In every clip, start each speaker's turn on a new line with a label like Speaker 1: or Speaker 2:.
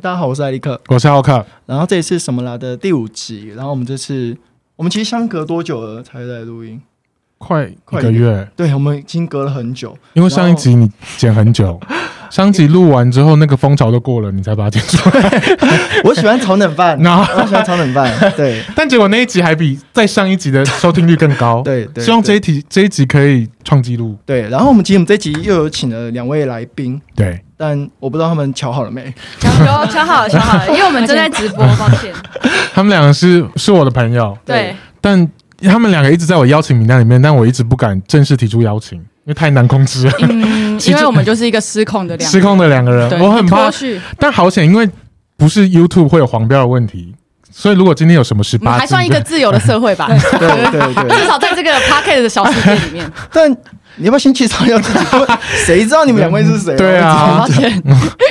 Speaker 1: 大家好，我是艾利克。
Speaker 2: 我是浩克，
Speaker 1: 然后这一次什么来的第五集，然后我们这次我们其实相隔多久了才来录音？
Speaker 2: 快一
Speaker 1: 快
Speaker 2: 个月，
Speaker 1: 对，我们已经隔了很 久。
Speaker 2: 因为上一集你剪很久，上一集录完之后那个风潮都过了，你才把它剪 出来。
Speaker 1: 我喜欢炒冷饭，
Speaker 2: 然后，
Speaker 1: 我喜欢炒冷饭。对
Speaker 2: 但结果那一集还比在上一集的收听率更高。
Speaker 1: 对对，
Speaker 2: 希望这
Speaker 1: 对
Speaker 2: 一题这一集可以创纪录。
Speaker 1: 对。然后我们其实我们这集又有请了两位来宾，
Speaker 2: 对，
Speaker 1: 但我不知道他们瞧好了没。
Speaker 3: 瞧瞧瞧好了瞧好了，因为我们正在直 播，抱歉。
Speaker 2: 他们两个是是我的朋友，
Speaker 3: 对，
Speaker 2: 但他们两个一直在我邀请名单里面，但我一直不敢正式提出邀请，因为太难控制了。
Speaker 3: 嗯，
Speaker 2: 其
Speaker 3: 因为
Speaker 2: 实
Speaker 3: 我们就是一个失控的两个
Speaker 2: 失控的两个人，
Speaker 3: 对
Speaker 2: 我很怕
Speaker 3: 脱，序，
Speaker 2: 但好险，因为不是 YouTube 会有黄标的问题，所以如果今天有什么十
Speaker 3: 我们
Speaker 2: 八，
Speaker 3: 还算一个自由的社会 吧，
Speaker 1: 对对对。
Speaker 3: 至少在这个 p a c k e t 的小世界里 面。
Speaker 1: 但你要不要先介绍一下自己？因为谁知道你们两位是谁？
Speaker 2: 对啊
Speaker 3: 抱歉，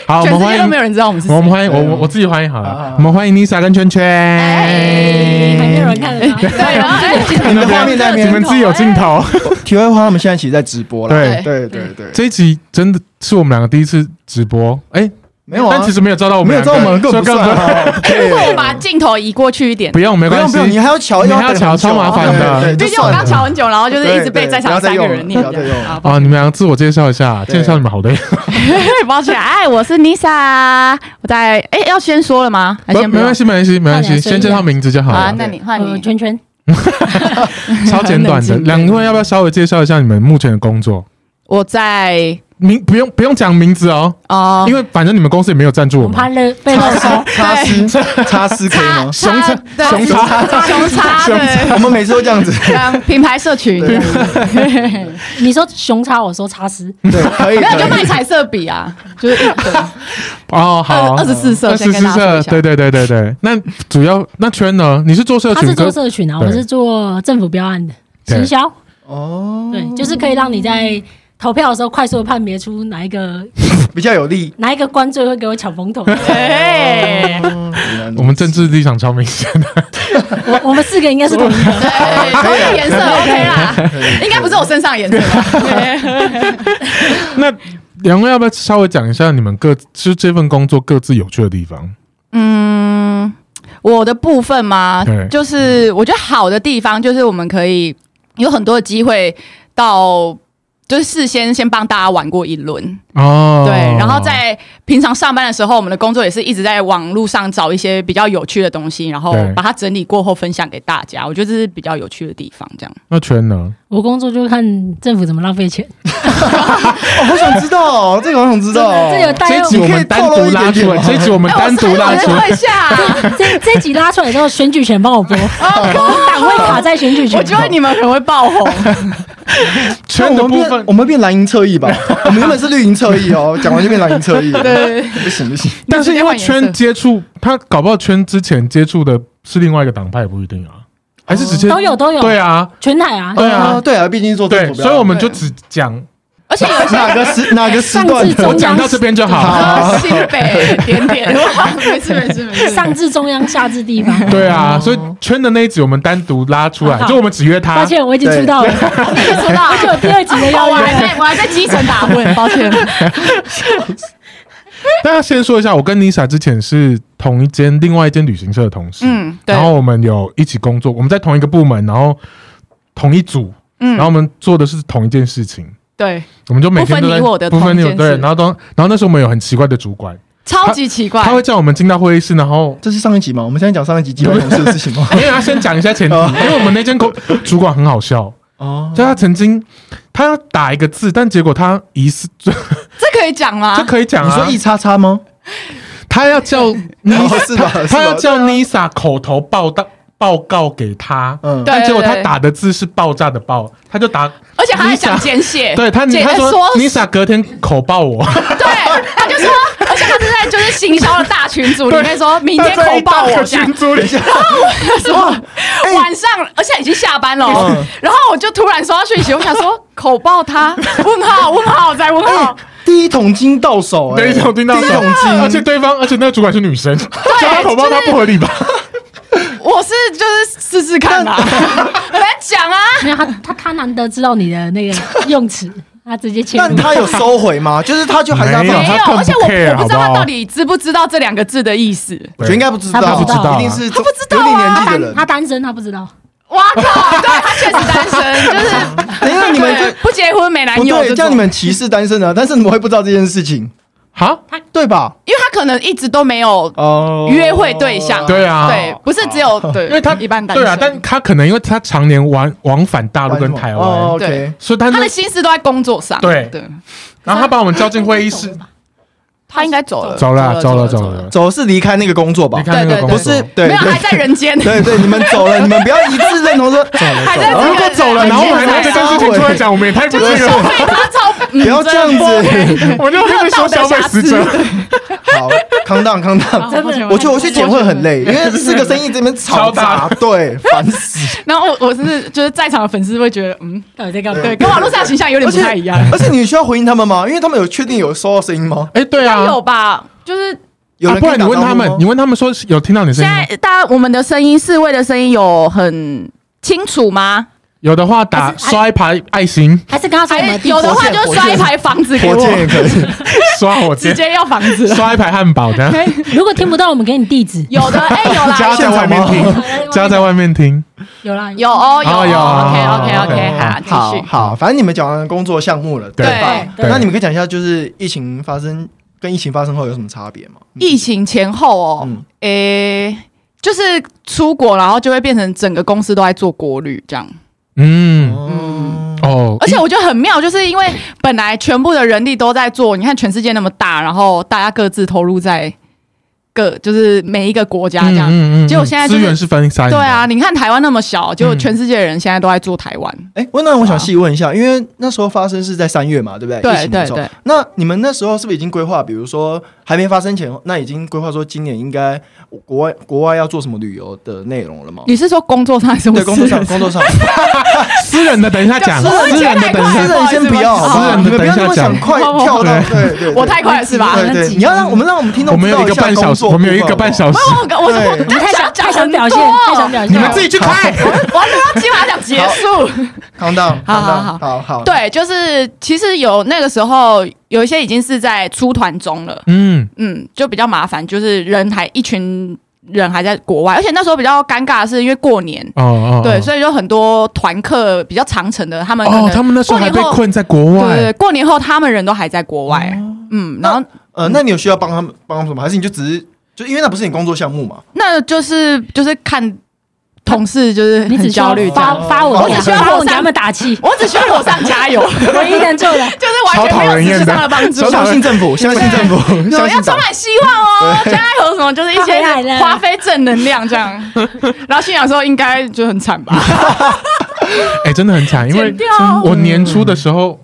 Speaker 2: 好，我
Speaker 3: 全
Speaker 2: 们
Speaker 3: 世
Speaker 2: 欢
Speaker 3: 界都
Speaker 2: 迎
Speaker 3: 没有人知道我们是
Speaker 2: 我
Speaker 3: 谁。
Speaker 2: 们欢迎
Speaker 1: 对
Speaker 2: 我
Speaker 1: 我
Speaker 2: 我
Speaker 1: 们
Speaker 2: 我自己欢迎好
Speaker 1: 啊啊
Speaker 2: 了
Speaker 1: 啊，
Speaker 2: 我们欢迎 Nisa 跟圈圈，
Speaker 3: 哎
Speaker 4: 还没有人看得到。
Speaker 3: 对，然后哎，
Speaker 1: 你们画面那
Speaker 2: 你
Speaker 1: 边
Speaker 2: 们自己有镜头。
Speaker 1: 题外话，他们现在其实在直播了。
Speaker 2: 对
Speaker 1: 对对对，
Speaker 2: 这一集真的是我们两个第一次直播，哎，
Speaker 1: 没有啊
Speaker 2: 但其，实没有照到我
Speaker 1: 没
Speaker 2: 们
Speaker 1: 有
Speaker 2: 两
Speaker 1: 知道
Speaker 2: 个，
Speaker 1: 我们根本
Speaker 2: 所以
Speaker 1: 不算
Speaker 2: 不
Speaker 1: 啊。
Speaker 3: 如果
Speaker 1: 对
Speaker 3: 我把镜头移过去一点
Speaker 2: 不，用，没
Speaker 1: 不
Speaker 2: 关
Speaker 1: 用
Speaker 2: 系
Speaker 1: 不，用，你还要瞧，
Speaker 2: 你
Speaker 1: 要
Speaker 2: 还要
Speaker 1: 等
Speaker 2: 瞧
Speaker 1: 很久啊
Speaker 2: 超麻烦的
Speaker 1: 对对
Speaker 3: 毕
Speaker 1: 就
Speaker 3: 竟我
Speaker 1: 算了
Speaker 3: 刚瞧很久，然后就是一直被在场三个人念
Speaker 1: 对对不要再用了
Speaker 3: 啊，抱
Speaker 2: 哦，你们两个自我介绍一下，
Speaker 1: 对
Speaker 2: 介绍你们好累，
Speaker 3: 歉 抱歉，哎，我是 Nisa，我在哎，要先说了吗？还
Speaker 2: 不
Speaker 3: 先
Speaker 2: 没关
Speaker 3: 用
Speaker 2: 系，没关系，没关
Speaker 4: 快
Speaker 2: 系，
Speaker 4: 点随
Speaker 2: 先
Speaker 4: 意
Speaker 2: 介绍名字就好
Speaker 3: 好啊，
Speaker 2: 了，
Speaker 3: 那你换
Speaker 4: 呃
Speaker 3: 你。
Speaker 4: 圈圈，
Speaker 2: 超简短的。
Speaker 3: 很冷静
Speaker 2: 两位要不要稍微介绍一下你们目前的工作？
Speaker 3: 我在
Speaker 2: 名不用不用讲名字哦，
Speaker 3: 哦，
Speaker 2: 因为反正你们公司也没有赞助我
Speaker 4: 我
Speaker 2: 们。
Speaker 4: 怕勒被勒
Speaker 1: 擦擦丝，擦丝可以吗？
Speaker 2: 熊叉
Speaker 3: 啊对
Speaker 2: 熊叉
Speaker 3: 熊 叉对，
Speaker 1: 我们每次都这样子，
Speaker 3: 像嗯品牌社群，
Speaker 1: 对
Speaker 3: 没
Speaker 4: 你说熊叉，我说叉丝，
Speaker 1: 对，可以，
Speaker 3: 有就
Speaker 1: 可以
Speaker 3: 卖彩色笔啊，就是一 本
Speaker 2: 哦，好，
Speaker 3: 二十四色，
Speaker 2: 二
Speaker 3: 先
Speaker 2: 十
Speaker 3: 跟
Speaker 2: 四
Speaker 3: 大家说
Speaker 2: 社，
Speaker 3: 一下，
Speaker 2: 对对对对对。那主要那圈呢？你是做社
Speaker 4: 他
Speaker 2: 群
Speaker 4: 是
Speaker 2: 跟
Speaker 4: 做社群啊，
Speaker 2: 对
Speaker 4: 我是做政府标案的
Speaker 2: 对
Speaker 4: 直销，
Speaker 1: 哦，
Speaker 4: 对，就是可以让你在投票的时候快速的判别出哪一个
Speaker 1: 比较有利。
Speaker 4: 哪一个官最会给我抢 风头。
Speaker 3: 哎，
Speaker 1: 哦
Speaker 2: 我们政治立场超明显的，
Speaker 4: 我我们四个应该是同一个，
Speaker 3: 对，啊同一个颜色 OK 啦，应该不是我身上的颜色吧？
Speaker 2: 那 两位要不要稍微讲一下你们各就是这份工作各自有趣的地方？
Speaker 3: 嗯，我的部分嘛
Speaker 2: 对，
Speaker 3: 就是我觉得好的地方就是我们可以有很多的机会到。就是事先先帮大家玩过一轮，
Speaker 2: 哦，
Speaker 3: 对，然后在平常上班的时候，我们的工作也是一直在网络上找一些比较有趣的东西，然后
Speaker 2: 对
Speaker 3: 把它整理过后分享给大家。我觉得这是比较有趣的地方。这样，
Speaker 2: 那圈呢？
Speaker 4: 我工作就看政府怎么浪费钱。
Speaker 1: 哦，好想知道哦，这个好想知道哦。
Speaker 4: 这有带
Speaker 2: 这一集我们单独拉出 来，这一集我们单独拉出来
Speaker 3: 哎哎我是我在。退下，
Speaker 4: 这这集拉出来之后，选举权 帮我播，党会卡在选举权。
Speaker 3: 哦我觉得你们可能会爆红。
Speaker 2: 圈
Speaker 1: 那
Speaker 2: 的
Speaker 1: 我们
Speaker 2: 部
Speaker 1: 变
Speaker 2: 分，
Speaker 1: 我们变蓝银侧翼吧。我们原本是绿银侧翼哦， 讲完就变蓝银侧翼。
Speaker 3: 对，
Speaker 1: 不行不行，
Speaker 2: 但是因为
Speaker 3: 那直接
Speaker 2: 圈
Speaker 3: 换颜色
Speaker 2: 接触他，搞不好圈之前接触的是另外一个党派，也不一定啊，还是直接
Speaker 4: 都有都有，
Speaker 2: 对，啊，
Speaker 4: 全台啊，
Speaker 2: 对啊
Speaker 1: 哦对啊，毕竟是做政
Speaker 2: 对，
Speaker 1: 府标，
Speaker 2: 所以我们就
Speaker 3: 哦对
Speaker 2: 只讲
Speaker 3: 而且有一些
Speaker 1: 哪个时哪个时段
Speaker 4: 上次
Speaker 1: 的
Speaker 2: 我
Speaker 4: 中
Speaker 2: 讲到这边就好。
Speaker 3: 呃新北点点，没事没事没事。
Speaker 4: 上至中央，下至地方。
Speaker 2: 对啊，
Speaker 3: 哦
Speaker 2: 所以圈的那一集我们单独拉出来，
Speaker 4: 好
Speaker 2: 就我们只约他
Speaker 4: 抱。歉，我已经出道 了，
Speaker 3: 你也说到，
Speaker 4: 而且我第二集的
Speaker 3: 我
Speaker 4: 邀
Speaker 2: 啊
Speaker 3: 还
Speaker 4: 约。
Speaker 3: 在我还在基层打混，抱歉。
Speaker 2: 大家先说一下，我跟 Nisa 之前是同一间另外一间旅行社的同事，
Speaker 3: 嗯，对
Speaker 2: 然，后我们有一起工作，我们在同一个部门，然后同一组，然后
Speaker 3: 嗯，
Speaker 2: 我们做的是同一件事情，
Speaker 3: 对，
Speaker 2: 我们就每天都在
Speaker 3: 不分你我的
Speaker 2: 不分你我
Speaker 3: 同一件
Speaker 2: 对
Speaker 3: 事，
Speaker 2: 然后当然后那时候我们有很奇怪的主管，
Speaker 3: 超级奇怪
Speaker 2: 他。会叫我们进到会议室，然后。
Speaker 1: 这是上一集嘛？我们现在讲上一集基本同事的事 情吗？
Speaker 2: 没有，他先讲一 下前提，
Speaker 1: 哦
Speaker 2: 因为我们那间公 主管很好笑，
Speaker 1: 哦，
Speaker 2: 就他曾经他要打一个字，但结果他疑似就
Speaker 3: 这可以讲吗？
Speaker 2: 可以讲
Speaker 1: 你
Speaker 2: 啊，
Speaker 1: 说一叉叉吗？
Speaker 2: 他要叫
Speaker 1: 哦是吧
Speaker 2: 他
Speaker 1: 是吧
Speaker 2: 他要叫 Nisa 口头报道报告给他，
Speaker 1: 嗯，
Speaker 3: 对
Speaker 2: 但结果他
Speaker 3: 对
Speaker 2: 打的字是爆炸的爆，他就打，
Speaker 3: 而且他还想简写，
Speaker 2: 对他
Speaker 3: 简
Speaker 2: 他说
Speaker 3: 哎说
Speaker 2: Nisa 隔天口爆 我，
Speaker 3: 对，他就说，而且他是在就是行销的大群组里面说，明天口爆我这样，
Speaker 2: 组里下，
Speaker 3: 说晚上，而且已经下班了
Speaker 1: 嗯
Speaker 3: 哦，然后我就突然收到讯息，我想说口爆他，问号问号再问号，
Speaker 1: 第一桶金到手，哎
Speaker 2: 等一下我听到
Speaker 1: 第一
Speaker 2: 什
Speaker 1: 桶
Speaker 2: 么
Speaker 1: 金，
Speaker 2: 而且对方而且那个主管是女生，叫他口爆他
Speaker 3: 就是
Speaker 2: 不合理吧？
Speaker 3: 我是就是试试看啦，来讲啊，
Speaker 4: 没有他，他他难得知道你的那个用词，他直接切
Speaker 1: 但
Speaker 4: 入。
Speaker 1: 他有收回吗？就是他就还是要
Speaker 2: 没有
Speaker 1: 放
Speaker 3: 没有
Speaker 2: 他更，不
Speaker 3: 而且我
Speaker 2: care，
Speaker 3: 我不知道
Speaker 2: 好不
Speaker 3: 他
Speaker 2: 好
Speaker 3: 到底知不知道这两个字的意思。
Speaker 1: 我觉得应该不知道，
Speaker 4: 他不知道
Speaker 1: 一定是
Speaker 3: 他不知道啊
Speaker 1: 有点年
Speaker 4: 他
Speaker 1: 纪的
Speaker 4: 单
Speaker 1: 人
Speaker 4: 他。单身，他不知道。
Speaker 3: 哇靠！对他确实单身，就是
Speaker 1: 等一下，你们
Speaker 3: 对
Speaker 1: 这
Speaker 3: 不结婚没男
Speaker 1: 不
Speaker 3: 友
Speaker 1: 对，
Speaker 3: 这
Speaker 1: 这样
Speaker 3: 种
Speaker 1: 你们歧视单身啊？但是你们会不知道这件事情，
Speaker 2: 哈，
Speaker 1: 对吧？
Speaker 3: 因为他可能一直都没有
Speaker 1: 哦，
Speaker 3: 约会对象，
Speaker 2: 对啊
Speaker 3: 对，不是只有对，
Speaker 2: 因为他
Speaker 3: 一般单身
Speaker 2: 对啊，但他可能因为他常年往往返大陆跟台
Speaker 1: 哦
Speaker 2: 湾，
Speaker 1: ，OK，
Speaker 2: 所以他
Speaker 3: 他的心思都在工作上，
Speaker 2: 对
Speaker 3: 对，
Speaker 2: 然后他把我们叫进会议室，
Speaker 3: 他应该走了，
Speaker 2: 走了
Speaker 3: 走
Speaker 2: 走了
Speaker 3: 走
Speaker 2: 走了，
Speaker 1: 走是离开那个工作吧
Speaker 2: 你？看那个
Speaker 3: 对对对
Speaker 2: 工
Speaker 1: 不
Speaker 2: 作
Speaker 1: 是，对
Speaker 3: 没有
Speaker 1: 对
Speaker 3: 还在人间，
Speaker 1: 对对，你们走了，你们不要一致认同说走了
Speaker 3: 还
Speaker 1: 走
Speaker 3: 在
Speaker 1: 了，
Speaker 3: 这个
Speaker 2: 如果走了，然后我们还拿这件事情出来讲，我们也太不
Speaker 3: 就是
Speaker 2: 那
Speaker 3: 消
Speaker 2: 个，
Speaker 3: 费他超，嗯
Speaker 1: 不要这样子。
Speaker 2: 我就会被说消费死者。
Speaker 1: 好，康荡 康荡。
Speaker 4: 真的
Speaker 1: 我觉得我去剪会很累，因为四个声音这边吵杂，对，烦死。
Speaker 3: 然后我我是就是在场的粉丝会觉得，嗯，
Speaker 4: 到底在干嘛？
Speaker 3: 对，跟网络上的形象有点
Speaker 1: 而
Speaker 3: 不
Speaker 1: 且
Speaker 3: 太一样，
Speaker 1: 而且你需要回应他们吗？因为他们有确定有收到声音吗？
Speaker 2: 哎，对
Speaker 3: 他
Speaker 2: 啊，
Speaker 3: 有吧？就是
Speaker 1: 有
Speaker 2: 啊
Speaker 1: 人
Speaker 2: 不
Speaker 1: 跟
Speaker 2: 然你
Speaker 1: 打
Speaker 2: 问
Speaker 1: 招呼
Speaker 2: 他们
Speaker 1: 吗，
Speaker 2: 你问他们说是有听到你声
Speaker 3: 现
Speaker 2: 音吗？
Speaker 3: 在大家我们的声音，四位的声音有很清楚吗？
Speaker 2: 有的话打
Speaker 4: 还是
Speaker 2: 刷一排爱心，
Speaker 4: 还是跟他说我
Speaker 3: 还
Speaker 4: 们
Speaker 3: 有的话就刷一排房子给
Speaker 1: 火
Speaker 3: 我，
Speaker 1: 箭也可 以。
Speaker 2: 刷我
Speaker 3: 直
Speaker 2: 直接
Speaker 3: 接要房子了。
Speaker 2: 刷一排汉堡的，
Speaker 4: 如果听不到，我们给你地址。
Speaker 3: 有 的哎，有
Speaker 2: 家
Speaker 3: 啦，
Speaker 2: 在外面听，家在外面听。
Speaker 4: 有啦，
Speaker 3: 有哦，有
Speaker 2: 哦有
Speaker 3: 哦，OK OK
Speaker 2: 哦
Speaker 3: OK，好，继
Speaker 1: 啊好
Speaker 3: 续。
Speaker 1: 好，反正你们讲完工作项目了，
Speaker 2: 对
Speaker 1: 吧？
Speaker 4: 对
Speaker 1: 那你们可以讲一下，就是疫情发生跟疫情发生后有什么差别吗？
Speaker 3: 疫情前后哦
Speaker 1: 嗯，
Speaker 3: 诶，就是出国，然后就会变成整个公司都在做国旅这样。
Speaker 2: 嗯，
Speaker 1: 嗯，
Speaker 2: 哦，
Speaker 3: 而且我觉得很妙，就是因为本来全部的人力都在做，你看全世界那么大，然后大家各自投入在各就是每一个国家这样。
Speaker 2: 嗯
Speaker 3: 结果现在就
Speaker 2: 资
Speaker 3: 是
Speaker 2: 源是分散的，
Speaker 3: 对啊，，你看台湾那么小，结果全世界的人现在都在做台湾。
Speaker 1: 哎，温暖，我想细问一下，因为那时候发生是在三月嘛，对不对？疫
Speaker 3: 对
Speaker 1: 情的
Speaker 3: 对
Speaker 1: 时候
Speaker 3: 对，
Speaker 1: 那你们那时候是不是已经规划，比如说还没发生前，那已经规划说今年应该国外国外要做什么旅游的内容了吗？
Speaker 3: 你是说工作上还是
Speaker 1: 对，工作上，工 作上，
Speaker 2: 私人的等一下讲，
Speaker 3: 就
Speaker 2: 私人的等一
Speaker 3: 私
Speaker 1: 私
Speaker 2: 下
Speaker 3: 人
Speaker 1: 人先不要，好不好
Speaker 2: 私人
Speaker 1: 你
Speaker 2: 的
Speaker 1: 们不
Speaker 2: 等一
Speaker 1: 要
Speaker 2: 下
Speaker 1: 那么想
Speaker 2: 讲。
Speaker 1: 快
Speaker 3: 不不不
Speaker 1: 跳到， 对对，
Speaker 3: 我太快了是吧？
Speaker 1: 对对，你要让我们让我们听众
Speaker 2: 我们有一
Speaker 1: 知
Speaker 2: 个
Speaker 1: 道
Speaker 2: 半
Speaker 1: 下
Speaker 2: 小
Speaker 1: 工
Speaker 2: 时，
Speaker 1: 作
Speaker 2: 我们有一个半小时，
Speaker 3: 我我我
Speaker 1: 对
Speaker 3: 我
Speaker 4: 你太想
Speaker 3: 讲
Speaker 4: 太想表现，太想表现。
Speaker 2: 你们自己去开。
Speaker 3: 我我要起码想结束。
Speaker 1: 扛当，
Speaker 3: 好
Speaker 1: 扛当，
Speaker 3: 好
Speaker 1: 好好，
Speaker 3: 对，就是其实有那个时候有一些已经是在出团中了，
Speaker 2: 嗯，
Speaker 3: 嗯，就比较麻烦，就是人还一群人还在国外，而且那时候比较尴尬的是因为过年，
Speaker 2: 哦哦，
Speaker 3: 对，所以就很多团客比较长程的，他们可能
Speaker 2: 哦，他们那时候还被困在国
Speaker 3: 对对对
Speaker 2: 外，
Speaker 3: 过年后他们人都还在国外，嗯，然后
Speaker 1: 呃，那你有需要帮他们帮他们什么？还是你就只是就因为那不是你工作项目嘛？
Speaker 3: 那就是就是看同事就是
Speaker 4: 你
Speaker 3: 很
Speaker 4: 只需要
Speaker 3: 焦虑这
Speaker 4: 发
Speaker 3: 样，
Speaker 4: 发我，
Speaker 1: 我只
Speaker 3: 需要
Speaker 4: 发
Speaker 3: 火
Speaker 4: 我
Speaker 3: 山。
Speaker 4: 给他们打气
Speaker 3: 我只需要火上加 油，
Speaker 4: 唯一能做的，
Speaker 3: 就是完全没有实质上的帮助
Speaker 2: 超。讨
Speaker 1: 相
Speaker 2: 厌
Speaker 1: 信政府，相信政府，
Speaker 3: 有
Speaker 1: 相
Speaker 3: 要
Speaker 1: 信
Speaker 3: 充
Speaker 1: 党。
Speaker 3: 满希望哦， 加油什么，就是一些
Speaker 4: 他回来了
Speaker 3: 花费正能量这样。然后心想说应该就很惨吧，
Speaker 2: 哎，真的很惨，因为
Speaker 3: 剪掉
Speaker 2: 我年初的时候，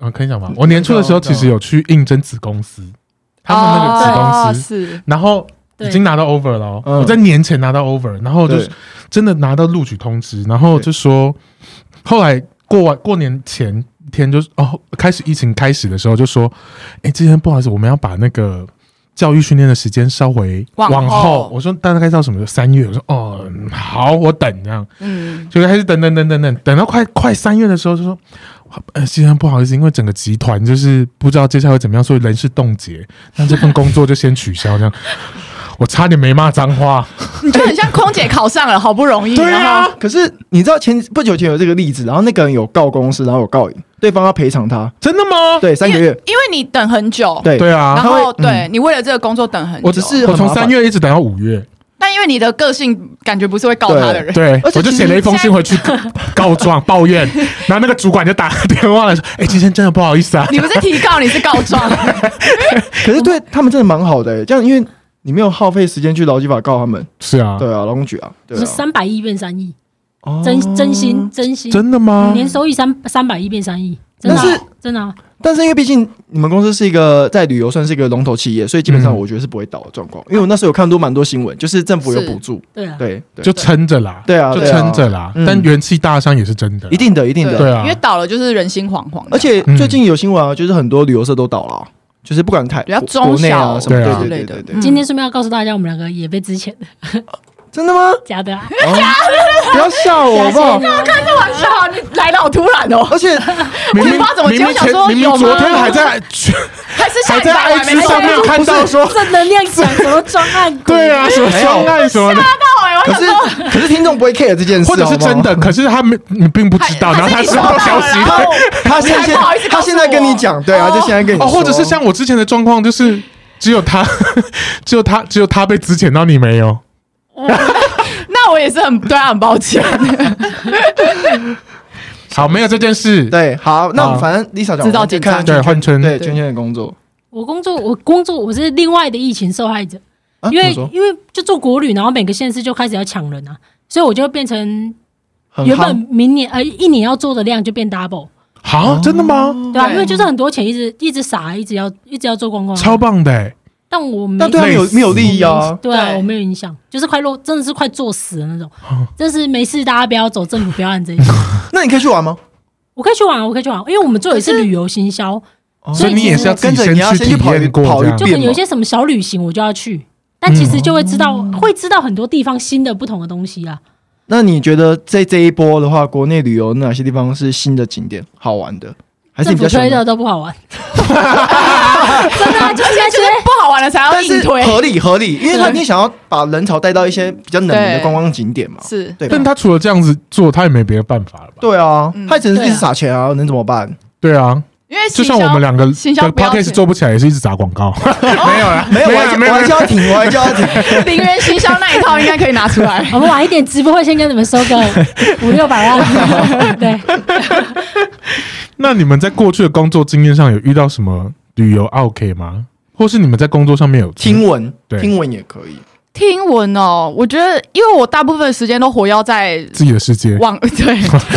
Speaker 2: 啊，可以讲吗？我年初的时候其实有去应征子公司，他们那个子
Speaker 3: 哦
Speaker 2: 公司，
Speaker 3: 是
Speaker 2: 然后已经拿到 offer 了哦，
Speaker 1: 嗯
Speaker 2: 我在年前拿到 offer，然后就
Speaker 1: 对
Speaker 2: 是真的拿到录取通知，然后就说，后来过完过年前天就是哦，开始疫情开始的时候就说，哎，今天不好意思，我们要把那个。教育训练的时间稍微
Speaker 3: 往后
Speaker 2: 后，我说大概到什么时候三月，我说哦，嗯好，我等这样，
Speaker 3: 嗯，
Speaker 2: 就开始等等等等等，等到快快三月的时候，就说，呃，先生不好意思，因为整个集团就是不知道接下来会怎么样，所以人事冻结，那这份工作就先取消这样。 我差点没骂脏话，
Speaker 3: 你就很像空姐考上了，好不容易，然后，
Speaker 1: 可是你知道前不久前有这个例子，啊然后那个人有告公司，然后有告赢，对方要赔偿他，
Speaker 2: 真的吗？
Speaker 1: 对，三个月，
Speaker 3: 因为哦你等很久，
Speaker 1: 对
Speaker 2: 对
Speaker 3: 然
Speaker 2: 啊，
Speaker 3: 后
Speaker 1: 他会
Speaker 3: 对你为了这个工作等很久，
Speaker 2: 我
Speaker 1: 只是
Speaker 2: 我
Speaker 1: 很
Speaker 2: 从
Speaker 1: 麻烦
Speaker 2: 三月一直等到五月，
Speaker 3: 但因为你的个性感觉不是会告他的人，
Speaker 2: 对，
Speaker 1: 而且
Speaker 2: 我就写了一封信回去告状抱怨， 然后那个主管就打电话来说， 哎，今天真的不好意思啊，
Speaker 3: 你不是提告，你是告状，
Speaker 1: 可是对他们真的蛮好的、欸，这样因为你没有耗费时间去劳基法告他们，
Speaker 2: 是啊，
Speaker 1: 对啊，劳工局啊，对
Speaker 4: 我们
Speaker 1: 啊，
Speaker 4: 三百亿变三亿，
Speaker 1: 哦
Speaker 4: 真真心。真心，
Speaker 2: 真的吗？
Speaker 4: 年收益三三百亿变三亿，真的
Speaker 1: 但是
Speaker 4: 啊真的啊。
Speaker 1: 但是因为毕竟你们公司是一个在旅游算是一个龙头企业，所以基本上
Speaker 2: 嗯
Speaker 1: 我觉得是不会倒的状况。因为我那时候有看多蛮多新闻，就是政府有
Speaker 3: 是
Speaker 1: 补助，
Speaker 4: 对啊，
Speaker 1: 对对，
Speaker 2: 就撑着啦，
Speaker 1: 对啊
Speaker 2: 就
Speaker 1: 对啊
Speaker 2: 撑着啦
Speaker 1: 嗯，
Speaker 2: 但元气大伤也是真的，
Speaker 1: 一定的，一定的，
Speaker 2: 对啊
Speaker 3: 因为倒了就是人心惶惶的，
Speaker 1: 而且
Speaker 2: 嗯
Speaker 1: 最近有新闻啊，就是很多旅游社都倒了啊、就是不管台
Speaker 3: 比较
Speaker 1: 国
Speaker 3: 中
Speaker 1: 国内
Speaker 3: 小
Speaker 1: 啊什么
Speaker 2: 对
Speaker 1: 对
Speaker 2: 啊
Speaker 1: 对
Speaker 3: 之类
Speaker 1: 对
Speaker 3: 的
Speaker 1: 对对
Speaker 3: 嗯
Speaker 1: 对
Speaker 4: 今天顺便要告诉大家，我们两个也被之前
Speaker 1: 真的吗？哦
Speaker 4: 假的啊，
Speaker 1: 不要吓哦我好不好
Speaker 4: 假？的啊
Speaker 3: 开这玩笑，你来的好突然哦，
Speaker 1: 而且
Speaker 2: 明
Speaker 3: 我也
Speaker 2: 明
Speaker 3: 不知道怎么
Speaker 2: 明明
Speaker 3: 接我想
Speaker 2: 前
Speaker 3: 说
Speaker 2: 明
Speaker 3: 有
Speaker 2: 明
Speaker 3: 吗
Speaker 2: 昨天还 在
Speaker 3: 还是下
Speaker 2: 还
Speaker 3: 礼
Speaker 2: 在
Speaker 3: 拜还没
Speaker 2: IG 上面
Speaker 3: 到
Speaker 2: 看到说，
Speaker 4: 正能量讲什么专案股？
Speaker 2: 对啊，什么双案什么的，
Speaker 3: 哎，我
Speaker 1: 可
Speaker 3: 想
Speaker 1: 是
Speaker 3: 说
Speaker 1: 可是听众不会 care 这件事，
Speaker 2: 或者
Speaker 1: 好
Speaker 2: 是
Speaker 1: 不好
Speaker 2: 真的，可是他没你并不知道，
Speaker 3: 还
Speaker 2: 然后他
Speaker 3: 还是
Speaker 2: 收
Speaker 3: 你收
Speaker 2: 到
Speaker 3: 到
Speaker 2: 消
Speaker 3: 了
Speaker 2: 息
Speaker 3: 然后
Speaker 1: 他现
Speaker 3: 你还不好意思
Speaker 1: 在
Speaker 3: 告
Speaker 1: 他
Speaker 3: 诉我
Speaker 1: 现在跟你讲，对啊，就现在跟你
Speaker 2: 哦，
Speaker 1: 说
Speaker 2: 或者是像我之前的状况，就是只有他， 只有他，只有他被资遣到你没有。
Speaker 3: 那我也是很对他很抱歉。
Speaker 2: 好，没有这件事。
Speaker 1: 对，好，那我
Speaker 2: 啊
Speaker 1: 们反正 Lisa 讲完
Speaker 3: 知道
Speaker 1: 我就
Speaker 3: 健康
Speaker 1: 看
Speaker 2: 对，
Speaker 1: 圈
Speaker 2: 换春，
Speaker 1: 对圈圈的工作，
Speaker 4: 我工作，我工作，我是另外的疫情受害者，
Speaker 1: 啊
Speaker 4: 因为
Speaker 1: 怎么说
Speaker 4: 因为就做国旅，然后每个县市就开始要抢人啊，所以我就变成
Speaker 1: 很
Speaker 4: 原
Speaker 1: 夯
Speaker 4: 本明年呃一年要做的量就变 double，
Speaker 1: 哦
Speaker 2: 好，真的吗？
Speaker 4: 对啊，
Speaker 3: 对
Speaker 4: 因为就是很多钱一直一直撒，啊一直要一直要做观
Speaker 3: 哦
Speaker 4: 光啊，
Speaker 2: 超棒的欸，
Speaker 4: 但我没
Speaker 1: 那对他们有
Speaker 2: 累死
Speaker 1: 没有利益啊？
Speaker 4: 对啊，
Speaker 3: 对
Speaker 4: 我没有影响，就是快落，真的是快作死的那种
Speaker 2: 嗯。
Speaker 1: 哦
Speaker 4: 真是没事，大家不要走政府标案这 一套。
Speaker 1: 那你可以去玩吗？
Speaker 4: 我可以去玩，啊我可以去玩，因为我们做的是旅游行销，
Speaker 2: 所以你也是要自
Speaker 1: 跟
Speaker 2: 己
Speaker 1: 着你要啊
Speaker 2: 去
Speaker 1: 先去
Speaker 2: 体
Speaker 1: 跑一
Speaker 2: 验过
Speaker 1: 跑
Speaker 2: 这
Speaker 1: 一
Speaker 2: 样
Speaker 4: 就
Speaker 1: 遍。
Speaker 4: 可能有一些什么小旅行我就要去，但其实就会知道，会知道很多地方新的不同的东西啊。
Speaker 1: 那你觉得在这一波的话，国内旅游哪些地方是新的景点好玩的？还是
Speaker 4: 政
Speaker 1: 你比较
Speaker 4: 府
Speaker 1: 喜欢
Speaker 4: 推的？都不好玩， 真的啊就是在
Speaker 3: 就是
Speaker 4: 推。
Speaker 3: 不好玩的才要
Speaker 1: 但
Speaker 3: 硬
Speaker 1: 是
Speaker 3: 推，
Speaker 1: 合理合理，因为他
Speaker 3: 对
Speaker 1: 一定想要把人潮带到一些比较冷门的
Speaker 3: 对
Speaker 1: 观光景点嘛。
Speaker 3: 是
Speaker 1: 对吧，啊
Speaker 2: 但他除了这样子做，他也没别的办法了吧？
Speaker 1: 对啊
Speaker 3: 嗯，
Speaker 1: 他只能
Speaker 4: 对啊
Speaker 1: 一直撒钱啊，能怎么办？
Speaker 2: 对啊，
Speaker 3: 因为
Speaker 2: 就
Speaker 3: 行销
Speaker 2: 像我们两个的
Speaker 3: 行销不要哦
Speaker 2: podcast
Speaker 3: 钱
Speaker 2: 做不起来，也是一直打广告。 没有啦，
Speaker 1: 没有，
Speaker 2: 没
Speaker 1: 我
Speaker 2: 有
Speaker 1: 还
Speaker 2: 没
Speaker 1: 我
Speaker 2: 有
Speaker 1: 还叫他停，我还叫他 停。
Speaker 3: 零元行销那一套应该可以拿出来。
Speaker 4: 我们晚一点直播会先跟你们收个五六百万，对，
Speaker 2: 那你们在过去的工作经验上有遇到什么旅游 OK 吗？或是你们在工作上面有
Speaker 1: 听闻，
Speaker 2: 对
Speaker 1: 听闻也可以。
Speaker 3: 听闻哦，我觉得因为我大部分时间都活跃在
Speaker 2: 自己的世界？
Speaker 3: 网 对，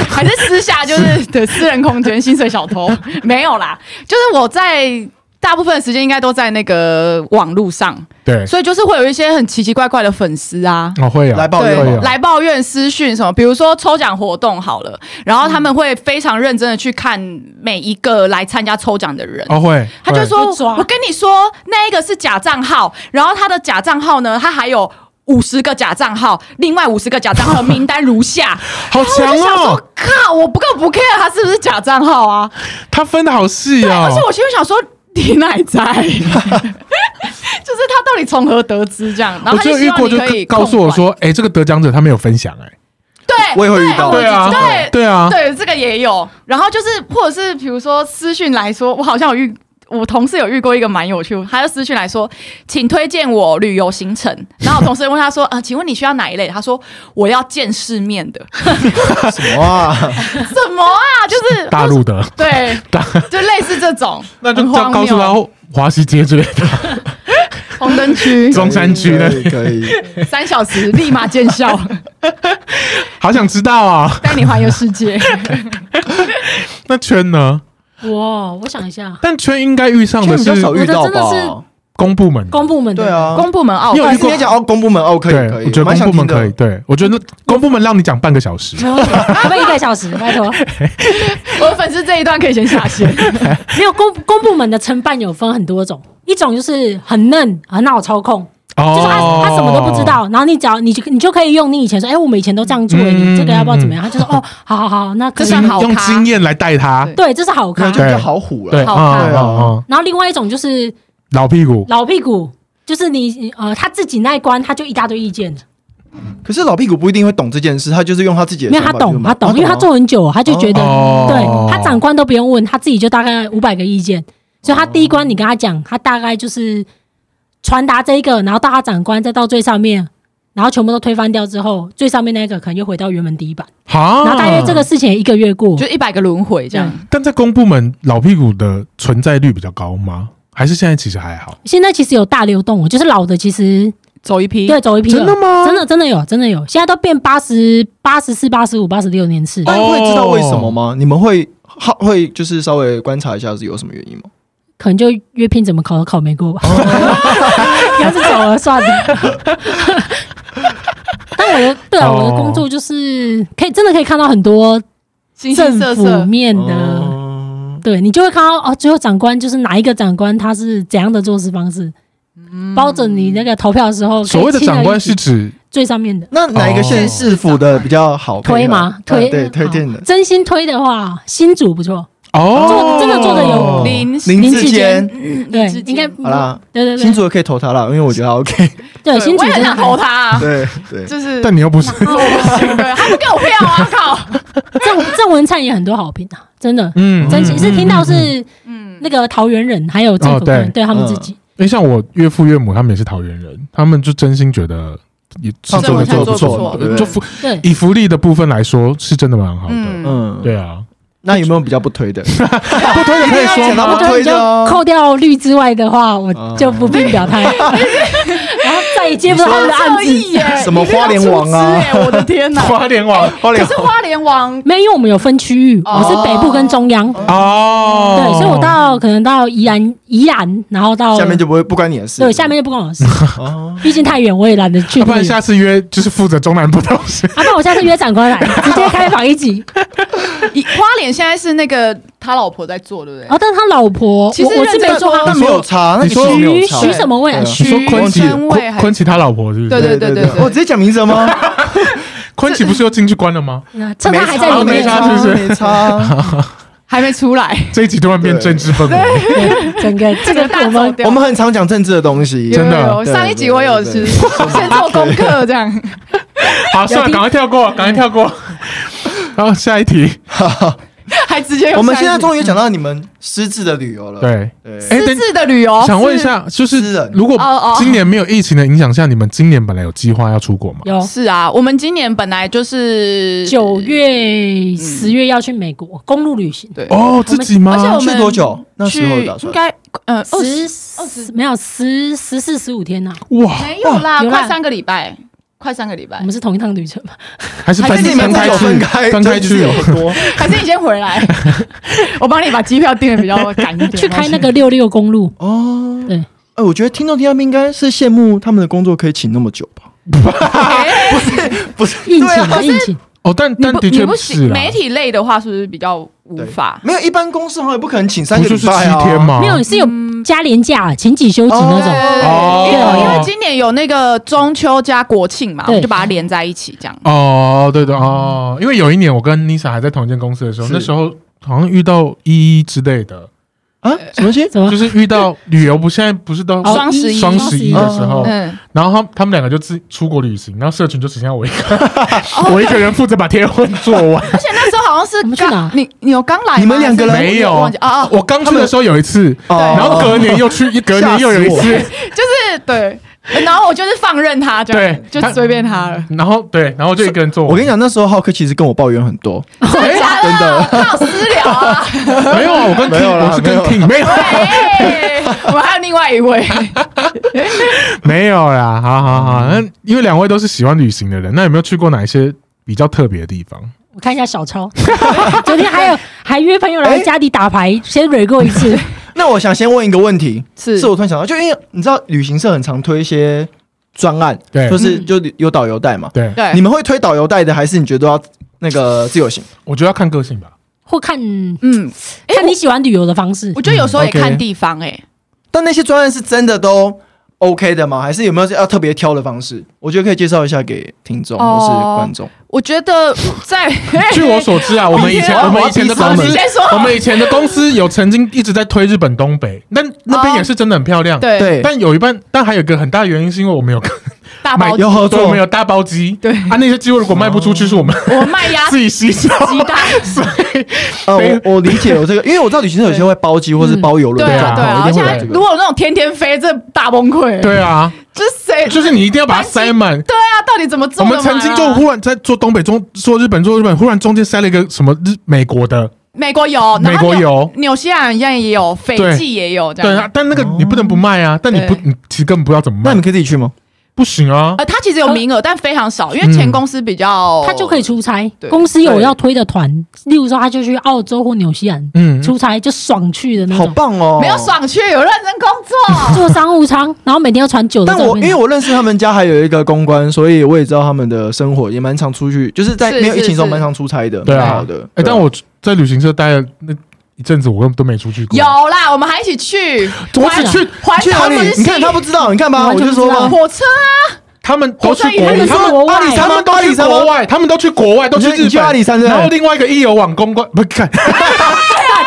Speaker 3: 还是私下就是对私人空间，薪水小偷 没有啦，就是我在。大部分时间应该都在那个网络上，
Speaker 2: 对，
Speaker 3: 所以就是会有一些很奇奇怪怪的粉丝啊，
Speaker 2: 哦会啊，
Speaker 1: 来抱怨
Speaker 2: 会啊
Speaker 1: 吧，
Speaker 3: 来抱怨私讯什么，比如说抽奖活动好了，然后他们会非常认真的去看每一个来参加抽奖的人。
Speaker 2: 哦会，
Speaker 3: 他就
Speaker 2: 会
Speaker 3: 说
Speaker 4: 会抓：“
Speaker 3: 我跟你说，那一个是假账号，然后他的假账号呢，他还有五十个假账号，另外五十个假账号名单如下。”
Speaker 2: 好
Speaker 3: 我
Speaker 2: 强
Speaker 3: 就想
Speaker 2: 哦
Speaker 3: 说，，靠，我不够不 care 他是不是假账号啊？
Speaker 2: 他分的好细
Speaker 3: 对，而
Speaker 2: 哦
Speaker 3: 且。我其实想说，你奶在，就是他到底从何得知这样？然后
Speaker 2: 我
Speaker 3: 他
Speaker 2: 就
Speaker 3: 就希
Speaker 2: 遇
Speaker 3: 望
Speaker 2: 过，
Speaker 3: 你
Speaker 2: 就
Speaker 3: 可以
Speaker 2: 告诉我
Speaker 3: 控管，
Speaker 2: 说，哎，这个得奖者他没有分享，哎，
Speaker 3: 对，
Speaker 1: 我也会遇到
Speaker 3: 对
Speaker 2: 对啊
Speaker 3: 哦对
Speaker 2: 对啊，
Speaker 3: 对，这个也有。然后就是，或者是比如说私讯来说，我好像有遇，我同事有遇过一个蛮有趣的，他就私讯来说，请推荐我旅游行程。然后我同事问 他说，啊、请问你需要哪一类？他说我要见世面 的。
Speaker 1: 什么 啊？
Speaker 3: 什么啊？就是
Speaker 2: 大陆的，
Speaker 3: 对
Speaker 2: 大，
Speaker 3: 就类似这种，
Speaker 2: 那就
Speaker 3: 很
Speaker 2: 叫
Speaker 3: 荒
Speaker 2: 告诉他哦
Speaker 3: 谬。
Speaker 2: 华西街之类的，
Speaker 3: 红 灯区
Speaker 2: 中山区的
Speaker 1: 可，以可以。
Speaker 3: 三小时立马见 效，
Speaker 2: 好想知道啊。
Speaker 3: 带你环游世 界。
Speaker 2: 那圈呢？
Speaker 4: 哇，我想一下，
Speaker 2: 但圈应该遇上
Speaker 1: 圈
Speaker 2: 的
Speaker 1: 比较
Speaker 2: 是
Speaker 1: 少遇到
Speaker 4: 我的真的
Speaker 1: 吧
Speaker 4: 是？
Speaker 2: 公部门，
Speaker 4: 公部门的
Speaker 1: 对，啊，
Speaker 3: 公部门哦，
Speaker 2: 你有遇
Speaker 1: 但
Speaker 3: 但
Speaker 1: 是
Speaker 3: 是
Speaker 1: 你也讲哦，公部门哦，可以
Speaker 2: 对
Speaker 1: 可以，
Speaker 2: 我觉得
Speaker 1: 蛮
Speaker 2: 公
Speaker 1: 想
Speaker 2: 部门
Speaker 1: 听的
Speaker 2: 可以，对我觉得公部门让你讲半个小时，
Speaker 4: 没有问题，准备一个小时，拜托。
Speaker 3: 我的粉丝这一段可以先 下线。
Speaker 4: 没有公公部门的承办有分很多种，一种就是很嫩很好操控，
Speaker 2: 哦
Speaker 4: 就是他他什么都不知，道，然后你只要你就你就可以用你以前说，哎、我们以前都这样做、
Speaker 2: 嗯
Speaker 4: 你这个要不要怎么样？他就说，哦，好好好，那可
Speaker 3: 这
Speaker 4: 以
Speaker 3: 算
Speaker 2: 经
Speaker 3: 好咖
Speaker 2: 用经验来带他，
Speaker 3: 对
Speaker 4: 对，这是好
Speaker 1: 可
Speaker 4: 咖
Speaker 1: 能。就比较好唬了。
Speaker 2: 对
Speaker 3: 好
Speaker 2: 啊
Speaker 3: 咖
Speaker 1: 对啊
Speaker 2: 啊，
Speaker 4: 然后另外一种就是
Speaker 2: 老屁股，
Speaker 4: 老屁股，就是你呃他自己那一关他就一大堆意见，
Speaker 1: 可是老屁股不一定会懂这件事，他就是用他自己的
Speaker 4: 没有
Speaker 1: 想
Speaker 4: 他
Speaker 1: 法去
Speaker 4: 懂
Speaker 1: 买
Speaker 4: 他懂，因为他
Speaker 1: 啊
Speaker 4: 做很久，他就觉得、
Speaker 2: 哦
Speaker 4: 对他长官都不用问，他自己就大概五百个意见，所以他第一关你跟他讲，他大概就是传达这一个，然后到他长官再到最上面。然后全部都推翻掉之后，最上面那个可能又回到原本第一版，
Speaker 2: 好，
Speaker 4: 然后大约这个事情一个月
Speaker 2: 哦
Speaker 4: 过，
Speaker 3: 就一百个轮回这样。
Speaker 2: 但在公部门，老屁股的存在率比较高吗？还是现在其实还好？
Speaker 4: 现在其实有大流动，就是老的其实
Speaker 3: 走一批，
Speaker 4: 对走一批了
Speaker 2: 真的吗
Speaker 4: 真的真的有，真的有，现在都变八十八、十四、八十五、八十六年次，
Speaker 1: 但会知道为什么
Speaker 4: 哦
Speaker 1: 吗？你们会好会就是稍微观察一下是有什么原因吗？
Speaker 4: 可能就约聘怎么考都考没过吧。你 要是走了算了。但我的对啊，
Speaker 2: 哦
Speaker 4: 我的工作就是可以真的可以看到很多
Speaker 3: 形
Speaker 4: 政
Speaker 3: 形色
Speaker 4: 府
Speaker 3: 色。
Speaker 4: 面的，
Speaker 1: 嗯，
Speaker 4: 对你就会看到哦，最后长官就是哪一个长官他是怎样的做事方式，包准你那个投票的时候可以
Speaker 2: 所谓的
Speaker 4: 轻而
Speaker 2: 长官
Speaker 4: 易举
Speaker 2: 是指
Speaker 4: 最上面的。
Speaker 1: 那哪一个县市府的比较好
Speaker 4: 推吗？
Speaker 1: 可以
Speaker 4: 推、
Speaker 1: 呃对推荐的
Speaker 4: 好真心推的话，新主不错，
Speaker 2: 哦，
Speaker 4: 做真的做得有
Speaker 3: 林
Speaker 1: 林
Speaker 4: 林
Speaker 1: 志
Speaker 4: 志
Speaker 1: 坚
Speaker 4: 坚，对
Speaker 3: 林志，坚
Speaker 4: 应该嗯
Speaker 1: 好啦，
Speaker 4: 对对
Speaker 1: 新
Speaker 4: 对，
Speaker 1: 竹的可以投他了，因为我觉得他 OK。
Speaker 4: 对新主
Speaker 3: 我也很
Speaker 4: 真
Speaker 3: 想
Speaker 4: 的
Speaker 3: 投他 啊，
Speaker 1: 对对，
Speaker 3: 就是
Speaker 2: 但你又不是，
Speaker 3: 哦不行对， 他不给我票啊，靠！
Speaker 4: 郑郑文灿也很多好评啊，真的，
Speaker 2: 嗯
Speaker 4: 真心是听到是
Speaker 3: 嗯，
Speaker 4: 那个桃园人还有政府
Speaker 2: 哦
Speaker 4: 官
Speaker 2: 对
Speaker 4: 员对他们自己，
Speaker 2: 因为像我岳父岳母他们也是桃园人，他们就真心觉得也是
Speaker 1: 做得
Speaker 2: 的做
Speaker 1: 不
Speaker 2: 不
Speaker 1: 错
Speaker 2: 错
Speaker 1: 对不对
Speaker 2: 的，就福
Speaker 4: 对，
Speaker 2: 以福利的部分来说是真的蛮好的。
Speaker 3: 嗯，
Speaker 1: 嗯，
Speaker 2: 对啊，
Speaker 1: 那有没有比较不推的？
Speaker 2: 不推也可
Speaker 1: 一定
Speaker 2: 以
Speaker 1: 要
Speaker 2: 说
Speaker 1: 讲到
Speaker 2: 吗
Speaker 1: 不？推的哦
Speaker 4: 扣掉绿之外的话，我就不必表态，然后再也接不到他们的案
Speaker 3: 恶
Speaker 4: 子。
Speaker 3: 意耶，
Speaker 1: 什么花莲王啊
Speaker 3: 一定要出资欸耶我的天哪！
Speaker 2: 花莲网
Speaker 1: 花
Speaker 3: 可
Speaker 1: 莲
Speaker 3: 是花莲王
Speaker 4: 没有，因为我们有分区域，我是北部跟中央，
Speaker 2: 哦，
Speaker 4: 对，所以我到可能到宜兰、宜兰，然后到
Speaker 1: 下面就不会不关你的事。
Speaker 4: 对，下面就不关我的事，
Speaker 1: 哦，
Speaker 4: 毕竟太远，我也懒得去
Speaker 2: 要
Speaker 4: 那里。
Speaker 2: 啊不然下次约就是负责中南部东西。
Speaker 4: 啊，那我下次约长官来，直接开房一集。
Speaker 3: 以花莲现在是那个他老婆在做，对不对？
Speaker 4: 哦，但是他老婆，我
Speaker 3: 其实
Speaker 4: 我是
Speaker 3: 认真
Speaker 4: 没做
Speaker 3: 说
Speaker 1: 那
Speaker 4: 啊，
Speaker 1: 没有差，那个
Speaker 2: 你说
Speaker 1: 其实没有
Speaker 4: 徐
Speaker 1: 差
Speaker 4: 徐什么位啊？
Speaker 1: 对啊
Speaker 2: 你说昆奇
Speaker 3: 中卫还
Speaker 2: 昆昆奇他老婆是不是？
Speaker 3: 对对对对对
Speaker 1: 我哦直接讲名字了吗？
Speaker 2: 昆奇不是又进去关了吗？
Speaker 4: 嗯趁他还在里
Speaker 1: 没
Speaker 4: 面，
Speaker 1: 差，
Speaker 2: 是不是
Speaker 1: 没差。
Speaker 3: 还没出来，
Speaker 2: 这一集突然变政治氛围，
Speaker 4: 对整个这个
Speaker 3: 大
Speaker 4: 我
Speaker 3: 走
Speaker 4: 们
Speaker 3: 掉
Speaker 1: 我们很常讲政治的东西
Speaker 3: 啊有，
Speaker 2: 真的
Speaker 3: 有有
Speaker 1: 对
Speaker 3: 上一集我有
Speaker 1: 对
Speaker 3: 是
Speaker 1: 对
Speaker 3: 先做功课这样，
Speaker 2: 好，算了，赶快跳过，赶快跳过。然后下一题，
Speaker 3: 还直接有
Speaker 1: 我们现在
Speaker 3: 上一集
Speaker 1: 终于讲到你们失智的旅游了。
Speaker 2: 对，
Speaker 1: 对，
Speaker 2: 哎
Speaker 3: 私
Speaker 2: 等
Speaker 3: 自的旅游，
Speaker 2: 想问一下，就是是
Speaker 1: 呃人
Speaker 2: 如果
Speaker 3: 哦哦哦
Speaker 2: 今年没有疫情的影响下，你们今年本来有计划要出国吗？
Speaker 4: 有
Speaker 3: 是是啊，我们今年本来就是
Speaker 4: 九月、十月要去美国公路旅行，
Speaker 3: 对，
Speaker 2: 哦，自己吗
Speaker 3: 而？且我们
Speaker 1: 去多久？那时候
Speaker 3: 去
Speaker 1: 打
Speaker 3: 应
Speaker 1: 算
Speaker 3: 该呃二十
Speaker 4: 十
Speaker 3: 二十
Speaker 4: 没有十十四十五天呐，
Speaker 2: 哇，
Speaker 3: 没有啦，嗯
Speaker 4: 有啦
Speaker 3: 快三个礼拜，快三个礼
Speaker 4: 我
Speaker 3: 拜，
Speaker 4: 们是同一趟旅程嘛？
Speaker 2: 还是
Speaker 3: 还
Speaker 2: 分
Speaker 3: 是你们
Speaker 2: 分开
Speaker 1: 有分开，哦
Speaker 2: 去，分开
Speaker 1: 真
Speaker 2: 去
Speaker 1: 是有。很多。
Speaker 3: 还是你先回来， 我帮你把机票订的比较 赶一点，
Speaker 4: 去开那个六六公路，
Speaker 1: 哦，
Speaker 4: 对，
Speaker 1: 哎，我觉得听众听他们应该是羡慕他们的工作可以请那么久吧？
Speaker 3: 哎
Speaker 1: 不是，
Speaker 4: 应
Speaker 1: 对
Speaker 4: 景
Speaker 1: 啊
Speaker 4: 的应景，
Speaker 2: 哦，但
Speaker 3: 你
Speaker 2: 但
Speaker 3: 不
Speaker 2: 的
Speaker 3: 你
Speaker 2: 确
Speaker 3: 不
Speaker 2: 是啊
Speaker 3: 行，
Speaker 2: 啦，
Speaker 3: 媒体类的话是不是比较无
Speaker 1: 对
Speaker 3: 法？
Speaker 1: 没有一般公司好像也不可能请三
Speaker 2: 不
Speaker 1: 个
Speaker 2: 就
Speaker 1: 礼
Speaker 2: 是七
Speaker 1: 拜啊。
Speaker 2: 天？吗？
Speaker 4: 没有是有加廉价、啊请几休几那种。
Speaker 3: 对
Speaker 2: 哦
Speaker 3: 呃因为
Speaker 4: 对
Speaker 3: 因为今年有那个中秋加国庆嘛，我
Speaker 4: 对
Speaker 3: 们就把它连在一起这样。
Speaker 2: 哦，对的哦，因为有一年我跟 Nisa 还在同一间公司的时候，
Speaker 1: 是
Speaker 2: 那时候好像遇到一一之类的，
Speaker 1: 啊，什么
Speaker 4: 什 么
Speaker 2: 就是遇到旅游不现在不是都
Speaker 4: 哦
Speaker 3: 双十一
Speaker 2: 双十一的时候，
Speaker 3: 嗯，
Speaker 2: 然后他他们两个就自出国旅行，然后社群就只剩下我一个，我一个人负责把贴文做完。
Speaker 3: 而且那时候好像是
Speaker 4: 我们去
Speaker 3: 刚
Speaker 4: 哪
Speaker 3: 你你有刚来吗，
Speaker 1: 你们两个人
Speaker 3: 还是
Speaker 2: 没有
Speaker 3: 忘记啊，哦
Speaker 2: 我刚去的时候有一次，
Speaker 1: 哦
Speaker 2: 然后隔年又去，隔年又有一
Speaker 1: 吓死
Speaker 2: 次，
Speaker 3: 就是对，然后我就是放任他这样，
Speaker 2: 对
Speaker 3: 就随便他了。
Speaker 2: 然后对，然后我就一个人做完。
Speaker 1: 我跟你讲，那时候浩克其实跟我抱怨很多，
Speaker 3: 真的假
Speaker 1: 真的
Speaker 3: 的？靠私聊啊！
Speaker 2: 讲，没有啊，我跟 King，
Speaker 1: 没有啦
Speaker 2: 我是
Speaker 1: 没
Speaker 2: 跟
Speaker 1: 有啦
Speaker 2: King，没有
Speaker 3: 哎 我们还有另外一位，
Speaker 2: 没有 啦，好好好，那因为两位都是喜欢旅行的人，那有没有去过哪一些比较特别的地方？
Speaker 4: 我看一下小超，昨天还有还约朋友来家里打牌，先蕊过一次。
Speaker 1: 那我想先问一个问题，
Speaker 3: 是
Speaker 1: 是我突然想到，就因为你知道旅行社很常推一些专案，
Speaker 2: 对
Speaker 1: 就是
Speaker 3: 嗯
Speaker 1: 就有导游带嘛。
Speaker 2: 对，
Speaker 3: 对
Speaker 1: 你，们会推导游带的，还是你觉得要那个自由行？
Speaker 2: 我觉得要看个性吧。
Speaker 4: 或看
Speaker 3: 嗯，哎
Speaker 4: 看你喜欢旅游的方式
Speaker 3: 我。觉得有时候也
Speaker 1: 嗯，OK
Speaker 3: 看地方，哎，
Speaker 1: 但那些专案是真的都 OK 的吗？还是有没有要特别挑的方式？我觉得可以介绍一下给听众
Speaker 3: 哦
Speaker 1: 或是观众。
Speaker 3: 我觉得在
Speaker 2: 据 我所知啊，我们以前
Speaker 1: 哎呀
Speaker 2: 我们以前的公
Speaker 1: 我要
Speaker 2: 司
Speaker 1: 逼死
Speaker 3: 哦你先说，
Speaker 2: 我们以前的公司有曾经一直在推日本东北，那那边也是真的很漂亮。，
Speaker 3: 哦对
Speaker 1: 对，
Speaker 2: 但有一半，但还有一个很大的原因是因为我们有
Speaker 3: 大
Speaker 2: 买
Speaker 3: 包
Speaker 1: 有 合作
Speaker 2: 对我们有大包机，
Speaker 3: 哦对哦
Speaker 2: 啊，那些机会如果卖不出去，是我们
Speaker 3: 我卖 鸭
Speaker 2: 自己吸收。
Speaker 3: 鸡蛋，
Speaker 1: 呃，
Speaker 2: 对
Speaker 1: 我我理解有这个，因为我知道旅行社有些会包机或是包游轮
Speaker 3: 对
Speaker 1: 的
Speaker 3: 啊
Speaker 1: 状
Speaker 3: 对啊，
Speaker 1: 况，
Speaker 3: 而
Speaker 1: 一定
Speaker 3: 且
Speaker 1: 会
Speaker 3: 还
Speaker 1: 有这
Speaker 3: 如
Speaker 1: 个。
Speaker 3: 果有那种天天飞，这大崩溃，，
Speaker 2: 对啊，
Speaker 3: 这谁
Speaker 2: 就是你一定要把它塞满。
Speaker 3: 对啊，到底怎么做
Speaker 2: 我
Speaker 3: 的嘛？
Speaker 2: 们曾经就忽然在做东北中做日本做日本，忽然中间塞了一个什么日美国的，
Speaker 3: 美国有，然后
Speaker 2: 美国
Speaker 3: 纽
Speaker 2: 有
Speaker 3: 纽西兰一样也有，斐
Speaker 2: 对
Speaker 3: 济也有这
Speaker 2: 对
Speaker 3: 样哦
Speaker 2: 啊。，但那个你不能不卖啊，但你不
Speaker 3: 对
Speaker 2: 你其实根本不知道怎么
Speaker 1: 那你
Speaker 2: 卖
Speaker 1: 们，可以自己去吗？
Speaker 2: 不行啊。
Speaker 3: 呃，它其实有名额，但非常少，因为前公司比
Speaker 1: 哦
Speaker 3: 较，
Speaker 4: 嗯他就可以出差
Speaker 3: 对，
Speaker 4: 公司有要推的团，例如说他就去澳洲或纽西兰
Speaker 2: 嗯，
Speaker 4: 出差，就爽去的那
Speaker 1: 好
Speaker 4: 种，
Speaker 1: 棒哦！
Speaker 3: 没有爽去，有认真工 作。
Speaker 4: 坐商务舱，然后每天要传酒的
Speaker 1: 但
Speaker 4: 照
Speaker 1: 我因为
Speaker 4: 片。
Speaker 1: 我认识他们家还有一个公关，所以我也知道他们的生活也蛮常出去，就是在
Speaker 3: 是
Speaker 1: 没有疫情的时候
Speaker 3: 是
Speaker 1: 蛮常出差的，
Speaker 2: 对
Speaker 1: 蛮
Speaker 2: 啊
Speaker 1: 好的。对啊
Speaker 2: 哎，但我在旅行社待了那一阵子，我根本都没出去过。
Speaker 3: 有啦，我们还一起去，
Speaker 2: 我
Speaker 3: 环
Speaker 2: 只去
Speaker 3: 环
Speaker 1: 去哪
Speaker 3: 岛
Speaker 1: 里
Speaker 3: 日？
Speaker 1: 你看他不知道，你看吧，
Speaker 4: 我
Speaker 1: 我
Speaker 4: 完全
Speaker 1: 就说
Speaker 4: 不知道
Speaker 1: 嘛，
Speaker 3: 火车啊，
Speaker 2: 他他们都去国
Speaker 3: 火
Speaker 2: 外，
Speaker 3: 车
Speaker 4: 鱼
Speaker 2: 他们
Speaker 4: 他们是国外
Speaker 1: 阿里
Speaker 2: 他
Speaker 1: 山吗
Speaker 2: 们都去国外，他们都去国外，都去
Speaker 1: 你去
Speaker 2: 日
Speaker 1: 你去
Speaker 2: 本，
Speaker 1: 阿里山对不对
Speaker 2: 然后另外一个一游网公关， 不看，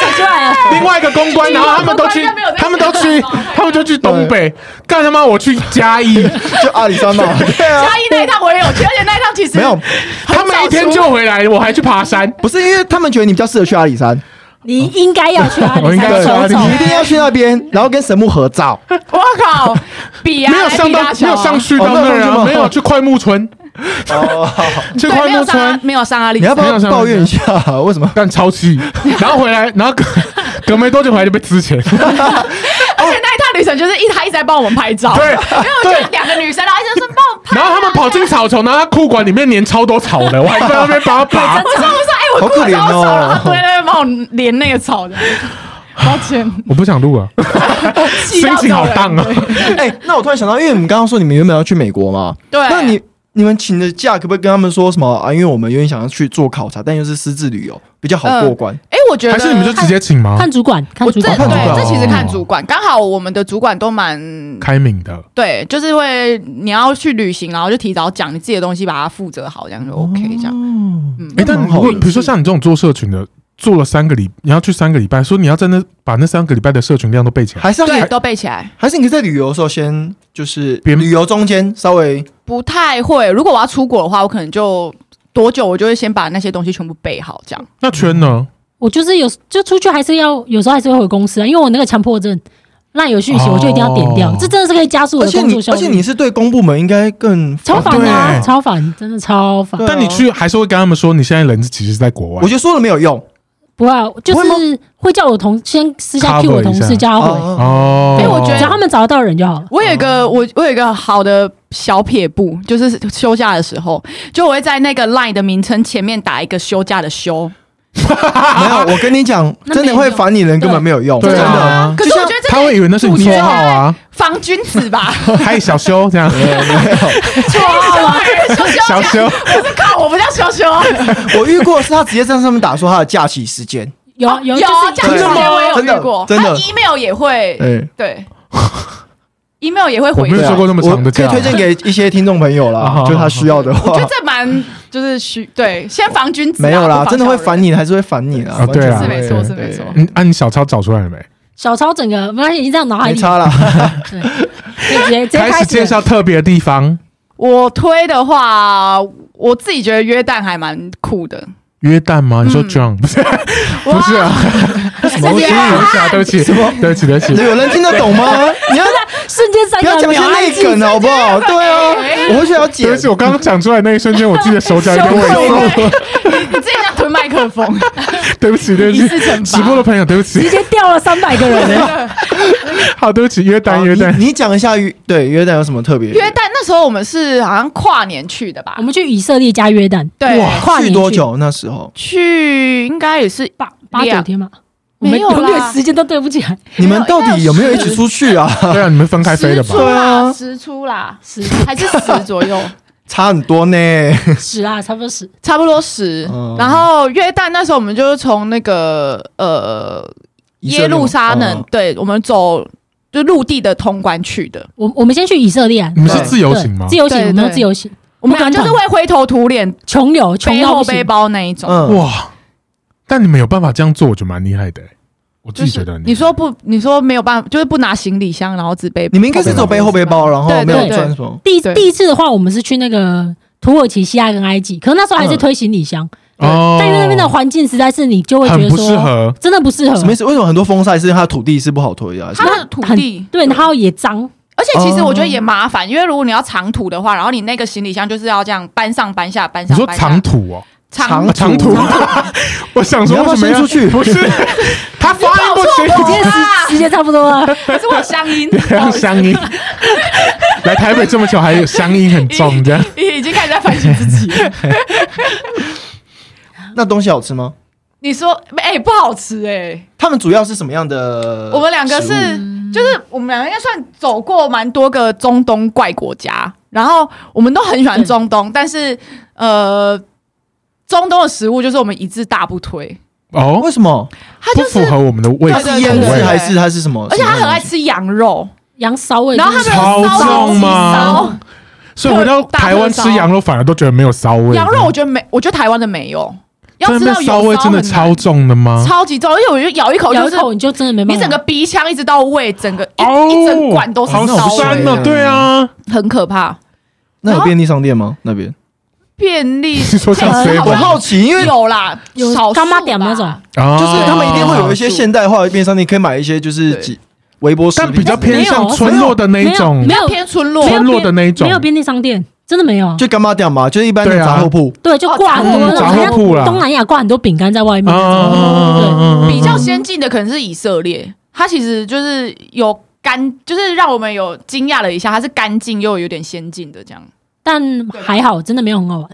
Speaker 4: 讲出来 了，
Speaker 2: 另外一个公 关，然后他们都去
Speaker 3: 公关应该没有，在
Speaker 2: 他 们都去
Speaker 3: 日本吧，
Speaker 2: 他们就去东北，干他妈我去嘉 义，
Speaker 1: 就 阿里山嘛，对啊，
Speaker 3: 嘉义那一趟我也有去，而且那一趟其实
Speaker 1: 没有，
Speaker 2: 他们一天就回来，我还去爬山，
Speaker 1: 不是因为他们觉得你比较适合去阿里 山，
Speaker 4: 你应该要去啊阿
Speaker 1: 哦
Speaker 2: 我
Speaker 4: 里
Speaker 2: 应该要
Speaker 4: 山
Speaker 2: 去阿
Speaker 4: 走
Speaker 2: 里
Speaker 4: 走
Speaker 2: 山。
Speaker 1: 你一定要去那边，然后跟神木合照。
Speaker 3: 我 靠，比啊，
Speaker 2: 没有上
Speaker 3: 比
Speaker 2: 到
Speaker 3: 大
Speaker 2: 没
Speaker 3: 小
Speaker 2: 有
Speaker 3: 啊
Speaker 2: 上去到
Speaker 1: 哦没有
Speaker 2: 那
Speaker 1: 上
Speaker 2: 儿
Speaker 1: 去
Speaker 2: 啊，
Speaker 1: 吗
Speaker 2: 没有去快木村，
Speaker 1: 哦，
Speaker 2: 去
Speaker 3: 对，
Speaker 2: 快
Speaker 3: 没有
Speaker 2: 木
Speaker 3: 上阿
Speaker 2: 村，
Speaker 3: 没有上阿里
Speaker 1: 你要不，
Speaker 3: 山
Speaker 1: 要
Speaker 2: 没有上
Speaker 1: 抱怨一下为什么？
Speaker 2: 干超气，然后回来，然后隔隔没多久回来就被之前，
Speaker 3: 而且那一趟旅程就是一他一直在帮我们拍照，
Speaker 2: 哦对
Speaker 3: 因为我
Speaker 2: 对
Speaker 3: 就两个女生，然后一直说帮我 拍啊，
Speaker 2: 然后他们跑进草丛，然后他裤管里面粘超多草的，我 还在那边把它拔
Speaker 3: 我。说我说哎，我
Speaker 1: 好
Speaker 3: 裤
Speaker 1: 可
Speaker 3: 子
Speaker 1: 怜
Speaker 3: 好少，
Speaker 1: 哦
Speaker 3: 然后他回来帮我连那个草的，抱歉，
Speaker 2: 我不想录 啊，
Speaker 3: 气
Speaker 2: 心
Speaker 3: 到
Speaker 2: 情好
Speaker 3: 走人
Speaker 2: 荡啊！
Speaker 1: 哎、那我突然想到，因为你们刚刚说你们原本要去美国嘛，
Speaker 3: 对，
Speaker 1: 那你你们请的假可不可以跟他们说什么啊？因为我们有点想要去做考察，但又是私自旅游，比较好过关。
Speaker 3: 哎，我觉得
Speaker 2: 还是你们就直接请吗？
Speaker 4: 看主管，看
Speaker 3: 我
Speaker 4: 主
Speaker 3: 这
Speaker 4: 管，
Speaker 1: 看主管
Speaker 3: 对这其实
Speaker 2: 哦
Speaker 3: 看主管，刚好我们的主管都蛮
Speaker 2: 开明的，
Speaker 3: 对，就是会你要去旅行，然后就提早讲你自己的东西，把它负责好，这样就
Speaker 2: 哦
Speaker 3: OK，这样。嗯，
Speaker 2: 哎，但
Speaker 1: 蛮
Speaker 2: 如
Speaker 1: 好
Speaker 2: 果
Speaker 1: 的
Speaker 2: 比如说像你这种做社群的，做了三个礼，你要去三个礼拜，说你要在那把那三个礼拜的社群量都背起来，
Speaker 1: 还是要
Speaker 3: 对，
Speaker 1: 你，
Speaker 3: 都背起来。
Speaker 1: 还是你可以在旅游的时候先，就是
Speaker 2: 边
Speaker 1: 旅游中间稍微
Speaker 3: 不太会，如果我要出国的话，我可能就多久我就会先把那些东西全部备好，这样。
Speaker 2: 那圈呢？
Speaker 4: 我就是有就出去还是要有时候还是会回公司啊，因为我那个强迫症，那有讯息我就一定要点掉
Speaker 2: 哦，
Speaker 4: 这真的是可以加速我
Speaker 1: 而
Speaker 4: 的
Speaker 1: 且
Speaker 4: 工
Speaker 1: 你
Speaker 4: 作，效
Speaker 1: 而且
Speaker 4: 率
Speaker 1: 你。是对公部门应该更
Speaker 4: 超烦的啊，
Speaker 2: 对
Speaker 4: 超烦，真的超烦。
Speaker 1: 对啊
Speaker 2: 但你去还是会跟他们说，你现在人其实是在国外
Speaker 1: 我。觉得说了没有用。
Speaker 4: 不会啊，就
Speaker 1: 不会
Speaker 4: 是会叫我同先私下
Speaker 2: Cover
Speaker 4: Q 我同
Speaker 2: 一下
Speaker 4: 事叫他回，
Speaker 1: 哦
Speaker 2: 哦，
Speaker 3: 哎我觉得
Speaker 4: 只要他们找得到人就好了。
Speaker 3: 我有一个我我有一个好的小撇步，就是休假的时候，就我会在那个 LINE 的名称前面打一个休假的休。
Speaker 1: 没有，我跟你讲，
Speaker 4: 那没
Speaker 1: 真的会烦你的人根本没有用，真
Speaker 2: 对
Speaker 1: 的。
Speaker 2: 啊，
Speaker 3: 可是
Speaker 1: 就像
Speaker 3: 我觉得这
Speaker 2: 他会以为那是你绰号啊，
Speaker 3: 防君子吧，
Speaker 2: 还有小修这样，
Speaker 3: 错啊，休休
Speaker 2: 小修
Speaker 3: 靠，我不叫休休，
Speaker 1: 我遇过是他直接在上面打说他的假期时间，
Speaker 4: 有有
Speaker 3: 有啊
Speaker 4: 就
Speaker 3: 假
Speaker 4: 是
Speaker 1: 真的
Speaker 3: 期时
Speaker 1: 吗
Speaker 3: 间我也有
Speaker 1: 真的
Speaker 3: 遇过，
Speaker 1: 真的
Speaker 3: 还有 email 也会
Speaker 1: 哎，
Speaker 3: 对，email 也会
Speaker 2: 我
Speaker 3: 回
Speaker 2: 没
Speaker 3: 的
Speaker 2: 有。说过那么长的
Speaker 1: 啊可以
Speaker 2: 假，
Speaker 1: 推荐给一些听众朋友
Speaker 2: 啊好
Speaker 1: 啦
Speaker 2: 好，好
Speaker 1: 就他需要的
Speaker 3: 我觉
Speaker 1: 话
Speaker 3: 得。这蛮就是需对，先防君子啊、
Speaker 1: 没有
Speaker 3: 不
Speaker 1: 啦，
Speaker 3: 防
Speaker 1: 真的会
Speaker 3: 小人
Speaker 1: 烦你的，还是会烦你啦
Speaker 2: 啊。对啊
Speaker 3: 是没错，
Speaker 2: 对
Speaker 3: 是没错。
Speaker 2: 嗯，啊，你小抄找出来了没？
Speaker 4: 小抄整个没关系，已经在我脑海
Speaker 1: 没
Speaker 4: 里，
Speaker 1: 差啦。
Speaker 4: 对，就直接直接
Speaker 2: 开
Speaker 4: 开
Speaker 2: 始
Speaker 4: 始
Speaker 2: 介绍特别的地方，
Speaker 3: 我推的话，我自己觉得约旦还蛮酷的。
Speaker 2: 约旦吗？你说 John 不是不是啊，
Speaker 3: 什
Speaker 1: 么东西
Speaker 2: 对不起啊，对不起，对不起，对不起，
Speaker 1: 有人听得懂吗？你要
Speaker 4: 瞬间三
Speaker 1: 不要
Speaker 4: 个
Speaker 1: 讲一
Speaker 4: 秒
Speaker 1: 些
Speaker 4: 安
Speaker 1: 内
Speaker 4: 静，
Speaker 1: 梗啊哦好不好？对啊，我会想要
Speaker 2: 对
Speaker 1: 解
Speaker 2: 不起，我刚刚讲出来那一瞬间，我自己的 手脚有点
Speaker 1: 羞
Speaker 2: 萎缩，
Speaker 3: 你自己想吞麦克 风，
Speaker 2: 对不起，对不
Speaker 3: 一次惩
Speaker 2: 起，
Speaker 3: 罚
Speaker 2: 直播的朋友，对不
Speaker 4: 直
Speaker 2: 起，
Speaker 4: 接掉了三百个人了。
Speaker 2: 好，对不起，约旦，
Speaker 1: 好
Speaker 2: 约 旦，
Speaker 1: 你你讲一下约对约旦有什么特别？
Speaker 3: 约旦那时候我们是好像跨年去的吧
Speaker 4: 我？们去以色列加约旦，
Speaker 3: 对，
Speaker 1: 哇，
Speaker 4: 跨
Speaker 1: 去
Speaker 4: 年
Speaker 1: 多
Speaker 4: 去
Speaker 1: 久？那时候
Speaker 3: 去应该也是
Speaker 4: 八八九
Speaker 3: 两
Speaker 4: 天嘛，我
Speaker 3: 没
Speaker 4: 们
Speaker 3: 有啦
Speaker 4: 永远时间都对不起来，
Speaker 1: 你们到底有没有一起出去啊？
Speaker 2: 对啊，你们分开飞的
Speaker 3: 十
Speaker 2: 吧
Speaker 3: 出？
Speaker 1: 对啊
Speaker 3: 啦，十出啦，
Speaker 4: 十
Speaker 3: 还是十左 右，
Speaker 1: 差很多呢。
Speaker 4: 十啊，差不多十。
Speaker 3: 差不多十
Speaker 1: 嗯。
Speaker 3: 然后约旦那时候我们就是从那个呃耶路撒冷，
Speaker 1: 嗯
Speaker 3: 对我们走就陆地的通关去的。
Speaker 4: 我我们先去以色列啊，
Speaker 2: 你们是
Speaker 1: 对
Speaker 2: 自由行吗
Speaker 4: 对自？由行，
Speaker 3: 对
Speaker 4: 我们都
Speaker 3: 对
Speaker 4: 自由行，
Speaker 3: 我们俩
Speaker 4: 不
Speaker 3: 就
Speaker 4: 敢
Speaker 3: 是会灰头 土脸、
Speaker 4: 穷游，穷
Speaker 3: 背
Speaker 4: 到
Speaker 3: 后
Speaker 4: 不行
Speaker 3: 背。包那一种。
Speaker 1: 嗯，
Speaker 2: 哇！但你们有办法这样做，我觉得蛮厉害的欸。我自
Speaker 3: 就
Speaker 2: 己觉得
Speaker 3: 是
Speaker 2: 很厉害，
Speaker 3: 你说不，你说没有办法，就是不拿行李箱，然后只背。
Speaker 1: 你们应该是走背后背包，然后
Speaker 3: 对
Speaker 1: 没
Speaker 3: 对
Speaker 1: 有
Speaker 4: 对
Speaker 1: 穿什么。
Speaker 4: 第
Speaker 3: 对
Speaker 4: 第一次的话，我们是去那个土耳其、西亚跟埃及，可是那时候还是推行李箱，
Speaker 2: 哦，
Speaker 4: 但因为那边的环境实在是，你就会觉
Speaker 2: 很
Speaker 4: 得
Speaker 2: 不适
Speaker 4: 说
Speaker 2: 合，
Speaker 4: 真的不适合
Speaker 1: 什。么意思？为什么很多风赛是因为它的土地是不好推的啊？
Speaker 3: 它的土地，
Speaker 4: 对，然后也脏，
Speaker 3: 而且其实我觉得也麻烦，因为如果你要长途的话，然后你那个行李箱就是要这样搬上搬下搬
Speaker 2: 你
Speaker 3: 上
Speaker 2: 说
Speaker 3: 搬下。
Speaker 2: 长途哦，
Speaker 1: 长
Speaker 3: 长
Speaker 2: 啊长途，我想
Speaker 1: 你
Speaker 2: 说
Speaker 1: 要不要
Speaker 2: 为什么
Speaker 1: 先出去
Speaker 2: 不是，他发音不
Speaker 4: 时
Speaker 2: 清
Speaker 4: 间
Speaker 2: 楚，
Speaker 4: 时时间差不多了，
Speaker 3: 可是我 乡音，
Speaker 2: 这样乡音。 来台北这么久，还有乡音很重，这样
Speaker 3: 已经开始在反省自己了。
Speaker 1: 那东西好吃吗？
Speaker 3: 你说，哎、不好吃哎、
Speaker 1: 他们主要是什么样的食
Speaker 2: 呃
Speaker 1: 物？
Speaker 3: 我们两个是，就是我们两个应该算走过蛮多个中东怪国家，然后我们都很喜欢中东，但是呃，中东的食物就是我们一致大不推，
Speaker 2: 哦，
Speaker 1: 为什么？
Speaker 3: 他
Speaker 2: 不
Speaker 3: 就是
Speaker 2: 符，合我们的味
Speaker 1: 它
Speaker 3: 对
Speaker 1: 是
Speaker 2: 口
Speaker 3: 对
Speaker 1: 腌
Speaker 3: 对对
Speaker 1: 制
Speaker 2: 味
Speaker 3: 对。
Speaker 1: 还是它是什么？
Speaker 3: 而且他很爱
Speaker 1: 什么
Speaker 3: 吃羊肉，
Speaker 4: 羊骚味。
Speaker 3: 然后他
Speaker 4: 就是
Speaker 3: 们有
Speaker 2: 超
Speaker 3: 烧
Speaker 2: 重
Speaker 3: 鸡
Speaker 2: 吗
Speaker 3: 烧，
Speaker 2: 所以回到台湾吃羊肉，反而都觉得没有骚味。
Speaker 3: 羊肉我觉得没，我觉得台湾的没有。要
Speaker 2: 但
Speaker 3: 知
Speaker 2: 那
Speaker 3: 道
Speaker 2: 边
Speaker 3: 有
Speaker 2: 骚味真的
Speaker 3: 很难
Speaker 2: 超重的吗？
Speaker 3: 超级重，而且我就咬一口
Speaker 4: 咬
Speaker 3: 就
Speaker 4: 一
Speaker 3: 是
Speaker 4: 口你就真的没办
Speaker 3: 你
Speaker 4: 法，
Speaker 3: 整个鼻腔一直到胃，整个一、
Speaker 2: 哦，
Speaker 3: 一整管都是
Speaker 2: 好
Speaker 3: 骚
Speaker 1: 骚
Speaker 2: 酸
Speaker 3: 味，
Speaker 1: 味
Speaker 2: 哦，对啊，
Speaker 3: 很可怕。
Speaker 1: 那有便利商店吗？那边
Speaker 3: 便 利
Speaker 2: 是说像水
Speaker 1: 我
Speaker 2: 果
Speaker 1: 好奇，因为
Speaker 3: 有啦，
Speaker 4: 有
Speaker 3: 少数
Speaker 4: 干妈
Speaker 3: 吧
Speaker 4: 点那种，
Speaker 2: 啊，
Speaker 1: 就是他们一定会有一些
Speaker 3: 哦
Speaker 1: 现代化的便利商店，可以买一些就是
Speaker 3: 对
Speaker 1: 几微波食
Speaker 2: 但
Speaker 1: 品，
Speaker 2: 比较偏向村落的那一种
Speaker 4: 没，有
Speaker 3: 偏村落
Speaker 4: 没有
Speaker 2: 村落的那一种
Speaker 4: 没有便利商店，真的没有啊。
Speaker 1: 就干妈店嘛，就是一般的
Speaker 2: 对啊
Speaker 1: 杂货铺。
Speaker 4: 对，就挂很多那
Speaker 2: 哦
Speaker 4: 种，
Speaker 2: 杂货杂货铺啦
Speaker 4: 像东南亚挂很多饼干在外面那种，对，
Speaker 2: 啊
Speaker 3: 比较先进的可能是以色列，它其实就是有干，就是让我们有惊讶了一下，它是干净又有点先进的这样。
Speaker 4: 但还好，真的没有很好玩。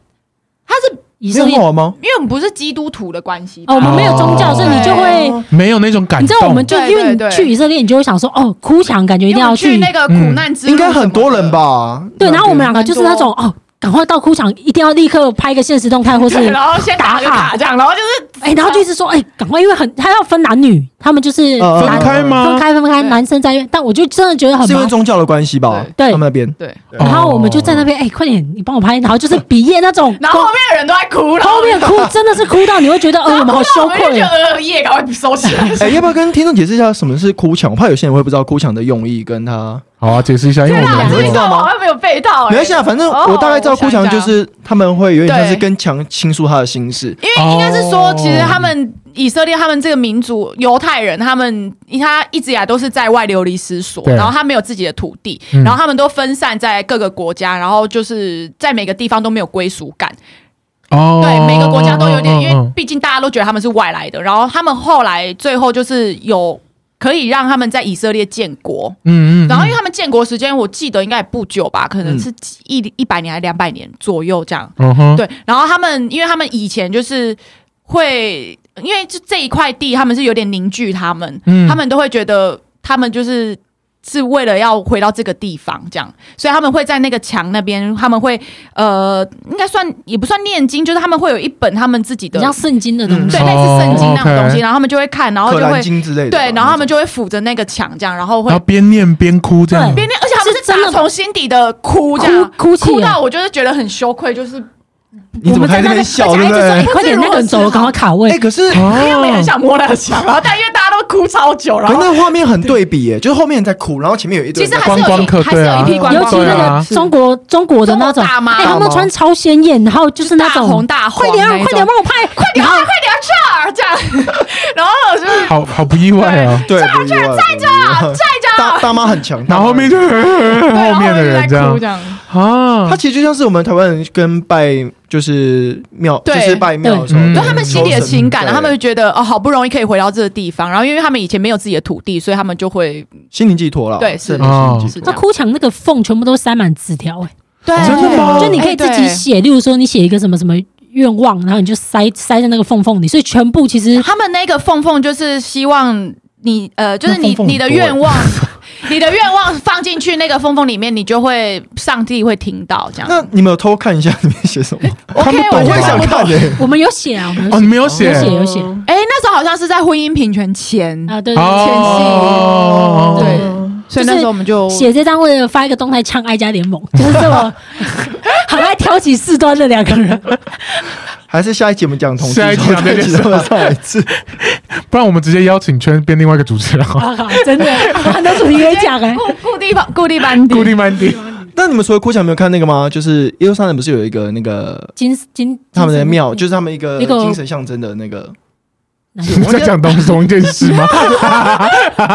Speaker 3: 它是
Speaker 4: 以
Speaker 1: 没
Speaker 4: 色
Speaker 1: 有
Speaker 4: 列
Speaker 1: 好玩吗？
Speaker 3: 因为我们不是基督徒的关系吧，
Speaker 4: 哦，我们没有宗教，
Speaker 2: 哦
Speaker 4: 所以你就会，
Speaker 2: 没有那种感动。
Speaker 4: 你知道我们就
Speaker 3: 对
Speaker 4: 因为
Speaker 3: 对
Speaker 4: 你
Speaker 3: 对
Speaker 4: 去以色列，你就会想说，哦，哭墙感觉一定
Speaker 3: 因为我
Speaker 4: 要
Speaker 3: 们去那个苦难之
Speaker 1: 嗯
Speaker 3: 路，
Speaker 1: 应该很多人？吧？
Speaker 4: 对，然后我们两个
Speaker 3: 很多
Speaker 4: 就是那种哦，赶快到哭墙，一定要立刻拍个现实动态，或是
Speaker 3: 对，然后先打
Speaker 4: 打
Speaker 3: 个卡
Speaker 4: 卡，
Speaker 3: 这样，然后就是
Speaker 4: 哎，然后就一直说，哎，赶快，因为很他要分男女，他们就是
Speaker 1: 嗯嗯
Speaker 2: 呃分
Speaker 4: 男
Speaker 2: 开吗？
Speaker 4: 分开分开，
Speaker 3: 对
Speaker 4: 男生在院，但我就真的觉得很
Speaker 1: 是因为
Speaker 4: 麻
Speaker 1: 宗教的关系吧？
Speaker 4: 对
Speaker 1: 他们那边
Speaker 3: 对，
Speaker 2: 哦
Speaker 4: 然后我们就在那边，哎，快点，你帮我拍，然后就是毕业那种，
Speaker 3: 然后后面的人都在哭，然
Speaker 4: 后
Speaker 3: 后
Speaker 4: 面哭真的是哭到你会觉得，呃，我们好羞
Speaker 3: 然后我们就
Speaker 4: 愧
Speaker 3: 觉
Speaker 4: 哦。
Speaker 3: 得呃耶，赶快收起 来。
Speaker 1: 哎，要不要跟听众解释一下什么是哭墙？我怕有些人会不知道哭墙的用意，跟他
Speaker 2: 好啊，解释一下，因为
Speaker 3: 对
Speaker 2: 我
Speaker 3: 啦，
Speaker 2: 们
Speaker 3: 这
Speaker 1: 知
Speaker 3: 一
Speaker 1: 道
Speaker 3: 段我好像没有背到、欸。
Speaker 1: 没关系啊，反正
Speaker 3: 哦
Speaker 1: 我大概知道
Speaker 3: 我想
Speaker 1: 哭
Speaker 3: 一下
Speaker 1: 墙就是他们会有点像是
Speaker 3: 对
Speaker 1: 跟墙倾诉他的心事。
Speaker 2: 哦
Speaker 3: 因为应该是说，其实他们以色列他们这个民族犹太人，他们他一直以来都是在外流离失所，
Speaker 2: 对啊
Speaker 3: 然后他没有自己的土地，
Speaker 2: 嗯
Speaker 3: 然后他们都分散在各个国家，然后就是在每个地方都没有归属感。
Speaker 2: 哦，
Speaker 3: 对，每个国家都有点，
Speaker 2: 哦
Speaker 3: 因为毕竟大家都觉得他们是外来的，然后他们后来最后就是有可以让他们在以色列建国，
Speaker 2: 嗯嗯，
Speaker 3: 然后因为他们建国时间我记得应该也不久吧，可能
Speaker 1: 嗯
Speaker 3: 是几一一百年还两百年左右这样。
Speaker 2: 嗯哼，
Speaker 3: 对，然后他们因为他们以前就是会，因为就这一块地他们是有点凝聚他们，
Speaker 2: 嗯
Speaker 3: 他们都会觉得他们就是。是为了要回到这个地方，这样，所以他们会在那个墙那边，他们会呃，应该算也不算念经，就是他们会有一本他们自己的，
Speaker 4: 很像圣经的东西
Speaker 2: 嗯
Speaker 3: 对，，类似圣经那种
Speaker 2: 哦
Speaker 3: 东西，
Speaker 2: ，OK
Speaker 3: 然后他们就会看，然后
Speaker 1: 可
Speaker 3: 就
Speaker 1: 兰
Speaker 3: 会
Speaker 1: 经之类的吧，
Speaker 3: 对，然后他们就会扶着那个墙这样，然后会
Speaker 2: 然后边念边哭这样，
Speaker 3: 边念，而且他们
Speaker 4: 哦是
Speaker 3: 是
Speaker 4: 真
Speaker 3: 打
Speaker 4: 的
Speaker 3: 从心底的哭这样，
Speaker 4: 哭哭泣啊
Speaker 3: 哭
Speaker 4: 耶
Speaker 3: 到我就是觉得很羞愧，就是
Speaker 1: 你怎么开始在那边笑，对不
Speaker 4: 哎
Speaker 1: 对？
Speaker 4: 快点，那个人走了，赶快卡位
Speaker 1: 哎，。可是可
Speaker 3: 因为我也很
Speaker 2: 哦，
Speaker 3: 想摸那个墙，然后但因为大家都哭超久，然
Speaker 1: 是
Speaker 3: 后
Speaker 1: 那个画面很对比，哎，就是后面人在哭，然后前面有一堆
Speaker 3: 其
Speaker 1: 人
Speaker 3: 实
Speaker 1: 在
Speaker 3: 还
Speaker 1: 哭
Speaker 3: 是
Speaker 2: 观光
Speaker 3: 有
Speaker 2: 客
Speaker 3: 一还是有一批
Speaker 1: 对啊
Speaker 3: 观
Speaker 4: 尤
Speaker 3: 光
Speaker 4: 其
Speaker 3: 客
Speaker 2: 对啊
Speaker 4: 那个中国中国的那种，
Speaker 3: 中国大妈
Speaker 4: 哎，他们穿超鲜艳，然后就是那
Speaker 3: 大
Speaker 4: 种
Speaker 3: 红大黄
Speaker 4: 快点啊，
Speaker 3: 那种
Speaker 4: 快点帮啊我拍，快
Speaker 3: 然后快点这儿这样， 然后我就是
Speaker 2: 好好不意外啊。
Speaker 1: 对，不一样，在这，在这，大大妈很强，
Speaker 2: 然后后面就
Speaker 3: 对，然
Speaker 2: 后
Speaker 3: 后
Speaker 2: 面的
Speaker 3: 就
Speaker 2: 人
Speaker 3: 在
Speaker 2: 这样
Speaker 3: 哭这样，
Speaker 2: 啊
Speaker 1: 他，其实就像是我们台湾人跟拜就是庙，就
Speaker 3: 对
Speaker 1: 是拜庙的时候，
Speaker 2: 对嗯
Speaker 3: 就他们心里的情感，
Speaker 1: 对
Speaker 3: 他们就觉得哦，好不容易可以回到这个地方，然后因为他们以前没有自己的土地，所以他们就会
Speaker 1: 心灵寄托
Speaker 2: 哦
Speaker 1: 了，
Speaker 3: 对是
Speaker 1: 真的心灵
Speaker 3: 是
Speaker 1: 寄
Speaker 3: 这
Speaker 1: 托
Speaker 4: 那
Speaker 3: 样
Speaker 4: 哭墙那个缝全部都塞满纸条，哎，
Speaker 3: 对
Speaker 2: 哦真的吗
Speaker 4: 就你可以自己写，例如说你写一个什么什么愿望，然后你就塞塞在那个缝缝里，所以全部其实
Speaker 3: 他们那个缝缝就是希望你呃，就是
Speaker 1: 那
Speaker 3: 你
Speaker 1: 缝缝很
Speaker 3: 你的
Speaker 4: 欸
Speaker 1: 多
Speaker 3: 愿望， 你的愿望放进去那个缝缝里面，你就会上帝会听到这样。
Speaker 1: 那你们有偷看一下里面写什么？
Speaker 3: 啊 OK，
Speaker 2: 不懂
Speaker 3: 我
Speaker 1: 我
Speaker 3: 就
Speaker 1: 会
Speaker 2: 啊
Speaker 1: 想看欸的，
Speaker 4: 我们有写啊，我们有
Speaker 2: 哦，
Speaker 4: 写
Speaker 2: 你没有写
Speaker 4: 有写有写
Speaker 3: 哎、那时候好像是在婚姻平权前，
Speaker 4: 啊，对对对
Speaker 2: 哦，
Speaker 3: 前戏
Speaker 2: 哦
Speaker 3: 所以那时候我们就
Speaker 4: 写这张为了发一个动态呛爱家联盟，就是这么很爱挑起事端的两个人。
Speaker 1: 还是下一集我们讲同事，
Speaker 2: 下一集
Speaker 1: 然后再集他们上一次，
Speaker 2: 不然我们直接邀请圈变另外一个主持人好了，
Speaker 4: 啊，真的，很多主题可以讲哎。
Speaker 3: 固 固定班固定班底
Speaker 2: 固定班底。
Speaker 1: 那你们除了哭墙没有看那个吗？就是一六三人不是有一个那个
Speaker 4: 金金
Speaker 1: 他们的庙，就是他们一个
Speaker 4: 那个
Speaker 1: 精神象征的那个，
Speaker 2: 你在讲同同一件事吗？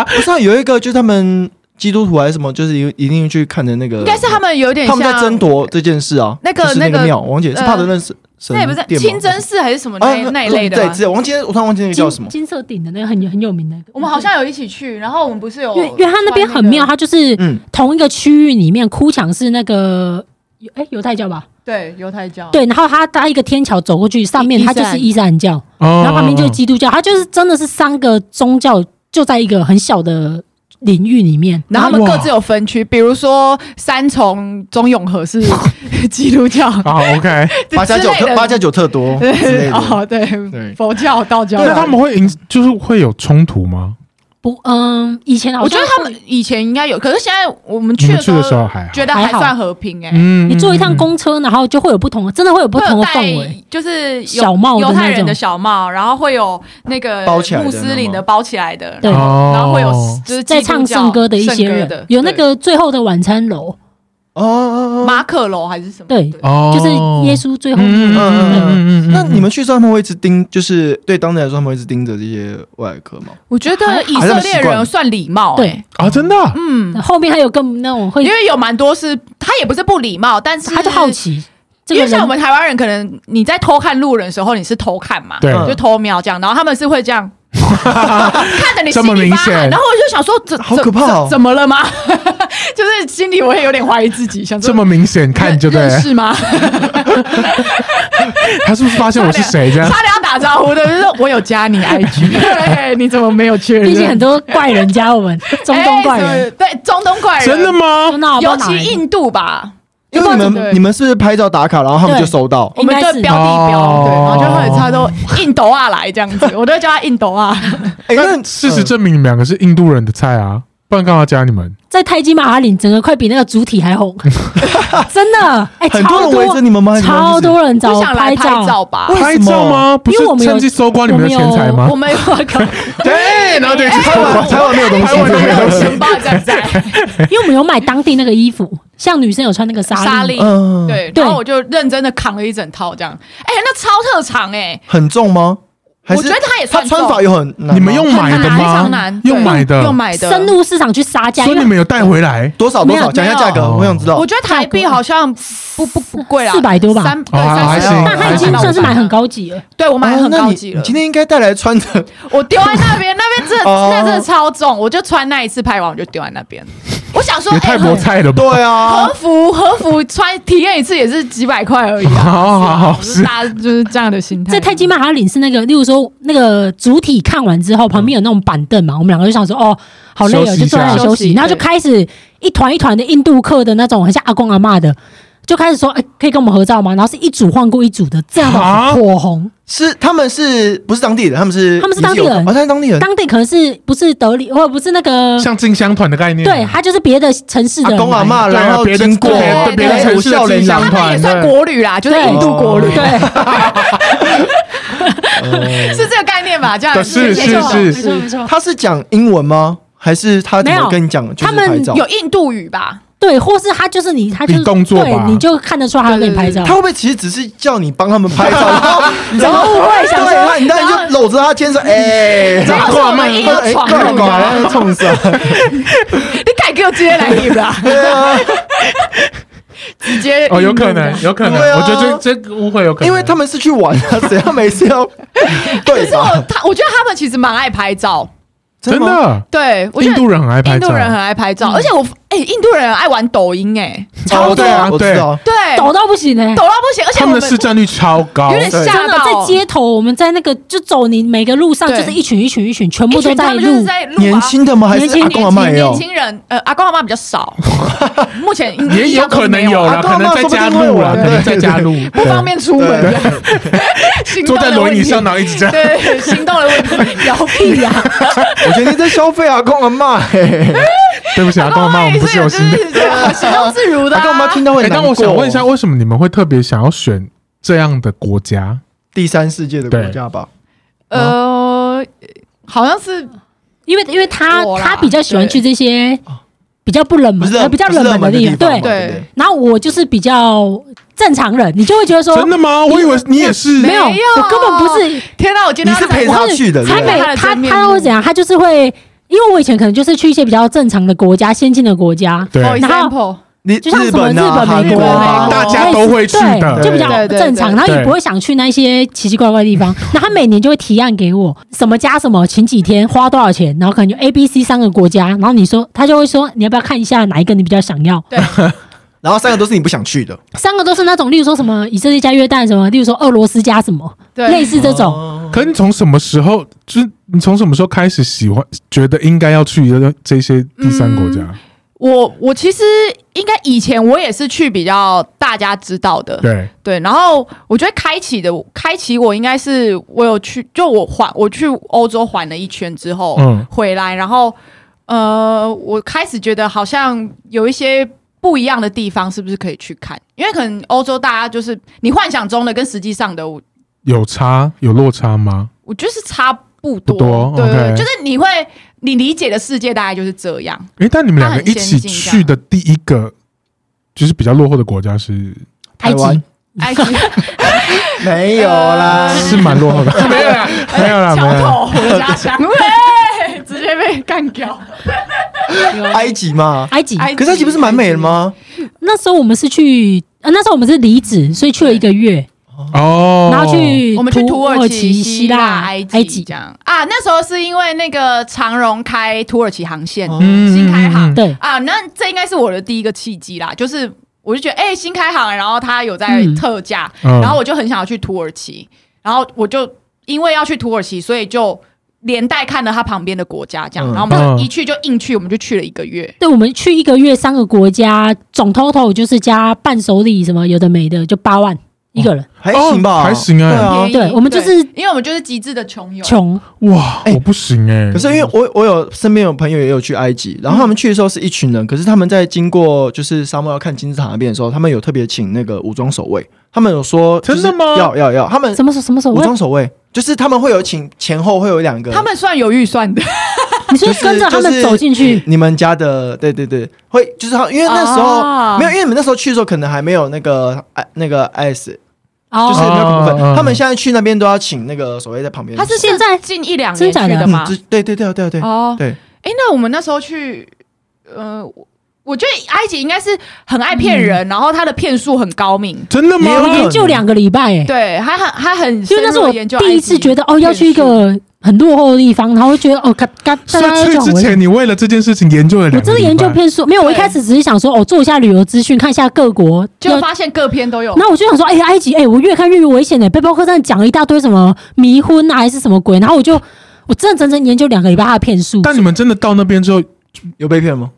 Speaker 1: 不是啊有一个就是他们基督徒还是什么，就是一一定去看的那个，
Speaker 3: 应该是他们有点
Speaker 1: 他
Speaker 3: 像
Speaker 1: 们在争夺这件事啊，
Speaker 3: 那个
Speaker 1: 就是那
Speaker 3: 那个
Speaker 1: 庙，王姐是
Speaker 3: 呃
Speaker 1: 帕德嫩神神
Speaker 3: 那也不是
Speaker 1: 殿吗
Speaker 3: 清真寺还是什么那、
Speaker 1: 啊
Speaker 3: 那一类的
Speaker 1: 对，
Speaker 3: 吧
Speaker 1: 知。道王姐，我突然忘记那个叫什
Speaker 4: 金
Speaker 1: 么，
Speaker 4: 金色顶的那个很有很有名的，
Speaker 3: 我们好像有一起去，然后我们不是有
Speaker 4: 因为因为他那边很妙，
Speaker 3: 穿
Speaker 4: 他就是
Speaker 1: 嗯，
Speaker 4: 同一个区域里面，哭墙是那个哎犹太教吧？
Speaker 3: 那个对犹太教，
Speaker 4: 对，然后他搭一个天桥走过去，上面
Speaker 3: 伊
Speaker 4: 它就是哦伊斯兰教，然
Speaker 2: 然
Speaker 3: 哦
Speaker 4: 后旁边就是基督教，它就是真的是三个宗教就在一个很小的领域里面。
Speaker 3: 然后他们
Speaker 2: 哇
Speaker 3: 各自有分区，比如说三重中永 和是基督教，
Speaker 2: 啊，OK。
Speaker 1: 八加九
Speaker 3: 之类
Speaker 1: 特
Speaker 3: 的
Speaker 1: 八加九特多之类
Speaker 3: 对
Speaker 1: 的，
Speaker 3: 哦对
Speaker 1: 对
Speaker 3: 佛教道教，
Speaker 2: 那他们会影，就是会有冲突吗？
Speaker 4: 不，嗯，以前好像
Speaker 3: 我觉得他们以前应该有，可是现在我们
Speaker 2: 你
Speaker 3: 去
Speaker 2: 们去的时
Speaker 3: 时
Speaker 2: 候还好，
Speaker 3: 觉得还算和平哎、
Speaker 2: 嗯
Speaker 4: 你坐一趟
Speaker 2: 嗯
Speaker 4: 公车，然后就会有不同的，真的会有不
Speaker 3: 会
Speaker 4: 同
Speaker 3: 有
Speaker 4: 的
Speaker 3: 戴
Speaker 4: 氛围。
Speaker 3: 就是有
Speaker 4: 小帽的
Speaker 3: 犹太
Speaker 4: 那
Speaker 3: 人
Speaker 4: 种
Speaker 3: 的小帽，然后会有那个
Speaker 1: 包起来的
Speaker 3: 穆斯林
Speaker 1: 那
Speaker 3: 的
Speaker 1: 种
Speaker 3: 包起来的，
Speaker 4: 对
Speaker 3: 然后然后会有
Speaker 2: 哦
Speaker 3: 就是
Speaker 4: 在
Speaker 3: 基督
Speaker 4: 唱
Speaker 3: 教
Speaker 4: 圣歌的一些
Speaker 3: 圣歌
Speaker 4: 人
Speaker 3: 的，
Speaker 4: 有那
Speaker 3: 对
Speaker 4: 个最后的晚餐楼，
Speaker 1: 哦哦哦哦，
Speaker 3: 马可楼还是什么？
Speaker 4: 对
Speaker 2: 哦，
Speaker 4: 就是耶稣最后
Speaker 2: 嗯嗯嗯嗯嗯嗯，
Speaker 1: 那你们去的时候他们会一直盯，就是对当地来说他们会一直盯着这些外来客吗？
Speaker 3: 我觉得以色列人算礼貌、
Speaker 4: 对
Speaker 3: 哎，
Speaker 2: 啊，真的啊
Speaker 3: 嗯，
Speaker 4: 后面还有更那种会
Speaker 3: 因，为有蛮多是他也不是不礼貌，但是
Speaker 4: 他就好。奇这
Speaker 3: 因
Speaker 4: 个
Speaker 3: 为像我
Speaker 4: 人
Speaker 3: 们台湾人，可能你在偷看路人的时候，你是偷看嘛，
Speaker 2: 对
Speaker 1: 嗯
Speaker 3: 就偷瞄这样，然后他们是会这样看着你
Speaker 2: 这
Speaker 3: 心
Speaker 2: 么
Speaker 3: 里
Speaker 2: 明
Speaker 3: 发
Speaker 2: 显
Speaker 3: 汗，然后我就想说，怎
Speaker 1: 好
Speaker 3: 怎
Speaker 1: 可怕哦
Speaker 3: 怎怎么了吗？ 就是心里我也有点怀疑自己，想说
Speaker 2: 这么明显看就对了，
Speaker 3: 是吗？
Speaker 2: 他是不是发现我是谁这样？
Speaker 3: 差点要打招呼的，就是我有加你 IG，对你怎么没有确认？
Speaker 4: 毕竟很多怪人加我们中东
Speaker 3: 嗯哎
Speaker 4: 怪
Speaker 3: 什
Speaker 4: 人，
Speaker 3: 么对中东怪人
Speaker 2: 真的吗？
Speaker 4: 那
Speaker 3: 尤其印度吧，
Speaker 1: 因为你
Speaker 3: 对
Speaker 1: 们你们是不是拍照打卡，然后他们就
Speaker 4: 对
Speaker 1: 收到？
Speaker 3: 我们
Speaker 4: 应该
Speaker 3: 就是标地标，对，然后就会有他都
Speaker 2: 哦
Speaker 3: 印度啊来这样子，我都叫他印度啊。
Speaker 1: 哎，那
Speaker 2: 但事实证明你们两个是印度人的菜啊，不然干嘛加你们？
Speaker 4: 在泰姬玛哈林整个快比那个主体还红，真的，哎，
Speaker 1: 很多
Speaker 4: 超
Speaker 1: 人围着你们吗？
Speaker 4: 超多人找
Speaker 3: 不
Speaker 4: 我
Speaker 3: 想来拍
Speaker 4: 照，
Speaker 3: 照吧？
Speaker 1: 为
Speaker 2: 拍
Speaker 1: 什么
Speaker 2: 照吗？不是
Speaker 4: 因为我们有
Speaker 2: 趁机搜刮你们的钱财吗
Speaker 3: 我？们有
Speaker 2: 对，然后就一起
Speaker 1: 台湾台湾没有东西，
Speaker 2: 台湾没有东西
Speaker 3: 钱包在不在？
Speaker 4: 因为我们有买当地那个衣服，像女生有穿那个
Speaker 3: 沙
Speaker 4: 纱
Speaker 3: 粒
Speaker 4: 丽，
Speaker 1: 嗯，
Speaker 3: 对，
Speaker 4: 对
Speaker 3: 然后我就认真的扛了一整套这样。哎，那超特长哎，
Speaker 1: 很重吗？还是
Speaker 3: 我觉得他也
Speaker 1: 他
Speaker 3: 算
Speaker 1: 穿法有很难吗，
Speaker 2: 你们用买的
Speaker 3: 很难非常
Speaker 2: 吗
Speaker 3: 难？对
Speaker 2: 用买的，
Speaker 3: 用买的
Speaker 4: 深入市场去杀价，
Speaker 2: 所
Speaker 4: 因
Speaker 2: 以你
Speaker 4: 为
Speaker 2: 们有带回来？
Speaker 1: 多少多
Speaker 4: 没
Speaker 1: 少？
Speaker 4: 有
Speaker 1: 讲一下价
Speaker 2: 没
Speaker 1: 格，
Speaker 2: 有
Speaker 1: 我想知道
Speaker 3: 我。觉得台币好像不不不贵啦，啊
Speaker 4: 400多吧
Speaker 3: 三对
Speaker 2: 哦还
Speaker 3: 三十
Speaker 2: 行，
Speaker 4: 但他已经算是买很，高级了。
Speaker 3: 对我买
Speaker 1: 哦
Speaker 3: 很
Speaker 1: 那
Speaker 3: 高
Speaker 1: 你
Speaker 3: 级
Speaker 1: 你
Speaker 3: 了。
Speaker 1: 今天应该带来穿着，
Speaker 3: 我丢在那边，那边真的
Speaker 1: 哦
Speaker 3: 那真的超重，我就穿那一次拍完我就丢在那边。我想说，
Speaker 2: 也
Speaker 3: 哎
Speaker 2: 太博菜了 吧？
Speaker 1: 对啊
Speaker 2: 哦
Speaker 3: 和，服和服穿体验一次也是几百块而已 啊。
Speaker 2: 好好好
Speaker 3: 我是大家就是这样的心态。
Speaker 4: 在泰姬玛哈林是那个，例如说那个主体看完之后，旁边有那种板凳嘛，我们两个就想说，哦，好累
Speaker 2: 休
Speaker 4: 哦，
Speaker 2: 息
Speaker 4: 就
Speaker 2: 一
Speaker 4: 坐在那
Speaker 2: 下
Speaker 4: 里休
Speaker 3: 休息
Speaker 4: 息，然后就
Speaker 3: 对
Speaker 4: 开始一团一团的印度客的那种，很像阿公阿嬷的，就开始说，哎、可以跟我们合照吗？然后是一组换过一组的，这样的
Speaker 2: 啊
Speaker 4: 火红，
Speaker 1: 是他们是不是当地人？他们是
Speaker 4: 他们是
Speaker 1: 也
Speaker 4: 当地人
Speaker 1: 有哦，他是当地人。
Speaker 4: 当地可能是不是德里，或不是那个，
Speaker 2: 像啊进香团的概念，
Speaker 4: 对，他就是别的城市的
Speaker 1: 阿
Speaker 4: 人
Speaker 1: 公
Speaker 4: 来
Speaker 1: 阿嬷，
Speaker 2: 对啊
Speaker 1: 然后
Speaker 2: 别的
Speaker 1: 经过
Speaker 2: 对
Speaker 3: 对别的
Speaker 1: 哎
Speaker 2: 城
Speaker 1: 我
Speaker 2: 市的
Speaker 1: 笑脸
Speaker 2: 进香
Speaker 1: 羊
Speaker 3: 他们也
Speaker 2: 团
Speaker 3: 算国旅啦，就是
Speaker 2: 哦
Speaker 4: 对
Speaker 3: 印度国旅，
Speaker 4: 对，
Speaker 3: 是这个概念吧？这样
Speaker 2: 哦是
Speaker 3: 没错
Speaker 2: 是
Speaker 4: 没错没错，
Speaker 1: 他是讲英文吗？还是他怎
Speaker 4: 哦没
Speaker 1: 么
Speaker 4: 有
Speaker 1: 跟你讲？就是
Speaker 4: 他们
Speaker 1: 拍照
Speaker 3: 有印度语吧？
Speaker 4: 对，或是他就是你，他就是
Speaker 2: 比动作吧
Speaker 4: 对，你就看得出他要给你拍照
Speaker 1: 他。会不会其实只是叫你帮他们拍照？然后 你
Speaker 4: 怎么误会想说
Speaker 1: 对，你当然就搂着他肩
Speaker 4: 嗯
Speaker 1: 说：“哎，
Speaker 3: 然后说我们
Speaker 1: 哎
Speaker 3: 硬要
Speaker 1: 哎
Speaker 3: 闯
Speaker 1: 干
Speaker 3: 入
Speaker 1: 嘛
Speaker 3: 啊，
Speaker 1: 要冲上？
Speaker 3: 你改给我直接来印啦，
Speaker 1: 对啊，
Speaker 3: 直接
Speaker 2: 哦，有可 能，有可能，
Speaker 1: 对啊
Speaker 2: 我觉得这这个误会有可能，
Speaker 1: 因为他们是去玩 啊，谁要没事要对
Speaker 3: 可是我
Speaker 1: 吧？
Speaker 3: 他，我觉得他们其实蛮爱拍照。
Speaker 2: 真
Speaker 1: 吗
Speaker 2: 的啊
Speaker 3: 对，我觉
Speaker 2: 印
Speaker 3: 得
Speaker 2: 度人很爱拍
Speaker 3: 印
Speaker 2: 照，
Speaker 3: 度人很爱拍照，
Speaker 4: 嗯
Speaker 3: 而且我哎，印度人爱玩抖音哎，
Speaker 2: 超
Speaker 1: 哦对啊，
Speaker 2: 多
Speaker 1: 我知道。
Speaker 3: 对，
Speaker 4: 抖到不行哎、
Speaker 3: 抖到不行，而且
Speaker 2: 他们
Speaker 3: 我们
Speaker 2: 的市占率超高，
Speaker 3: 有点
Speaker 1: 对
Speaker 3: 吓
Speaker 4: 真的
Speaker 3: 到
Speaker 4: 在街头，我们在那个就走，你每个路上
Speaker 3: 对
Speaker 4: 就是一群一群一群，全部
Speaker 3: 一
Speaker 4: 都
Speaker 3: 群他
Speaker 4: 在
Speaker 3: 们就是
Speaker 4: 路。
Speaker 3: 在录啊
Speaker 1: 年轻的吗？还
Speaker 4: 年
Speaker 1: 是
Speaker 4: 轻
Speaker 1: 阿公阿妈也
Speaker 3: 年
Speaker 1: 有？
Speaker 3: 轻人，呃，阿公阿妈比较少，目前应
Speaker 2: 也有可能有啦，
Speaker 1: 啊对啊
Speaker 2: 可能在加入啦，
Speaker 1: 对
Speaker 2: 可能在加入，
Speaker 3: 不方便出门
Speaker 1: 对，
Speaker 3: 行动
Speaker 2: 坐
Speaker 3: 的
Speaker 2: 在轮椅上，
Speaker 3: 问
Speaker 2: 然后一直这
Speaker 3: 题
Speaker 2: 样。
Speaker 3: 对，行动的问题，摇屁呀！
Speaker 1: 我觉得你在消费阿公阿哎妈， 嘿
Speaker 2: 对不起啊，刚刚我们不是有
Speaker 3: 就
Speaker 2: 心
Speaker 3: 是
Speaker 2: 的。
Speaker 3: 行动自如的
Speaker 1: 阿
Speaker 3: 啊，
Speaker 1: 公阿妈听到会
Speaker 2: 哎，
Speaker 1: 难
Speaker 2: 但
Speaker 1: 过。
Speaker 2: 我想问一下，，为什么你们会特别想要选这样的国家？
Speaker 1: 第三世界的国家吧，
Speaker 3: 呃，好像是
Speaker 4: 因为因为他
Speaker 3: 我啦
Speaker 4: 他比较喜欢去这些比较不冷
Speaker 1: 不
Speaker 4: 门
Speaker 1: 是
Speaker 4: 呃比较冷门
Speaker 1: 的
Speaker 4: 地方，
Speaker 1: 方嘛，
Speaker 4: 对。
Speaker 3: 对
Speaker 1: 对
Speaker 4: 然后我就是比较正常人，你就会觉得说
Speaker 2: 真的吗？我以为你也是
Speaker 4: 没有，
Speaker 3: 没有啊
Speaker 4: 我根本不是。
Speaker 3: 天哪，我今
Speaker 1: 你
Speaker 3: 天
Speaker 1: 是
Speaker 3: 要
Speaker 1: 陪
Speaker 3: 在
Speaker 1: 他去的，对
Speaker 4: 他
Speaker 1: 不
Speaker 4: 每
Speaker 1: 对？
Speaker 3: 他的
Speaker 4: 他
Speaker 3: 真面目
Speaker 4: 他会怎样？他就是会，因为我以前可能就是去一些比较正常的国家、先进的国家，
Speaker 2: 对，
Speaker 3: For
Speaker 4: 然后
Speaker 3: 哦 example，
Speaker 1: 你
Speaker 4: 就像
Speaker 1: 日
Speaker 4: 什么
Speaker 1: 本
Speaker 4: 日
Speaker 1: 啊、
Speaker 4: 本、
Speaker 1: 韩
Speaker 4: 美
Speaker 1: 国
Speaker 4: 国啊
Speaker 1: 啊，，
Speaker 2: 大家都会去的
Speaker 4: 对就比较
Speaker 3: 对对对
Speaker 4: 正常，然后也不会想去那些奇奇怪怪的地方。然后他每年就会提案给我，什么加什么，请几天，花多少钱，然后可能就 A、B、C 三个国家，然后你说他就会说你要不要看一下哪一个你比较想要？
Speaker 3: 对，
Speaker 1: 然后三个都是你不想去的，
Speaker 4: 三个都是那种，例如说什么以色列加约旦什么，例如说俄罗斯加什么，
Speaker 3: 对
Speaker 4: 类似这种。
Speaker 1: 种
Speaker 2: 可你从什么时候，就是你从什么时候开始喜欢，觉得应该要去的这些第三国家？
Speaker 3: 我我其实应该以前我也是去比较大家知道的，
Speaker 2: 对，
Speaker 3: 对，然后我觉得开启的开启我应该是我有去，就我环我去欧洲环了一圈之后、
Speaker 2: 嗯
Speaker 3: 回来，然后呃，我开始觉得好像有一些不一样的地方，是不是可以去看？因为可能欧洲大家就是你幻想中的跟实际上的，我
Speaker 2: 有差有落差吗？
Speaker 3: 我觉得是差不多，
Speaker 2: 不多
Speaker 3: 对对对
Speaker 2: OK
Speaker 3: 就是你会你理解的世界大概就是 这样。
Speaker 2: 诶，但你们两个
Speaker 3: 它很
Speaker 2: 一起
Speaker 3: 先进这样
Speaker 2: 去的第一个就是比较落后的国家是
Speaker 4: 埃
Speaker 1: 台
Speaker 4: 及
Speaker 1: 湾
Speaker 3: 埃及
Speaker 1: 没有 啦，
Speaker 2: 是蛮落后的，没有啦， 没有啦，没
Speaker 3: 桥
Speaker 2: 有啦。
Speaker 3: 头，我的家 乡，喂，直接被干掉。
Speaker 1: 埃及嘛。
Speaker 4: 埃及。
Speaker 1: 可是埃及不是蛮美的？吗？
Speaker 4: 那时候我们是去，呃、那时候我们是离职，所以去了一个月，
Speaker 2: 哦，
Speaker 4: 然后去
Speaker 3: 我们去
Speaker 4: 土
Speaker 3: 土耳
Speaker 4: 其、
Speaker 3: 希
Speaker 4: 希
Speaker 3: 腊、
Speaker 4: 埃
Speaker 3: 及这样啊。那时候是因为那个长荣开土耳其航线、
Speaker 1: 哦
Speaker 2: 嗯
Speaker 3: 新开航
Speaker 2: 嗯嗯嗯
Speaker 4: 对，
Speaker 3: 啊，那这应该是我的第一个契机啦，就是。我就觉得，哎、新开航，然后它有在
Speaker 4: 嗯
Speaker 3: 特价，
Speaker 2: 嗯
Speaker 3: 然后我就很想要去土耳其，然后我就因为要去土耳其，所以就连带看了它旁边的国家，这样，
Speaker 1: 嗯
Speaker 3: 然后我们
Speaker 2: 嗯
Speaker 3: 就一去就硬去，我们就去了一个月，
Speaker 4: 对，我们去一个月三个国家，总 total 就是加伴手礼什么有的没的，就八万一个人，
Speaker 1: 还行吧，
Speaker 2: 哦还行哎
Speaker 1: 对啊，
Speaker 3: 便宜
Speaker 4: 对我们就是
Speaker 3: 因为我们就是极致的穷游，
Speaker 4: 穷、
Speaker 2: 哇，
Speaker 1: 哎
Speaker 2: 我不行哎、
Speaker 1: 可是因为我我有身边有朋友也有去埃及，然后他们去的时候是一群人，可是他们在经过就是沙漠要看金字塔那边的时候，他们有特别请那个武装守卫，他们有说就是
Speaker 2: 真的吗
Speaker 1: 要要要，他们
Speaker 4: 什么时候什么时候
Speaker 1: 武？装守卫就是他们会有请前后会有两个，
Speaker 3: 他们算有预算的，
Speaker 4: 你是不是
Speaker 1: 就是
Speaker 4: 跟着他
Speaker 1: 就
Speaker 4: 们
Speaker 1: 是
Speaker 4: 走进去？
Speaker 1: 你们家的对对对会就是他，因为那时候、
Speaker 3: 啊
Speaker 1: 没有，因为你们那时候去的时候可能还没有那个哎那个 S，
Speaker 4: 哦
Speaker 1: 就是那个部分，
Speaker 2: 哦
Speaker 1: 他们现在去那边都要请那个守卫在旁边，
Speaker 3: 他是
Speaker 4: 现在
Speaker 3: 近一两
Speaker 4: 真
Speaker 3: 年
Speaker 4: 假
Speaker 3: 去
Speaker 4: 的
Speaker 3: 的吗？
Speaker 1: 嗯对对对对对
Speaker 3: 哦，
Speaker 1: 对，
Speaker 3: 哎、那我们那时候去，呃，我我觉得埃及应该是很爱骗
Speaker 4: 嗯
Speaker 3: 人，然后他的骗术很高明，
Speaker 2: 真的吗？
Speaker 1: 也有
Speaker 4: 我
Speaker 1: 可能
Speaker 4: 研究两个礼拜、欸，
Speaker 3: 对，他很他很
Speaker 4: 因为那
Speaker 3: 深
Speaker 4: 是
Speaker 3: 入
Speaker 4: 我
Speaker 3: 地研究
Speaker 4: 第一次觉得哦，要去一个很落后的地方，然后觉得哦，嘎嘎，大
Speaker 2: 所
Speaker 4: 家
Speaker 2: 以
Speaker 4: 就
Speaker 2: 去
Speaker 4: 很
Speaker 2: 之
Speaker 4: 危
Speaker 2: 前，你为了这件事情研究了
Speaker 4: 我
Speaker 2: 两个
Speaker 4: 真的研究
Speaker 2: 礼拜
Speaker 4: 骗术没有，我一
Speaker 3: 对
Speaker 4: 开始只是想说，哦，做一下旅游资讯，看一下各国。
Speaker 3: 就发现各篇都
Speaker 2: 哦
Speaker 3: 有。
Speaker 4: 那我就想说，哎、埃及，哎、我越看越危险的、背包客栈讲了一大堆什么迷婚啊，还是什么鬼，然后我就我真的整整研究两个礼拜他的骗术，
Speaker 2: 但你们真的到那边之后，
Speaker 1: 有被骗吗？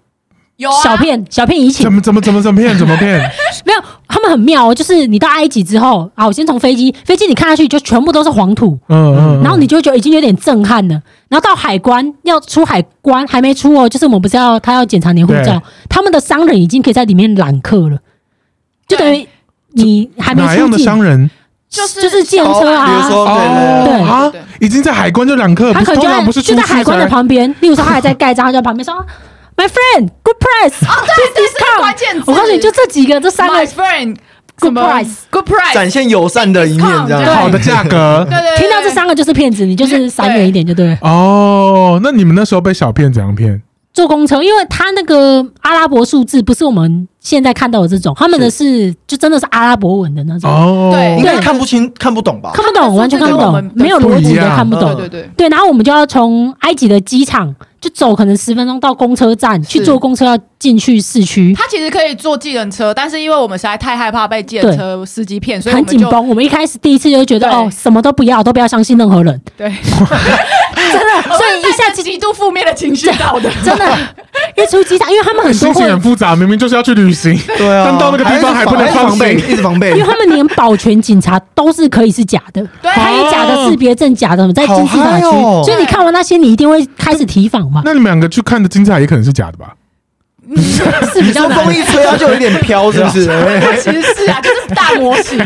Speaker 3: 有啊，
Speaker 4: 小骗小骗移情
Speaker 2: 怎么怎么怎么怎么 骗？怎么骗？
Speaker 4: 没有，他们很妙哦，就是你到埃及之后啊，我先从飞机，飞机你看下去就全部都是黄土，
Speaker 2: 嗯嗯，嗯
Speaker 4: 然后你就就已经有点震撼了。然后到海关要出海关还没出哦，就是我们不是要他要检查你的护照
Speaker 2: 对，
Speaker 4: 他们的商人已经可以在里面揽客了，就等于你还没
Speaker 2: 哪
Speaker 4: 出
Speaker 2: 样的
Speaker 4: 境，
Speaker 2: 商人
Speaker 3: 就是哦
Speaker 4: 就是电车
Speaker 1: 比如
Speaker 4: 啊。
Speaker 1: 说呃对哦对
Speaker 4: 对
Speaker 2: 啊
Speaker 3: 对对，
Speaker 2: 已经在海关就两克，
Speaker 4: 他
Speaker 2: 不
Speaker 4: 可
Speaker 2: 是通
Speaker 4: 能就
Speaker 2: 常
Speaker 4: 在
Speaker 2: 不是
Speaker 4: 就在
Speaker 2: 出去
Speaker 4: 海关的
Speaker 2: 才
Speaker 4: 旁边，例如说他还在盖章，他就在旁边说啊，My friend, good price。哦，
Speaker 3: 这是关键字。
Speaker 4: 我告诉你，就这几个，这三
Speaker 3: my
Speaker 4: 个
Speaker 3: friend 什
Speaker 4: Good
Speaker 3: 么
Speaker 4: price
Speaker 3: good price，
Speaker 1: 展现友善的一面，这
Speaker 3: 对
Speaker 1: 样
Speaker 2: 好的价格
Speaker 3: 对。对对，
Speaker 4: 听到这三个就是骗子，你就是闪远一点就对了。
Speaker 2: 哦，那你们那时候被小骗怎样骗？
Speaker 4: 坐公车，因为他那个阿拉伯数字不是我们现在看到的这种，他们的是就真的是阿拉伯文的那种，
Speaker 2: 哦，
Speaker 1: 应
Speaker 3: 对
Speaker 1: 该看不清看不懂吧？
Speaker 4: 看不懂，完全看不
Speaker 3: 他
Speaker 4: 懂
Speaker 3: 们的数字跟我们，的
Speaker 4: 没有逻辑的看不
Speaker 1: 不一
Speaker 4: 懂
Speaker 3: 对
Speaker 1: 样。
Speaker 3: 对对，
Speaker 4: 对，然后我们就要从埃及的机场就走，可能十分钟到公车站去坐公车，要进去市区，
Speaker 3: 他其实可以坐计程车，但是因为我们实在太害怕被计程车司机骗，所以我
Speaker 4: 很
Speaker 3: 们
Speaker 4: 紧
Speaker 3: 就
Speaker 4: 绷。我们一开始第一次就觉得
Speaker 3: 对
Speaker 4: 哦，什么都不要，都不要相信任 何人，
Speaker 3: 对，
Speaker 4: 真 的，所以一下
Speaker 3: 下极度负面的 情绪到的，
Speaker 4: 真的，因为出机场，因为他们很多
Speaker 2: 心情
Speaker 4: 会
Speaker 2: 很复杂，明明就是要去旅行，
Speaker 1: 对啊，
Speaker 2: 但到那个地方还不能
Speaker 1: 还是防备，
Speaker 2: 放
Speaker 1: 一直防备
Speaker 4: 因为，他们连保全警察都是可以是假 的，
Speaker 3: 对
Speaker 4: 他有假的识别证、假的什么，在金字塔区
Speaker 1: 好嗨哦，
Speaker 4: 所以你看完那些，你一定会开始提防嘛，
Speaker 2: 那你们两个去看的金字塔也可能是假的吧？
Speaker 4: 是比
Speaker 1: 你
Speaker 4: 较
Speaker 1: 说
Speaker 4: 难
Speaker 1: 风。一吹，它就有点飘，是不是？
Speaker 3: 其实是啊，就是大模 型，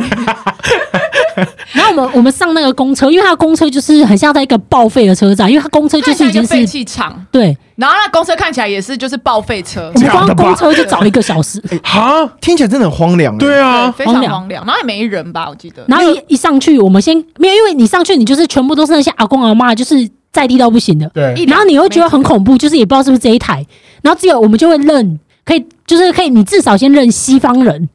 Speaker 4: 然后我们我们上那个公车，因为它公车就是很像在一个报废的车站，因为它公车 就是已经
Speaker 3: 看起来一个废
Speaker 4: 是
Speaker 3: 弃场，
Speaker 4: 对，
Speaker 3: 然后那公车看起来也是就是报废车
Speaker 4: 我，们
Speaker 2: 假的吧
Speaker 4: 光公车就找了一个小时，
Speaker 2: 哈，
Speaker 1: 听起来真的很荒凉。
Speaker 2: 对
Speaker 1: 啊，
Speaker 2: 啊
Speaker 3: 对，，非常
Speaker 4: 荒凉
Speaker 3: 荒凉，然后也没人吧，我记得。
Speaker 4: 然后一一上去，我们先没有，因为你上去你就是全部都是那些阿公阿妈，就是在地到不行的，
Speaker 2: 对，嗯
Speaker 4: 然后你又觉得很恐怖，就是也不知道是不是这一台，然后只有我们就会认，可以就是可以，你至少先认西方人、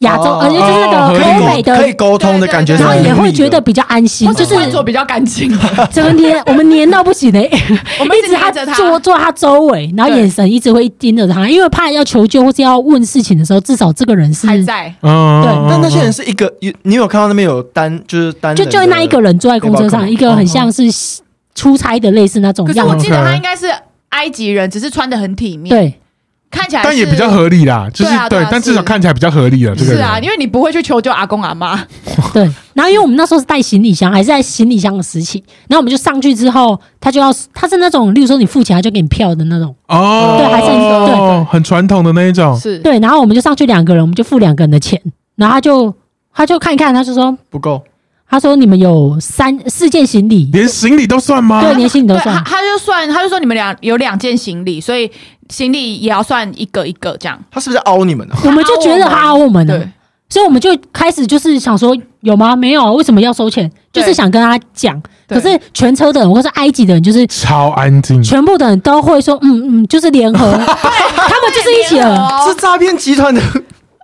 Speaker 4: 亚洲，
Speaker 1: 哦
Speaker 4: 而且就是那
Speaker 2: 哦
Speaker 4: 个
Speaker 1: 可
Speaker 4: 欧
Speaker 1: 以
Speaker 4: 美
Speaker 1: 沟可以
Speaker 4: 的，
Speaker 1: 沟通的感觉，
Speaker 3: 对对
Speaker 4: 然后
Speaker 3: 对
Speaker 4: 也会觉得比较安心
Speaker 3: 或，
Speaker 4: 就
Speaker 3: 者
Speaker 4: 是
Speaker 3: 穿着比较干 净，
Speaker 4: 整天我们黏到不行的、欸
Speaker 3: 我们
Speaker 4: 一直
Speaker 3: 看
Speaker 4: 他
Speaker 3: 着他，
Speaker 4: 坐坐他周围，然后
Speaker 3: 对
Speaker 4: 眼神一直会盯着他，因为怕要求救或是要问事情的时候，至少这个人是
Speaker 3: 还在，
Speaker 2: 嗯，
Speaker 4: 对
Speaker 2: 嗯
Speaker 1: 但那些人，是一个，有你有看到那边有单，就是单人
Speaker 4: 就
Speaker 1: 的，
Speaker 4: 就那一个人坐在公车
Speaker 1: 背包
Speaker 4: 上，
Speaker 1: 客
Speaker 4: 一个很像是出差的类似那种
Speaker 3: 可是
Speaker 4: 样
Speaker 3: 我
Speaker 4: 子，
Speaker 3: 记得
Speaker 2: OK
Speaker 3: 他应该是埃及人，只是穿的很体面。
Speaker 4: 对，
Speaker 3: 看起来是，
Speaker 2: 但也比较合理啦，就是
Speaker 3: 对啊对啊
Speaker 2: 但至少
Speaker 3: 是
Speaker 2: 看起来比较合理了。这个
Speaker 3: 是
Speaker 2: 人
Speaker 3: 啊，因为你不会去求救阿公阿妈，
Speaker 4: 对，然后因为我们那时候是带行李箱，还是在行李箱的时期，然后我们就上去之后，他就要他是那种，例如说你付钱他就给你票的那种，
Speaker 2: 哦，
Speaker 4: 对还是对
Speaker 2: 很传统的那一种，
Speaker 3: 是
Speaker 4: 对，然后我们就上去两个人，我们就付两个人的钱，然后他就他就看一看，他就说
Speaker 1: 不够，
Speaker 4: 他说你们有三四件行李，
Speaker 2: 连行李都算吗？
Speaker 4: 对，连行李都
Speaker 3: 对，他
Speaker 4: 算，
Speaker 3: 他就算，他就说你们俩有两件行李，所以行李也要算一个一个这样。
Speaker 1: 他是不是在凹你们啊？
Speaker 4: 我们就觉得他
Speaker 3: 他
Speaker 4: 凹我们了
Speaker 3: 对，，
Speaker 4: 所以我们就开始就是想说有吗？没有啊，为什么要收钱？就
Speaker 3: 对
Speaker 4: 是想跟他讲，可
Speaker 3: 对
Speaker 4: 是全车的人或是埃及的人就是。
Speaker 2: 超安静，
Speaker 4: 全部的人都会说，嗯嗯，就是联合， 他们就是一起
Speaker 3: 联合
Speaker 4: 了，
Speaker 1: 是
Speaker 3: 哦，
Speaker 1: 诈骗集团的，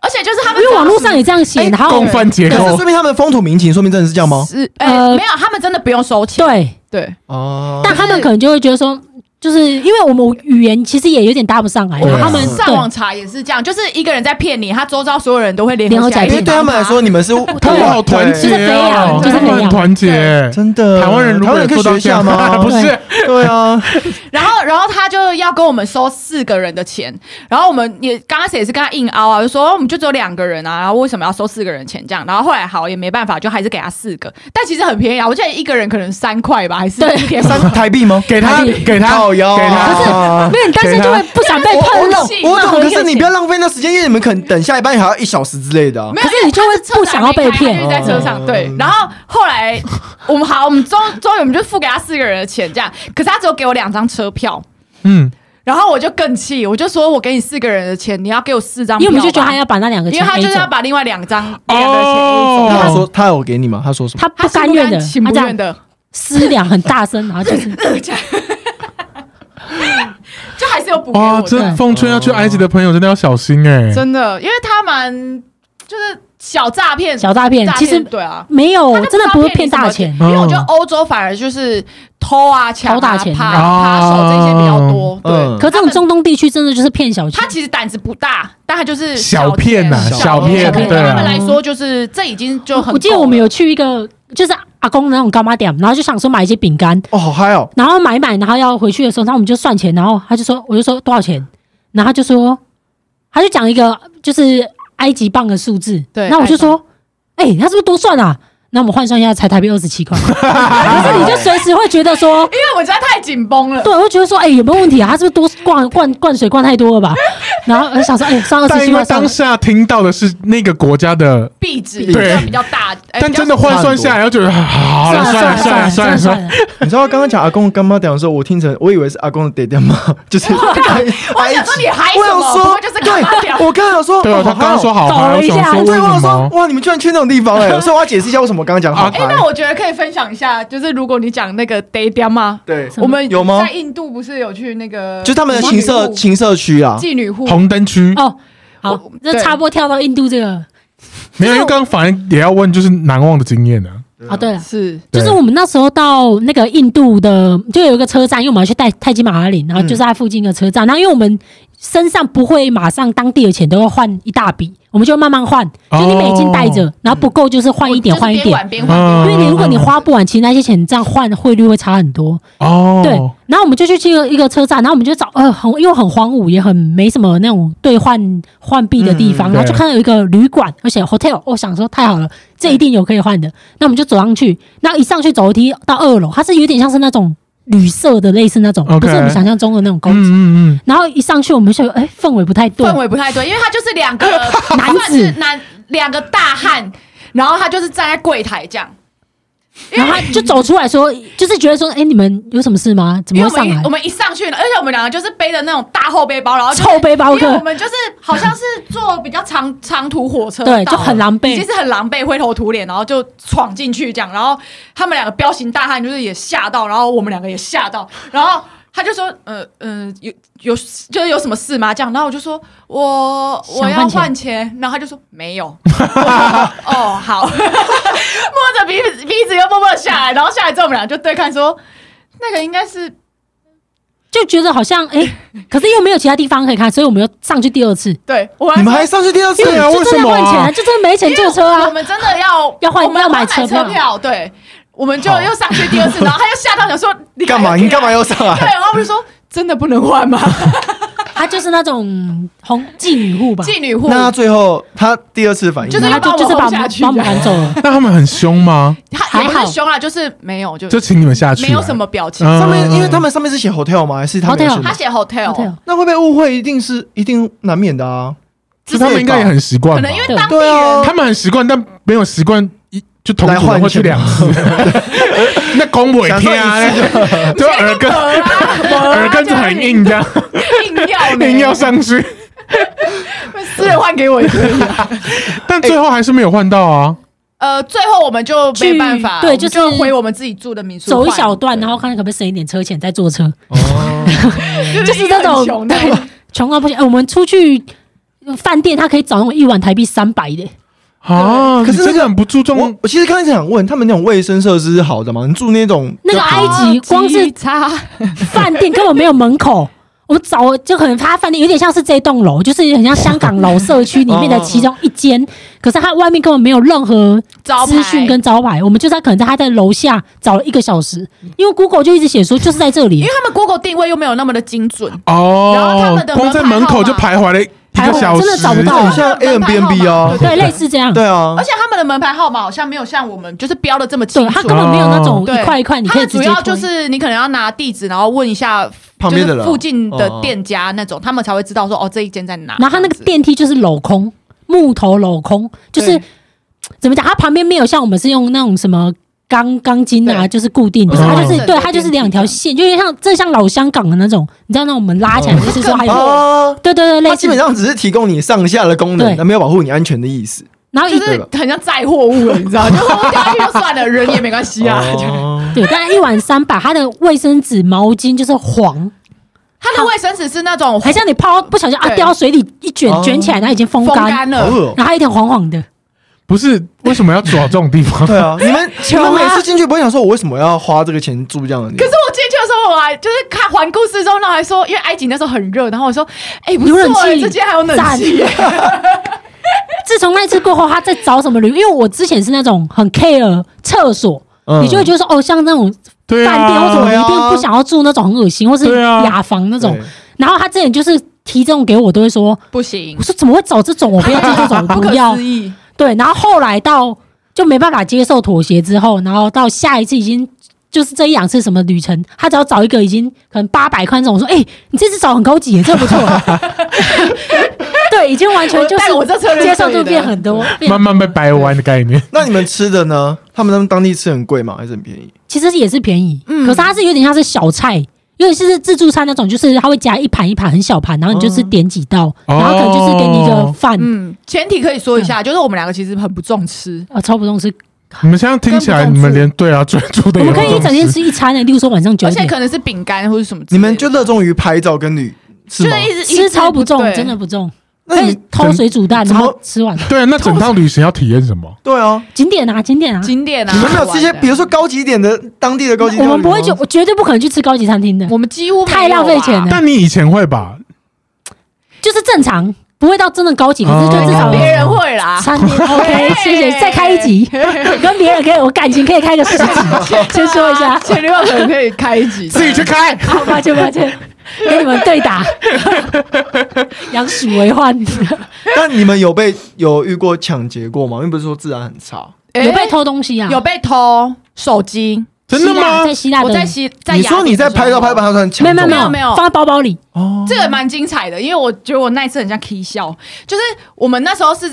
Speaker 3: 而且就是他
Speaker 4: 因
Speaker 3: 们
Speaker 4: 为网络上也这样写，
Speaker 1: 哎
Speaker 4: 然后
Speaker 2: 共犯结
Speaker 1: 可是
Speaker 2: 构
Speaker 1: 说明他们风土民情，说明真的是这样吗？
Speaker 3: 是哎、
Speaker 4: 呃
Speaker 3: 没有，他们真的不用收钱。
Speaker 4: 对，
Speaker 3: 对
Speaker 1: 哦，
Speaker 4: 但他们可能就会觉得说，就是因为我们语言其实也有点搭不上来，
Speaker 2: 对啊
Speaker 1: 嗯
Speaker 4: 然后他们
Speaker 3: 上网查也是这样，就是一个人在骗你，他周遭所有人都会联
Speaker 4: 联合
Speaker 3: 合起来
Speaker 4: 起
Speaker 1: 因
Speaker 4: 来
Speaker 1: 为对他们来说，你们 是
Speaker 2: 他们好团
Speaker 4: 就是
Speaker 2: 结
Speaker 4: 非
Speaker 2: 哦，
Speaker 4: 常就
Speaker 2: 他
Speaker 4: 是非
Speaker 2: 们很
Speaker 4: 常
Speaker 2: 团结。
Speaker 1: 真的。
Speaker 2: 台湾人
Speaker 1: 台
Speaker 2: 如果
Speaker 1: 湾人
Speaker 2: 有
Speaker 1: 可以
Speaker 2: 做
Speaker 1: 学
Speaker 2: 到
Speaker 1: 一
Speaker 2: 这
Speaker 1: 下
Speaker 2: 样，
Speaker 1: 吗？
Speaker 2: 不是，
Speaker 1: 对啊，
Speaker 3: 然后，然后他就要跟我们收四个人的钱，然后我们也刚开始也是跟他硬凹啊，就说哦我们就只有两个人啊，然后为什么要收四个人钱这样？然后后来好也没办法，就还是给他四个，但其实很便宜啊，我记得一个人可能三块吧，还是一点
Speaker 1: 三台币吗？
Speaker 2: 给他，
Speaker 4: 台币
Speaker 2: 给他，
Speaker 1: 靠腰啊
Speaker 2: 给他，
Speaker 4: 没有，你当时就会不想被碰
Speaker 3: 我
Speaker 4: 到
Speaker 3: 我，气
Speaker 1: 我懂，
Speaker 4: 那
Speaker 1: 可
Speaker 4: 我
Speaker 1: 是你
Speaker 4: 有
Speaker 1: 不要浪费那时间，因为你们可能等下一班还要一小时之类的啊。
Speaker 3: 没有，
Speaker 4: 哦可是你就会不想要被骗哦
Speaker 3: 因为他是车上没开他就是在车上对
Speaker 1: 嗯。
Speaker 3: 然后后来我们好，我们终终于我们就付给他四个人的钱这样，可是他只有给我两张车票。
Speaker 2: 嗯，
Speaker 3: 然后我就更气，我就说我给你四个人的钱，你要给我四张
Speaker 4: 因
Speaker 3: 票
Speaker 4: 为
Speaker 3: 吧，
Speaker 4: 我们就觉得他要把那两个
Speaker 3: 因
Speaker 4: 钱
Speaker 3: 为他
Speaker 4: 黑
Speaker 3: 就是
Speaker 4: 走
Speaker 3: 要，把另外两张
Speaker 2: 哦
Speaker 3: 两个钱移走
Speaker 1: 那他
Speaker 2: 哦
Speaker 1: 说他有给你吗？他说什么？
Speaker 4: 他不
Speaker 3: 他
Speaker 4: 甘愿的，
Speaker 3: 情
Speaker 4: 他
Speaker 3: 不
Speaker 4: 这
Speaker 3: 愿
Speaker 4: 样
Speaker 3: 的，呃
Speaker 4: 思量很大声，然 后就是
Speaker 3: 就还是有补给
Speaker 2: 哇，
Speaker 3: 我的，
Speaker 2: 这奉劝要去埃及的朋友真的要小心哎，
Speaker 3: 真的，因为他蛮就是小诈骗，
Speaker 4: 小诈骗
Speaker 3: 诈，
Speaker 4: 其
Speaker 3: 骗
Speaker 4: 实
Speaker 3: 对啊，
Speaker 4: 没有
Speaker 3: 他，就
Speaker 4: 哦真的
Speaker 3: 不知道
Speaker 4: 不会
Speaker 3: 骗你
Speaker 4: 骗
Speaker 3: 什
Speaker 4: 大
Speaker 3: 么
Speaker 4: 钱，
Speaker 1: 嗯
Speaker 3: 因为我觉得欧洲反而就是偷啊、抢
Speaker 4: 偷
Speaker 3: 啊、
Speaker 4: 大钱
Speaker 3: 扒
Speaker 2: 哦
Speaker 3: 扒手这些比较多，对。
Speaker 1: 嗯
Speaker 4: 可这种中东地区真的就是骗小钱
Speaker 3: 他，其实胆子不大，但他就是
Speaker 2: 小骗呐，
Speaker 3: 呐，
Speaker 2: 小骗，
Speaker 1: 小骗
Speaker 2: 对
Speaker 3: 对他
Speaker 2: 啊，
Speaker 3: 们来说，就是这已经就很。
Speaker 4: 我记得我们有，去一个就是阿公那种干妈店，然后就想说买一些饼干，
Speaker 1: 哦，好嗨哦！
Speaker 4: 然后买一买，然后要回去的时候，然后我们就算钱，然后他就说，我就说多少钱，然后他就说，他就讲一个就是埃及镑的数字，
Speaker 3: 对
Speaker 4: 然后我就说，哎、他是不是多算啊？那我们换算一下，才台币二十七块，可是你就随时会觉得说。
Speaker 3: 因为我实在太紧绷了。
Speaker 4: 对，我就觉得说，哎、有没有问题啊？他是不是多灌灌灌水灌太多了吧？然后我想说，哎、算二
Speaker 2: 但
Speaker 4: 十七
Speaker 2: 因为
Speaker 4: 块，算
Speaker 2: 当
Speaker 4: 了
Speaker 2: 下听到的是那个国家的，
Speaker 3: 壁纸
Speaker 1: 对
Speaker 3: 比较比较大，哎
Speaker 2: 但
Speaker 3: 比较
Speaker 2: 真的换算下来，要觉得 好了，算了，算了，算了，算了，
Speaker 4: 了，
Speaker 1: 你知道刚刚讲阿公干妈讲的时候，我听成我以为是阿公的爹爹妈， 就是
Speaker 3: 我想说你还
Speaker 1: 我
Speaker 3: 什
Speaker 1: 想
Speaker 3: 么？
Speaker 1: 说
Speaker 3: 不就是干嘛屌
Speaker 1: 对，我刚刚有说，
Speaker 2: 对啊，
Speaker 1: 哦
Speaker 2: 他刚刚说。好
Speaker 4: 找
Speaker 2: 嗨，
Speaker 4: 了
Speaker 2: 我
Speaker 4: 一
Speaker 2: 想
Speaker 4: 下
Speaker 2: 说
Speaker 1: 好嗨哦啊
Speaker 2: 为
Speaker 1: 对，我
Speaker 2: 什
Speaker 1: 想说
Speaker 2: 么，？
Speaker 1: 哇，你们居然去那种地方哎、欸！所以我要解释一下为什么我刚刚讲好
Speaker 3: 哎、
Speaker 1: 嗨。
Speaker 3: 那我觉得可以分享一下，就是如果你讲那个 day d a m 啊，
Speaker 1: 对，
Speaker 3: 我们
Speaker 1: 有吗
Speaker 3: 在印度不是有去那个，
Speaker 1: 就是他们的情色
Speaker 3: 妓
Speaker 1: 情色区啊，
Speaker 3: 妓女户，
Speaker 2: 红灯区
Speaker 4: 哦，好，那
Speaker 3: 对
Speaker 4: 插播跳到印度这个
Speaker 2: 没有，因为刚刚反正也要问，就是难忘的经验呢。
Speaker 4: 啊，对了，
Speaker 3: 是
Speaker 4: 就是我们那时候到那个印度的，就有一个车站，因为我们要去泰泰姬马哈林，然后就是在附近的车站。然后因为我们身上不会马上当地的钱都要换一大笔，我们就慢慢换，
Speaker 2: 哦
Speaker 4: 就你美金带着，然后不够就是换一
Speaker 3: 嗯
Speaker 4: 点
Speaker 3: 我就是
Speaker 4: 换一
Speaker 3: 边
Speaker 4: 点。
Speaker 3: 玩边换边
Speaker 2: 嗯
Speaker 3: 玩
Speaker 4: 因为你如果你花不完，其实那些钱这样换汇率会差很多。
Speaker 2: 哦，
Speaker 4: 对，然后我们就去这个一个车站，然后我们就找呃很又很荒芜，也很没什么那种兑换换币的地方，
Speaker 2: 嗯
Speaker 4: 然后就
Speaker 2: 对
Speaker 4: 看到有一个旅馆，而且 hotel，我、想说太好了，这一定有可以换的，那我们就走上去，那一上去走楼梯到二楼，它是有点像是那种旅社的类似那种
Speaker 2: OK
Speaker 4: 不是我们想象中的那种
Speaker 2: 嗯
Speaker 4: 公寓。
Speaker 2: 嗯嗯，
Speaker 4: 然后一上去，我们就觉得哎氛围不太对，
Speaker 3: 氛围不太对，因为他就是两 个
Speaker 4: 男
Speaker 3: 算
Speaker 4: 子
Speaker 3: 是男两个大汉，然后他就是站在柜台这样，
Speaker 4: 然后他就走出来说，就是觉得说哎你们有什么事吗？怎
Speaker 3: 因
Speaker 4: 么
Speaker 3: 为
Speaker 4: 会
Speaker 3: 我们
Speaker 4: 上
Speaker 3: 一
Speaker 4: 来
Speaker 3: 我？们一上去，而且我们两个就是背着那种大厚背包，然后就是
Speaker 4: 臭背包
Speaker 3: 因为
Speaker 4: 客
Speaker 3: 我，们就是好像是坐比较长 长途火车到了，
Speaker 4: 对，就很狼
Speaker 3: 已
Speaker 4: 狈
Speaker 3: 经。是很狼狈、灰头土脸，然后就闯进去这样，然后他们两个彪形大汉就是也吓到，然后我们两个也吓到，然后他就说， 呃呃，有有就是有什么事吗？这样，然后我就说我
Speaker 4: 想
Speaker 3: 我要
Speaker 4: 换钱
Speaker 3: 换钱，然后他就说没有，我说 哦好， 摸着鼻子鼻子又默默地下来，然后下来之后我们俩就对看说，那个应该是
Speaker 4: 就觉得好像哎、可是又没有其他地方可以看，所以我们又上去第二次。
Speaker 3: 对我还
Speaker 1: 你们
Speaker 3: 说
Speaker 1: 还上去第二次
Speaker 2: 对啊
Speaker 4: 就
Speaker 2: 为
Speaker 4: 真的
Speaker 2: 什
Speaker 4: 换
Speaker 2: 么啊
Speaker 4: 钱、就真的没钱坐车啊
Speaker 3: 我！们真的要
Speaker 4: 要换
Speaker 3: 我们
Speaker 4: 要买
Speaker 3: 买
Speaker 4: 车票
Speaker 3: 票，对，我们就
Speaker 1: 好
Speaker 3: 又上去第二次，然后他又吓到想说你
Speaker 1: 干嘛？
Speaker 3: 敢
Speaker 1: 你干嘛要上
Speaker 3: 对，
Speaker 1: 来？
Speaker 3: 然后我就说真的不能换吗？
Speaker 4: 他就是那种红妓女户吧，
Speaker 3: 妓女户
Speaker 1: 那他最后他第二次反应
Speaker 3: 就是
Speaker 1: 呢
Speaker 4: 然后他就就是
Speaker 3: 把
Speaker 4: 把
Speaker 3: 我
Speaker 4: 我
Speaker 3: 轰下
Speaker 4: 们
Speaker 3: 去啊
Speaker 4: 把我们赶走了。
Speaker 2: 那他们很凶吗？
Speaker 3: 他也不是
Speaker 4: 还好
Speaker 3: 凶啦，就是没有就
Speaker 2: 就请你们下去啊，
Speaker 3: 没有什么表情。
Speaker 2: 嗯
Speaker 1: 上面，因为他们上面是写 hotel 吗？还是他们
Speaker 4: Hotel
Speaker 1: 有写
Speaker 3: 他写
Speaker 4: 对哦
Speaker 3: hotel，
Speaker 1: 那会被误会，一定是一定难免的啊。
Speaker 2: 就他们应该也很习
Speaker 3: 可
Speaker 2: 惯吧
Speaker 3: 能因？为
Speaker 4: 对
Speaker 3: 当地
Speaker 1: 对啊
Speaker 3: 人
Speaker 2: 他们很习惯，但没有习惯一就同
Speaker 1: 来
Speaker 2: 组
Speaker 1: 换
Speaker 2: 人会去
Speaker 1: 钱
Speaker 2: 两次， 那拱尾天啊，
Speaker 1: 想说
Speaker 2: 那个就啊耳 根 耳根子很硬，这样
Speaker 3: 啊哦硬要 呢
Speaker 2: 硬要，上去，
Speaker 3: 私人换给我也可以。
Speaker 2: 但最后还是没有换到啊。
Speaker 3: 呃，最后我们就没办法，
Speaker 4: 去对
Speaker 3: 我们
Speaker 4: 就是
Speaker 3: 就回我们自己住的民宿
Speaker 4: 走
Speaker 3: 换，
Speaker 4: 一小段，然后看看可不可以省一点车钱再坐车，
Speaker 1: 哦，
Speaker 4: 就是这种
Speaker 3: 很穷的
Speaker 4: 穷到不行。哎我们出去饭店，他可以找那种一晚台币三百的，
Speaker 2: 啊，
Speaker 1: 可是那
Speaker 2: 你真
Speaker 1: 个
Speaker 2: 的很不注
Speaker 1: 我
Speaker 2: 重，
Speaker 1: 我其实刚才想问，他们那种卫生设施是好的吗？你住那种
Speaker 4: 那个埃及光是
Speaker 3: 差，
Speaker 4: 饭店根本没有门口。 我找就可能他饭店有点像是这栋楼，就是很像香港老社区里面的其中一
Speaker 3: 嗯
Speaker 4: 间，可是它外面根本没有任何
Speaker 3: 招牌
Speaker 4: 资讯跟招牌。我们就在可能在他在楼下找了一个小时，因为 Google 就一直写说就是在这
Speaker 3: 因
Speaker 4: 里
Speaker 3: 为，他们 Google 定位又没有那么的精准，然后他
Speaker 2: 哦
Speaker 3: 们的，
Speaker 2: 光
Speaker 3: 门
Speaker 2: 在门口就
Speaker 3: 牌
Speaker 2: 徘徊了一个小
Speaker 4: 真
Speaker 2: 时，
Speaker 4: 的找不到
Speaker 1: 很像
Speaker 3: 门牌号码
Speaker 1: Airbnb 啊
Speaker 3: 对
Speaker 4: 对，类似这样。
Speaker 1: 对啊
Speaker 3: 而，且他们的门牌号码好像没有像我们就是标的这么清
Speaker 4: 对，它
Speaker 3: 楚
Speaker 4: 根。本没有那
Speaker 3: 哦
Speaker 4: 种
Speaker 3: 对
Speaker 4: 一块一块，你
Speaker 3: 它
Speaker 4: 可以
Speaker 3: 的
Speaker 4: 直
Speaker 3: 主
Speaker 4: 接
Speaker 3: 要就
Speaker 4: 推哦
Speaker 3: 是你可能要拿地址，然后问一下
Speaker 1: 旁边的哦
Speaker 3: 就
Speaker 1: 人
Speaker 3: 是附近的店家那种，他们才会知道说哦这一间在哪。
Speaker 4: 然后它那个电梯就是镂空，木头镂空，就是
Speaker 3: 对
Speaker 4: 怎么讲？它旁边没有像我们是用那种什么钢钢筋啊，
Speaker 3: 对哦
Speaker 4: 就是固定的，
Speaker 2: 不是
Speaker 4: 它就
Speaker 3: 完
Speaker 4: 是
Speaker 3: 整
Speaker 4: 对，
Speaker 3: 的
Speaker 4: 它就是
Speaker 3: 电梯
Speaker 4: 两条
Speaker 3: 这样
Speaker 4: 线，就有点像这像老香港的那种，你知道那种门拉起来，
Speaker 1: 哦
Speaker 4: 就是说还
Speaker 3: 更薄
Speaker 4: 有
Speaker 1: 啊，
Speaker 4: 对对对，类
Speaker 1: 它
Speaker 4: 似
Speaker 1: 基本上只是提供你上下的功能，
Speaker 4: 对
Speaker 1: 它没有保护你安全的意 思。
Speaker 4: 然后一
Speaker 3: 就
Speaker 1: 对
Speaker 3: 是
Speaker 1: 吧
Speaker 3: 很像载货物了，你知道？就我掉下去就算了，人也没关系啊。这 样
Speaker 1: 哦
Speaker 4: 对，大概一碗三百，它的卫生纸、毛巾就是黄，
Speaker 3: 它的卫生纸是那种
Speaker 4: 还像你泡不小心啊
Speaker 3: 对
Speaker 4: 掉到水里一卷
Speaker 1: 哦
Speaker 4: 卷起来，它已经风
Speaker 3: 风
Speaker 4: 干，呃
Speaker 3: 干
Speaker 1: 好
Speaker 3: 了，
Speaker 1: 恶哦
Speaker 4: 然后它有点黄黄的，
Speaker 2: 不是为什么要走到这种地 方？
Speaker 1: 对 啊，你们你
Speaker 4: 穷啊
Speaker 1: 们每次进去不会想说，我为什么要花这个钱住这样的地
Speaker 3: 可
Speaker 1: 方？
Speaker 3: 是我进去的时候，我还就是看环顾四周，然后还说，因为埃及那时候很热，然后我说，哎、不
Speaker 4: 有
Speaker 3: 错、
Speaker 4: 冷
Speaker 3: 欸，
Speaker 4: 气
Speaker 3: 这间还有冷气哎耶、
Speaker 4: 自从那次过后，他在找什么旅游？因为我之前是那种很 care 厕所，
Speaker 1: 嗯
Speaker 4: 你就会觉得说，哦，像那种
Speaker 2: 对
Speaker 4: 饭店或什
Speaker 2: 啊
Speaker 4: 么，
Speaker 1: 对
Speaker 4: 你
Speaker 1: 啊
Speaker 4: 一定不想要住那种很恶心，或是
Speaker 2: 对啊
Speaker 4: 雅房那种
Speaker 1: 对。
Speaker 4: 然后他之前就是提这种给我，都会说，
Speaker 3: 不行
Speaker 4: 我，说怎么会找这种？我不要住这种，我
Speaker 3: 不可
Speaker 4: 不要
Speaker 3: 思。议。
Speaker 4: 对，然后后来到就没办法接受妥协之后，然后到下一次已经。就是这一两次什么旅程，他只要找一个已经可能八百块那种，我说哎、你这次找很高级耶，这不错。对，已经完全就
Speaker 3: 但
Speaker 4: 是
Speaker 3: 我这策略
Speaker 4: 接
Speaker 3: 是
Speaker 4: 受
Speaker 3: 对
Speaker 4: 度
Speaker 3: 的
Speaker 4: 变很多，变
Speaker 2: 慢慢被掰弯的概念。
Speaker 1: 那你们吃的呢？他们当地吃很贵吗？还是很便宜？
Speaker 4: 其实也是便宜，
Speaker 3: 嗯
Speaker 4: 可是它是有点像是小菜，有点是自助餐那种，就是它会夹一盘一盘很小盘，然后你就是点几道，
Speaker 2: 哦
Speaker 4: 然后可能就是给你一个饭，
Speaker 3: 嗯，前提可以说一下，就是我们两个其实很不重吃，
Speaker 4: 啊，超不重视。
Speaker 2: 你们现在听起来，
Speaker 3: 跟不上
Speaker 2: 你们连对啊专注的
Speaker 4: 我
Speaker 2: 也
Speaker 4: 们
Speaker 2: 不
Speaker 4: 可以一整天
Speaker 2: 重视
Speaker 4: 吃一餐欸的，例如说晚上九
Speaker 3: 而且
Speaker 4: 点，
Speaker 3: 可能是饼干或者什么之
Speaker 1: 你
Speaker 3: 类的。
Speaker 1: 们就热衷于拍照跟旅是
Speaker 3: 就
Speaker 1: 吗
Speaker 3: 是？一直一
Speaker 4: 吃
Speaker 3: 直
Speaker 4: 超不重，
Speaker 3: 对
Speaker 4: 真的不重，
Speaker 1: 那
Speaker 4: 可
Speaker 1: 你
Speaker 4: 以偷水煮蛋，
Speaker 1: 怎
Speaker 4: 然
Speaker 1: 么
Speaker 4: 后吃完。
Speaker 2: 对啊，那整趟旅行要体验什么？
Speaker 1: 对啊，
Speaker 4: 景点啊，景点啊，
Speaker 3: 经典啊。
Speaker 1: 你们没有吃一些
Speaker 3: 好玩的
Speaker 1: 比如说高级一点的当地的高级料理吗，
Speaker 4: 我们不会去，我绝对不可能去吃高级餐厅的，
Speaker 3: 我们几乎没有啊
Speaker 4: 太浪费钱了
Speaker 2: 但你以前会吧？
Speaker 4: 就是正常，不会到真的高级，可是就至
Speaker 2: 哦
Speaker 4: 少
Speaker 3: 别人会啦，
Speaker 4: 餐厅 OK，谢谢，再开一集，跟别人可以，我感情可以开个十集，先说一下。
Speaker 3: 啊前女友可能可以开一集，
Speaker 2: 自己去 开。
Speaker 4: 好，抱歉抱 歉，跟你们对打，养鼠为患，有
Speaker 1: 但你们有被有遇过抢劫过吗？因为不是说治安很差。
Speaker 3: 哎
Speaker 4: 被偷东西啊？
Speaker 3: 有被偷手机，
Speaker 2: 真的
Speaker 4: 希腊
Speaker 2: 吗
Speaker 4: 在？希腊的，
Speaker 3: 我在西在
Speaker 1: 你
Speaker 3: 雅典的时候
Speaker 1: 说你在拍照拍完，他突然抢走
Speaker 4: 没有没有
Speaker 1: 了
Speaker 4: 没有
Speaker 3: 没有
Speaker 4: 放在包包里，
Speaker 1: 哦，
Speaker 3: 这个蛮精彩的，因为我觉得我那一次很像 K 笑，就是我们那时候是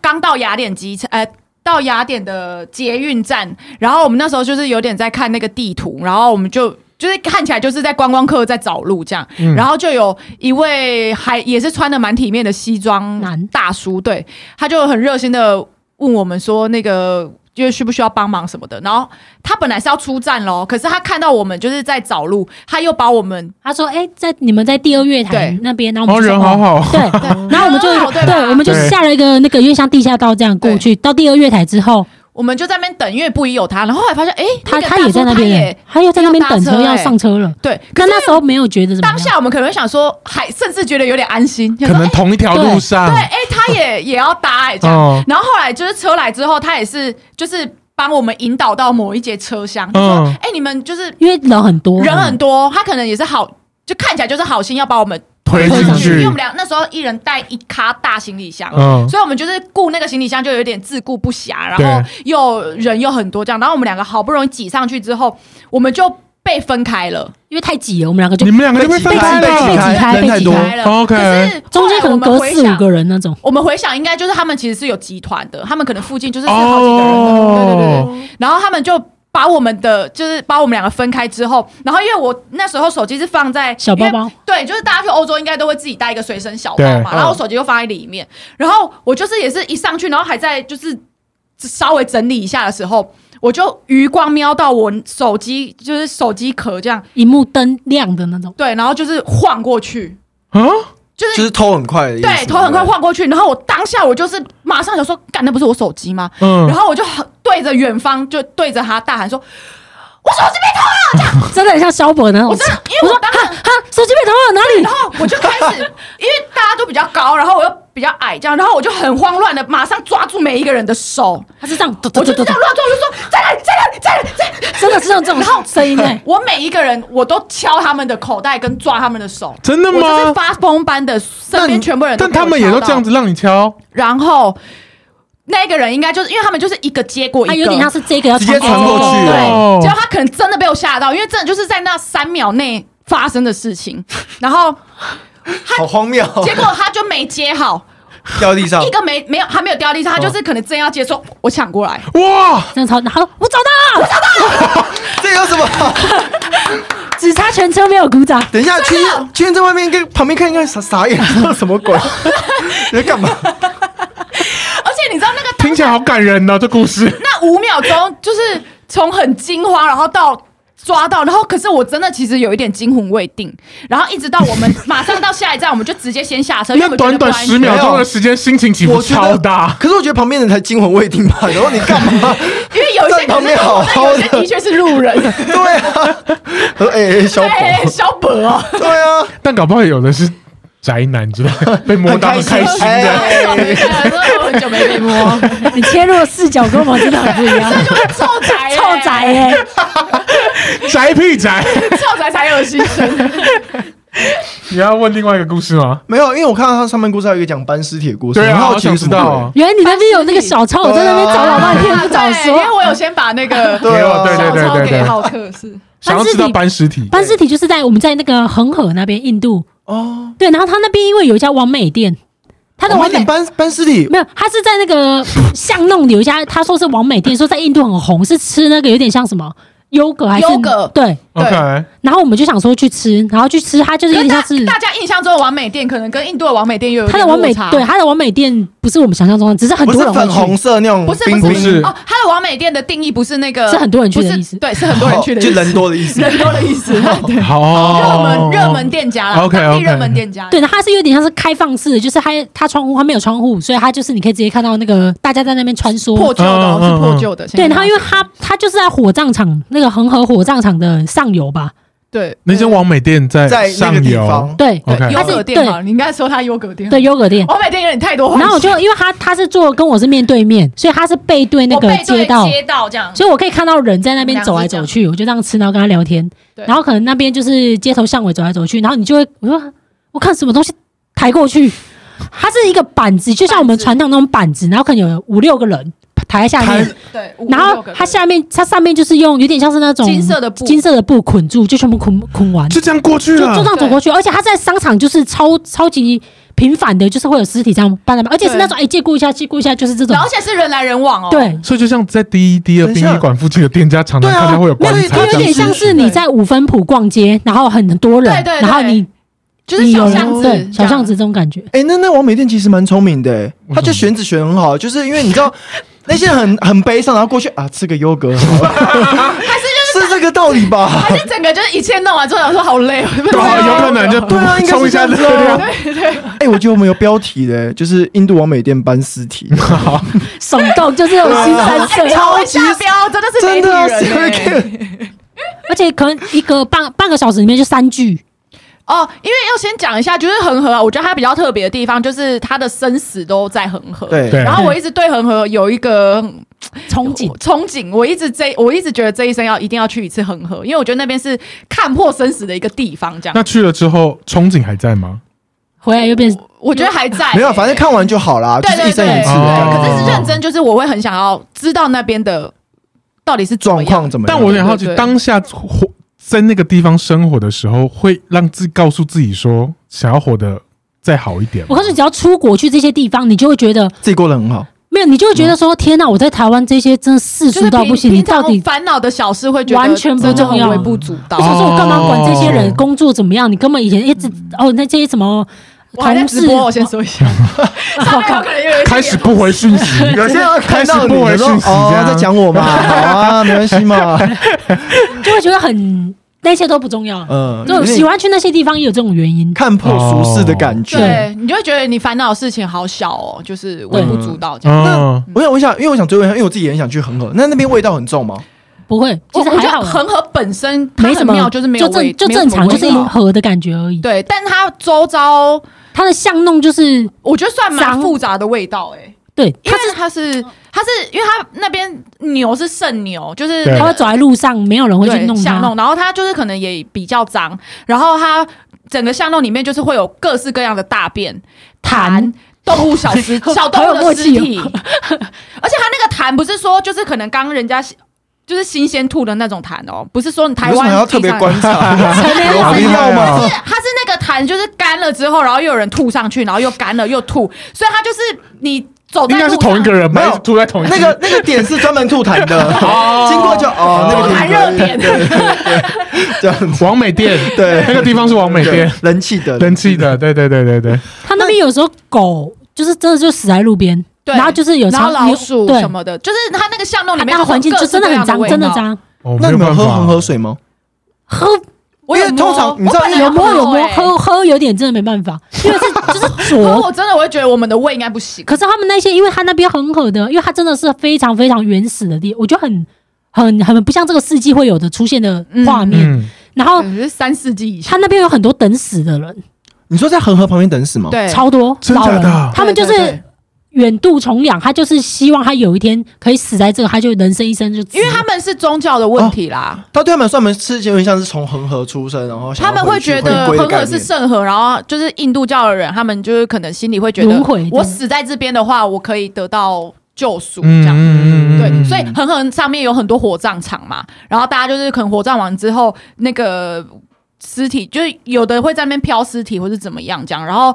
Speaker 3: 刚到雅典机场，呃。到雅典的捷运站，然后我们那时候就是有点在看那个地图，然后我们就就是看起来就是在观光客在找路这样，然后就有一位还也是穿的蛮体面的西装
Speaker 4: 男
Speaker 3: 大叔，对，他就很热心的问我们说那个就是需不需要帮忙什么的，然后他本来是要出站喽，可是他看到我们就是在找路，他又把我们
Speaker 4: 他说：“哎，在你们在第二月台
Speaker 3: 对
Speaker 4: 那边，然后我
Speaker 2: 哦，
Speaker 4: 们就
Speaker 2: 人
Speaker 4: 说
Speaker 2: 好。好哦，
Speaker 4: 对，然后我 们就
Speaker 3: 人好好对吧
Speaker 4: 对，我们就
Speaker 2: 对
Speaker 4: 下了一个那个，因为像地下道这样过去，到第二月台之后，
Speaker 3: 我们就在那边等，因为不一有他，然后后来发现，哎、
Speaker 4: 他
Speaker 3: 那个
Speaker 4: 他
Speaker 3: 大叔
Speaker 4: 也在那边
Speaker 3: 也，
Speaker 4: 他又在那边
Speaker 3: 要
Speaker 4: 等
Speaker 3: 搭
Speaker 4: 车
Speaker 3: 车啊
Speaker 4: 要
Speaker 3: 哎
Speaker 4: 上车了。
Speaker 3: 对。
Speaker 4: 但那时候没有觉得怎么
Speaker 3: 当
Speaker 4: 样，
Speaker 3: 下我们可能会想说，还甚至觉得有点安心，想
Speaker 2: 可
Speaker 3: 说
Speaker 2: 能
Speaker 3: 哎
Speaker 2: 同一条路上
Speaker 3: 对，，哎、他 也也要搭哎、这样。
Speaker 2: 哦，
Speaker 3: 然后后来就是车来之后，他也是就是帮我们引导到某一节车
Speaker 4: 哦
Speaker 3: 厢，就说，
Speaker 2: 嗯
Speaker 3: 哎、你们就是
Speaker 4: 因为人很多，
Speaker 3: 人很多，他可能也是好，就看起来就是好心要把我们
Speaker 2: 推
Speaker 3: 推
Speaker 2: 进
Speaker 3: 上因为
Speaker 2: 去
Speaker 3: 我们，俩那时候一人带一咖大行李箱，
Speaker 2: 嗯，
Speaker 3: 所以我们就是雇那个行李箱就有点自顾不暇，然后又人又很多这样，然后我们两个好不容易挤上去之后，我们就被分开了，
Speaker 4: 因为太挤了，我们两个就
Speaker 2: 你们两个就被分
Speaker 4: 被挤
Speaker 2: 开
Speaker 4: 开，
Speaker 1: 被
Speaker 2: 了
Speaker 1: 挤开
Speaker 4: 开，
Speaker 1: 人
Speaker 4: 被
Speaker 1: 太
Speaker 4: 挤
Speaker 1: 多
Speaker 4: 开，
Speaker 3: 开了。
Speaker 2: OK
Speaker 3: 可是
Speaker 4: 中间可能隔
Speaker 3: 后来我
Speaker 4: 四
Speaker 3: 们回
Speaker 4: 五
Speaker 3: 想
Speaker 4: 个人那种。
Speaker 3: 我们回想，应该就是他们其实是有集团的，他们可能附近就是是好几个人的，对对对对。
Speaker 2: 哦，
Speaker 3: 然后他们就把我们的，就是把我们两个分开之后，然后因为我那时候手机是放在
Speaker 4: 小包，
Speaker 3: 因为
Speaker 4: 包，
Speaker 3: 对，就是大家去欧洲应该都会自己带一个随身小包嘛，
Speaker 1: 对
Speaker 3: 然后我手机就放在里面，然后我就是也是一上去，然后还在就是稍微整理一下的时候。我就余光瞄到我手机，就是手机壳这样，
Speaker 4: 荧幕灯亮的那种，
Speaker 3: 对，然后就是晃过去，
Speaker 2: 啊，
Speaker 3: 就是
Speaker 1: 就是偷很快的意思，
Speaker 3: 对，头很快晃过去，然后我当下我就是马上想说，干，那不是我手机吗？然
Speaker 2: 嗯，
Speaker 3: 后我就很对着远方，就对着他大喊说：“
Speaker 4: 真的很像肖博的那种。
Speaker 3: 我真的，因为我当时，
Speaker 4: 哈，手机被偷了哪里
Speaker 3: 然？后我就开始，因为大家都比较高，然后我又比较矮，这样，然后我就很慌乱的，马上抓住每一个人的手，
Speaker 4: 他是这样，
Speaker 3: 我就这样乱抓，我就说在哪里，在哪里，在哪里，在哪里。
Speaker 4: 真的是这种这种
Speaker 3: 然后
Speaker 4: 声音 哎，
Speaker 3: 我每一个人我都敲他们的口袋跟抓他们的手，
Speaker 2: 真的
Speaker 3: 我就是
Speaker 2: 吗？
Speaker 3: 发疯般的，身边全部人
Speaker 2: 但
Speaker 3: 被我
Speaker 2: 他们也
Speaker 3: 敲
Speaker 2: 都
Speaker 3: 到哦
Speaker 2: 这样子让你敲，
Speaker 3: 然后那个人应该就是因为他们就是一个接过一
Speaker 4: 他
Speaker 3: 个，
Speaker 4: 啊有点像是这个要
Speaker 1: 直接
Speaker 4: 传
Speaker 1: 传过去
Speaker 2: 哦
Speaker 3: 对，结果他可能真的被我吓到，因为真的就是在那三秒内发生的事情，然后
Speaker 1: 好荒谬哦，
Speaker 3: 结果他就没接好，
Speaker 1: 掉地上
Speaker 3: 一，个没没有还没有掉地上，他就是可能真要接说，我抢过来，
Speaker 2: 哇，
Speaker 4: 这样超，然后我找到了，
Speaker 1: 这有什么好？
Speaker 4: 只差全车没有 鼓掌，
Speaker 1: 等一下，圈圈在外面跟旁边看一看，傻傻眼， 这什么鬼？你在干 嘛？
Speaker 3: 而且你知道那个
Speaker 2: 听起来好感人哦，这故事，
Speaker 3: 那五秒钟就是从很惊慌，然后到。抓到，然后可是我真的其实有一点惊魂未定，然后一直到我们马上到下一站，我们就直接先下车，因为我
Speaker 2: 那
Speaker 3: 们觉
Speaker 2: 短
Speaker 3: 得
Speaker 2: 短
Speaker 3: 不安
Speaker 2: 十
Speaker 3: 全
Speaker 2: 秒钟的时间，心情起伏
Speaker 1: 我觉
Speaker 2: 超
Speaker 1: 得
Speaker 2: 大，
Speaker 1: 可是我觉得旁边人才惊魂未定 吧。然后你干嘛？
Speaker 3: 因为有一些
Speaker 1: 在旁边好好的
Speaker 3: 可是有些的确是路人，
Speaker 1: 对 啊，他说哎、哎小
Speaker 3: 对，
Speaker 1: 宝，
Speaker 3: 小本哦，
Speaker 1: 对啊，
Speaker 2: 但搞不好有的是宅男，知道吗 被摸到很开心
Speaker 1: 很
Speaker 2: 啊的
Speaker 1: 开。
Speaker 3: 哎我们觉得我很久没被摸，
Speaker 4: 你切入的视角跟我们真的很不 一样，
Speaker 3: 臭宅、
Speaker 4: 臭宅哎，
Speaker 2: 宅屁宅！
Speaker 3: 臭宅才有心声。啊
Speaker 2: 你要问另外一个故事吗？
Speaker 1: 没有，因为我看到他上面故事还有一个讲搬尸体的故事，
Speaker 2: 对啊，
Speaker 1: 很好
Speaker 2: 好
Speaker 1: 奇
Speaker 2: 想
Speaker 1: 什
Speaker 2: 知
Speaker 1: 么鬼
Speaker 2: 道啊。
Speaker 4: 原来你那边有那个小臭，我在那边找 老半天不早
Speaker 3: 对，因为
Speaker 4: 说。
Speaker 3: 我有先把那个
Speaker 1: 对啊，
Speaker 2: 对对
Speaker 3: 小
Speaker 2: 对
Speaker 3: 抄给浩克是，
Speaker 2: 想要知道搬尸体，
Speaker 4: 班尸体就是在我们在那个恒河那边，印度
Speaker 1: 哦，
Speaker 4: 对，然后他那边因为有一家完美店，他的
Speaker 1: 我
Speaker 4: 完
Speaker 1: 们
Speaker 4: 美
Speaker 1: 点搬搬尸体
Speaker 4: 没有，他是在那个巷弄里有一家，他说是王美店，说在印度很红，是吃那个有点像什么优格还是
Speaker 3: 优格
Speaker 4: 对，
Speaker 3: 对
Speaker 2: OK，
Speaker 4: 然后我们就想说去吃，然后去吃，它就是有
Speaker 3: 跟
Speaker 4: 点
Speaker 3: 大
Speaker 4: 像是
Speaker 3: 大家印象中的完美店，可能跟印度的完美店又有
Speaker 4: 它的完美
Speaker 3: 点落差
Speaker 4: 对。它的完美店不是我们想象中的，只是很
Speaker 1: 不
Speaker 4: 多
Speaker 1: 是
Speaker 4: 人会
Speaker 1: 粉红
Speaker 4: 去，
Speaker 1: 色那种
Speaker 3: 不是
Speaker 1: 冰
Speaker 3: 不
Speaker 1: 冰，
Speaker 2: 是
Speaker 3: 哦，它的完美店的定义不是那个，
Speaker 4: 是很多人去的
Speaker 3: 不是
Speaker 4: 意思
Speaker 3: 对，是很多人去的意
Speaker 1: 哦就
Speaker 2: 哦
Speaker 3: 思，
Speaker 1: 人多的意思。
Speaker 3: 人多的 意思，对
Speaker 2: 好，
Speaker 3: 热门热门店家啦，
Speaker 2: 哦 OK，OK 嗯
Speaker 3: 当地热门店家，
Speaker 4: 对，然后它是有点像是开放式的，就是它它窗户它没有窗户，所以它就是你可以直接看到那个大家在那边穿梭。
Speaker 3: 破旧的哦
Speaker 2: 嗯嗯嗯
Speaker 3: 是破旧的，
Speaker 4: 对，然后因
Speaker 3: 为
Speaker 4: 为它它就是在火葬场那个恒河火葬场的上游吧，
Speaker 3: 对
Speaker 2: 那间王美店 在
Speaker 1: 在那
Speaker 2: 上
Speaker 1: 个地
Speaker 2: 游
Speaker 1: 方，
Speaker 4: 对
Speaker 3: 对
Speaker 2: OK
Speaker 3: 优
Speaker 4: 它
Speaker 3: 格
Speaker 4: 是
Speaker 3: 店
Speaker 4: 对
Speaker 3: 嘛，你应该说它优格店，
Speaker 4: 对，优格店。
Speaker 3: 完美店有点太多话题，
Speaker 4: 然后我就因为他他是坐跟我是面对面，所以他是背对那
Speaker 3: 我
Speaker 4: 个
Speaker 3: 背对
Speaker 4: 街道，
Speaker 3: 街道这样，
Speaker 4: 所以我可以看到人在那边走来走去，我就这样吃，然后跟他聊天。
Speaker 3: 对
Speaker 4: 然后可能那边就是街头巷尾走来走去，然后你就会我说我看什么东西抬过去，它是一个板子，就像我们
Speaker 3: 板子
Speaker 4: 传统那种板子，然后可能有五六个人抬在下面
Speaker 1: 抬，
Speaker 3: 对，五
Speaker 4: 然
Speaker 3: 六
Speaker 4: 后
Speaker 3: 个
Speaker 4: 它下面它上面就是用有点像是那种
Speaker 3: 金色的布
Speaker 4: 金色的布捆住，就全部捆捆完，
Speaker 2: 就这样过去
Speaker 4: 就就这
Speaker 2: 了。
Speaker 4: 样走过去，而且他在商场就是超超级频繁的，就是会有尸体这样搬来搬，而且是那种哎借过一下，借过一下，就是这种
Speaker 3: 然后而且是人来人往哦，
Speaker 4: 对。
Speaker 2: 所以就像在第一、第二
Speaker 1: 等一下
Speaker 2: 殡仪馆附近的店家，常常
Speaker 1: 对啊
Speaker 2: 看到会有棺
Speaker 1: 那
Speaker 2: 材
Speaker 4: 它
Speaker 1: 个
Speaker 4: 有
Speaker 2: 这
Speaker 4: 点
Speaker 2: 样
Speaker 4: 像
Speaker 2: 子。
Speaker 4: 是你在五分埔逛街，然后很多人，
Speaker 3: 对对对
Speaker 4: 然后你
Speaker 3: 就是
Speaker 4: 你有
Speaker 3: 小
Speaker 4: 人
Speaker 3: 巷子，
Speaker 4: 对
Speaker 3: 这
Speaker 4: 小
Speaker 3: 样
Speaker 4: 巷子这种感觉。
Speaker 1: 哎、那那王美店其实蛮聪明的、欸，
Speaker 2: 么
Speaker 1: 他就选址选很好，就是因为你 知道那些人很很悲伤，然后过去啊吃个优格好了，
Speaker 3: 还是就是
Speaker 1: 是这个道理吧？
Speaker 3: 还是整个就是一切弄完之后，想说好累哦，
Speaker 2: 对 啊，有可能就
Speaker 1: 对啊，应该
Speaker 2: 冲
Speaker 1: 是
Speaker 2: 一
Speaker 1: 这
Speaker 2: 下
Speaker 1: 样
Speaker 2: 热
Speaker 1: 子哦、
Speaker 2: 量。
Speaker 1: 对 对。哎、我觉得我们有标题的、欸就是印度王美店搬尸体，
Speaker 4: 耸动，就是有新 三
Speaker 3: 哎
Speaker 4: 色，
Speaker 3: 超级标，真的是
Speaker 1: 真
Speaker 3: 媒体
Speaker 1: 的啊，
Speaker 3: 人
Speaker 1: 谁会
Speaker 3: 欸
Speaker 1: care？
Speaker 4: 而且可能一个半半个小时里面就三句，
Speaker 3: 哦，因为要先讲一下，就是恒河啊，我觉得它比较特别的地方就是它的生死都在恒河。。
Speaker 1: 对
Speaker 2: 对
Speaker 3: 然后我一直对恒河有一个嗯
Speaker 4: 憧憬。
Speaker 3: 憧憬，我一直这我一直觉得这一生要一定要去一次恒河，因为我觉得那边是看破生死的一个地方。这样
Speaker 2: 那去了之后，憧憬还在吗？
Speaker 4: 回来又变
Speaker 3: 我觉得还在、欸
Speaker 1: 没有，反正看完就好啦，啊就
Speaker 3: 对
Speaker 1: 是一生
Speaker 3: 对对，
Speaker 1: 一次的感
Speaker 2: 哦
Speaker 1: 觉。
Speaker 3: 对可是是认真，就是我会很想要知道那边的到底是怎
Speaker 1: 状
Speaker 3: 么样
Speaker 1: 况。怎么样？
Speaker 2: 但我有点好
Speaker 3: 对
Speaker 2: 奇，
Speaker 3: 对
Speaker 2: 当下活在那个地方生活的时候，会让自己告诉自己说，想要活得再好一点吗。
Speaker 4: 我告诉你，只要出国去这些地方，你就会觉得
Speaker 1: 自己过得很好，
Speaker 4: 没有，你就会觉得说：“天哪，我在台湾这些真的世
Speaker 3: 嗯就
Speaker 4: 俗
Speaker 3: 是
Speaker 4: 到
Speaker 3: 平
Speaker 4: 不行，你
Speaker 3: 平
Speaker 4: 到
Speaker 3: 常
Speaker 4: 底
Speaker 3: 烦恼的小事会觉得
Speaker 4: 完全不
Speaker 3: 这就
Speaker 4: 重
Speaker 3: 很
Speaker 4: 要哦
Speaker 3: 微不足道
Speaker 4: 我。想说，我干嘛管这些人
Speaker 2: 哦
Speaker 4: 工作怎么样？你根本以前一直哦，那些什么
Speaker 3: 我还在嗯
Speaker 4: 同
Speaker 3: 直
Speaker 4: 事，
Speaker 3: 播，我先说一 下，
Speaker 4: 我
Speaker 3: 上面有可能又有一些
Speaker 2: 开始不回讯息，
Speaker 1: 有些人看到
Speaker 2: 开始
Speaker 1: 你
Speaker 2: 不回
Speaker 1: 就说
Speaker 2: 讯息这
Speaker 1: 哦
Speaker 2: 样，
Speaker 1: 在讲 我嘛，好啊，没关系嘛，
Speaker 4: 就会觉得很那些都不重要。
Speaker 1: 嗯，
Speaker 4: 就
Speaker 1: 有点
Speaker 4: 喜欢去那些地方也有这种原因。
Speaker 1: 看破俗世的感觉。
Speaker 3: 哦对你就会觉得你烦恼的事情好小哦，就是微不足道这样。
Speaker 2: 嗯，
Speaker 1: 我想，我想，因为我想追问一下，因为我自己也很想去恒河，那那边味道很重吗？
Speaker 4: 不会，
Speaker 3: 我
Speaker 4: 其
Speaker 3: 我觉
Speaker 4: 实还
Speaker 3: 得
Speaker 4: 好啊，
Speaker 3: 恒河本身它
Speaker 4: 没
Speaker 3: 很
Speaker 4: 什么
Speaker 3: 妙，，就是没有味
Speaker 4: 正就正常，
Speaker 3: 没
Speaker 4: 就
Speaker 3: 有什
Speaker 4: 是
Speaker 3: 么味道
Speaker 4: 银河的感觉而已。
Speaker 3: 对，但它周遭
Speaker 4: 它的巷弄就是
Speaker 3: 我觉得算蛮
Speaker 4: 脏
Speaker 3: 复杂的味道哎。
Speaker 4: 对，
Speaker 3: 因为它是它是因为它那边牛是圣牛，就是
Speaker 2: 对
Speaker 4: 它会走在路上，没有人会去
Speaker 3: 对
Speaker 4: 弄
Speaker 3: 巷
Speaker 4: 它
Speaker 3: 弄，。然后它就是可能也比较脏，然后它整个巷弄里面就是会有各式各样的大便、
Speaker 4: 痰
Speaker 3: 痰、动物小 尸、小动物
Speaker 4: 好有默
Speaker 3: 的尸
Speaker 4: 契哦
Speaker 3: 体， 而且它那个痰不是说就是可能刚人家就是新鲜吐的那种痰哦，不是说你台
Speaker 1: 为什
Speaker 3: 湾啊
Speaker 1: 么要特别
Speaker 3: 地上
Speaker 1: 观察？ 有必要吗？
Speaker 3: 是它是那个痰，就是干了之后，然后又有人吐上去，然后又干了又吐，所以它就是你走在
Speaker 2: 应该
Speaker 3: 路
Speaker 2: 是
Speaker 3: 上
Speaker 2: 同一个人吧，
Speaker 1: 没有
Speaker 2: 一直住在同一
Speaker 1: 那个那个点是专门吐痰的， 经过就哦，那个
Speaker 3: 吐
Speaker 1: 地
Speaker 3: 痰
Speaker 1: 方
Speaker 3: 热点，
Speaker 1: 这样子，
Speaker 2: 王美店，
Speaker 1: 对
Speaker 2: 那个地方是王美
Speaker 1: 对
Speaker 2: 店，
Speaker 1: 人气的
Speaker 2: 人气的，对对对对对，
Speaker 4: 它那边有时候狗就是真的就死在路边，
Speaker 3: 对
Speaker 4: 然后就是有
Speaker 3: 然后
Speaker 4: 常
Speaker 3: 老鼠
Speaker 4: 对
Speaker 3: 什，么的，就是它那个巷弄里
Speaker 4: 它
Speaker 3: 面
Speaker 4: 那个环境
Speaker 3: 各
Speaker 4: 就
Speaker 3: 式
Speaker 4: 真的
Speaker 3: 各
Speaker 4: 很
Speaker 3: 样
Speaker 4: 脏，
Speaker 3: 味
Speaker 4: 真的
Speaker 3: 道。
Speaker 4: 脏。
Speaker 2: 哦
Speaker 1: 那你们喝恒
Speaker 2: 恒
Speaker 1: 河，水吗？
Speaker 4: 喝
Speaker 3: 我
Speaker 1: 因为通常你知道
Speaker 3: 我本来
Speaker 4: 有摸
Speaker 3: 要
Speaker 4: 有摸，
Speaker 3: 欸
Speaker 4: 喝喝有点真的没办 法，因为是就是浊
Speaker 3: 喝我真的我会觉得我们的胃应该不行。啊
Speaker 4: 可是他们那些，因为他那边恒河的，因为它真的是非常非常原始的地，我觉得很很很不像这个世纪会有的出现的画面。
Speaker 2: 嗯，
Speaker 4: 然后
Speaker 3: 可能是三四季以
Speaker 4: 他
Speaker 3: 前，
Speaker 4: 那边有很多等死的人，
Speaker 1: 你说在恒河旁边等死吗？，
Speaker 3: 对，
Speaker 4: 超多
Speaker 2: 真
Speaker 4: 老
Speaker 2: 假
Speaker 4: 人，
Speaker 2: 的？
Speaker 4: 他们就
Speaker 3: 对对
Speaker 4: 是
Speaker 3: 对
Speaker 4: 远渡重洋，他就是希望他有一天可以死在这，他就人生一生就死
Speaker 3: 因为他们是宗教的问题啦，
Speaker 1: 他对他们说，我们是有点像是从恒河出生，然后哦想
Speaker 3: 他
Speaker 1: 要
Speaker 3: 们
Speaker 1: 回
Speaker 3: 会
Speaker 1: 去
Speaker 3: 觉得
Speaker 1: 回归的
Speaker 3: 恒
Speaker 1: 概
Speaker 3: 河
Speaker 1: 念
Speaker 3: 是圣河，然后就是印度教的人，他们就是可能心里会觉得
Speaker 4: 轮回，
Speaker 3: 我死在这边的话，我可以得到救赎这
Speaker 2: 嗯
Speaker 3: 样。
Speaker 2: 嗯嗯嗯，
Speaker 3: 对，
Speaker 2: 嗯
Speaker 3: 所以恒河上面有很多火葬场嘛，然后大家就是可能火葬完之后，那个尸体就是有的会在那边飘尸体或是怎么样这样，然后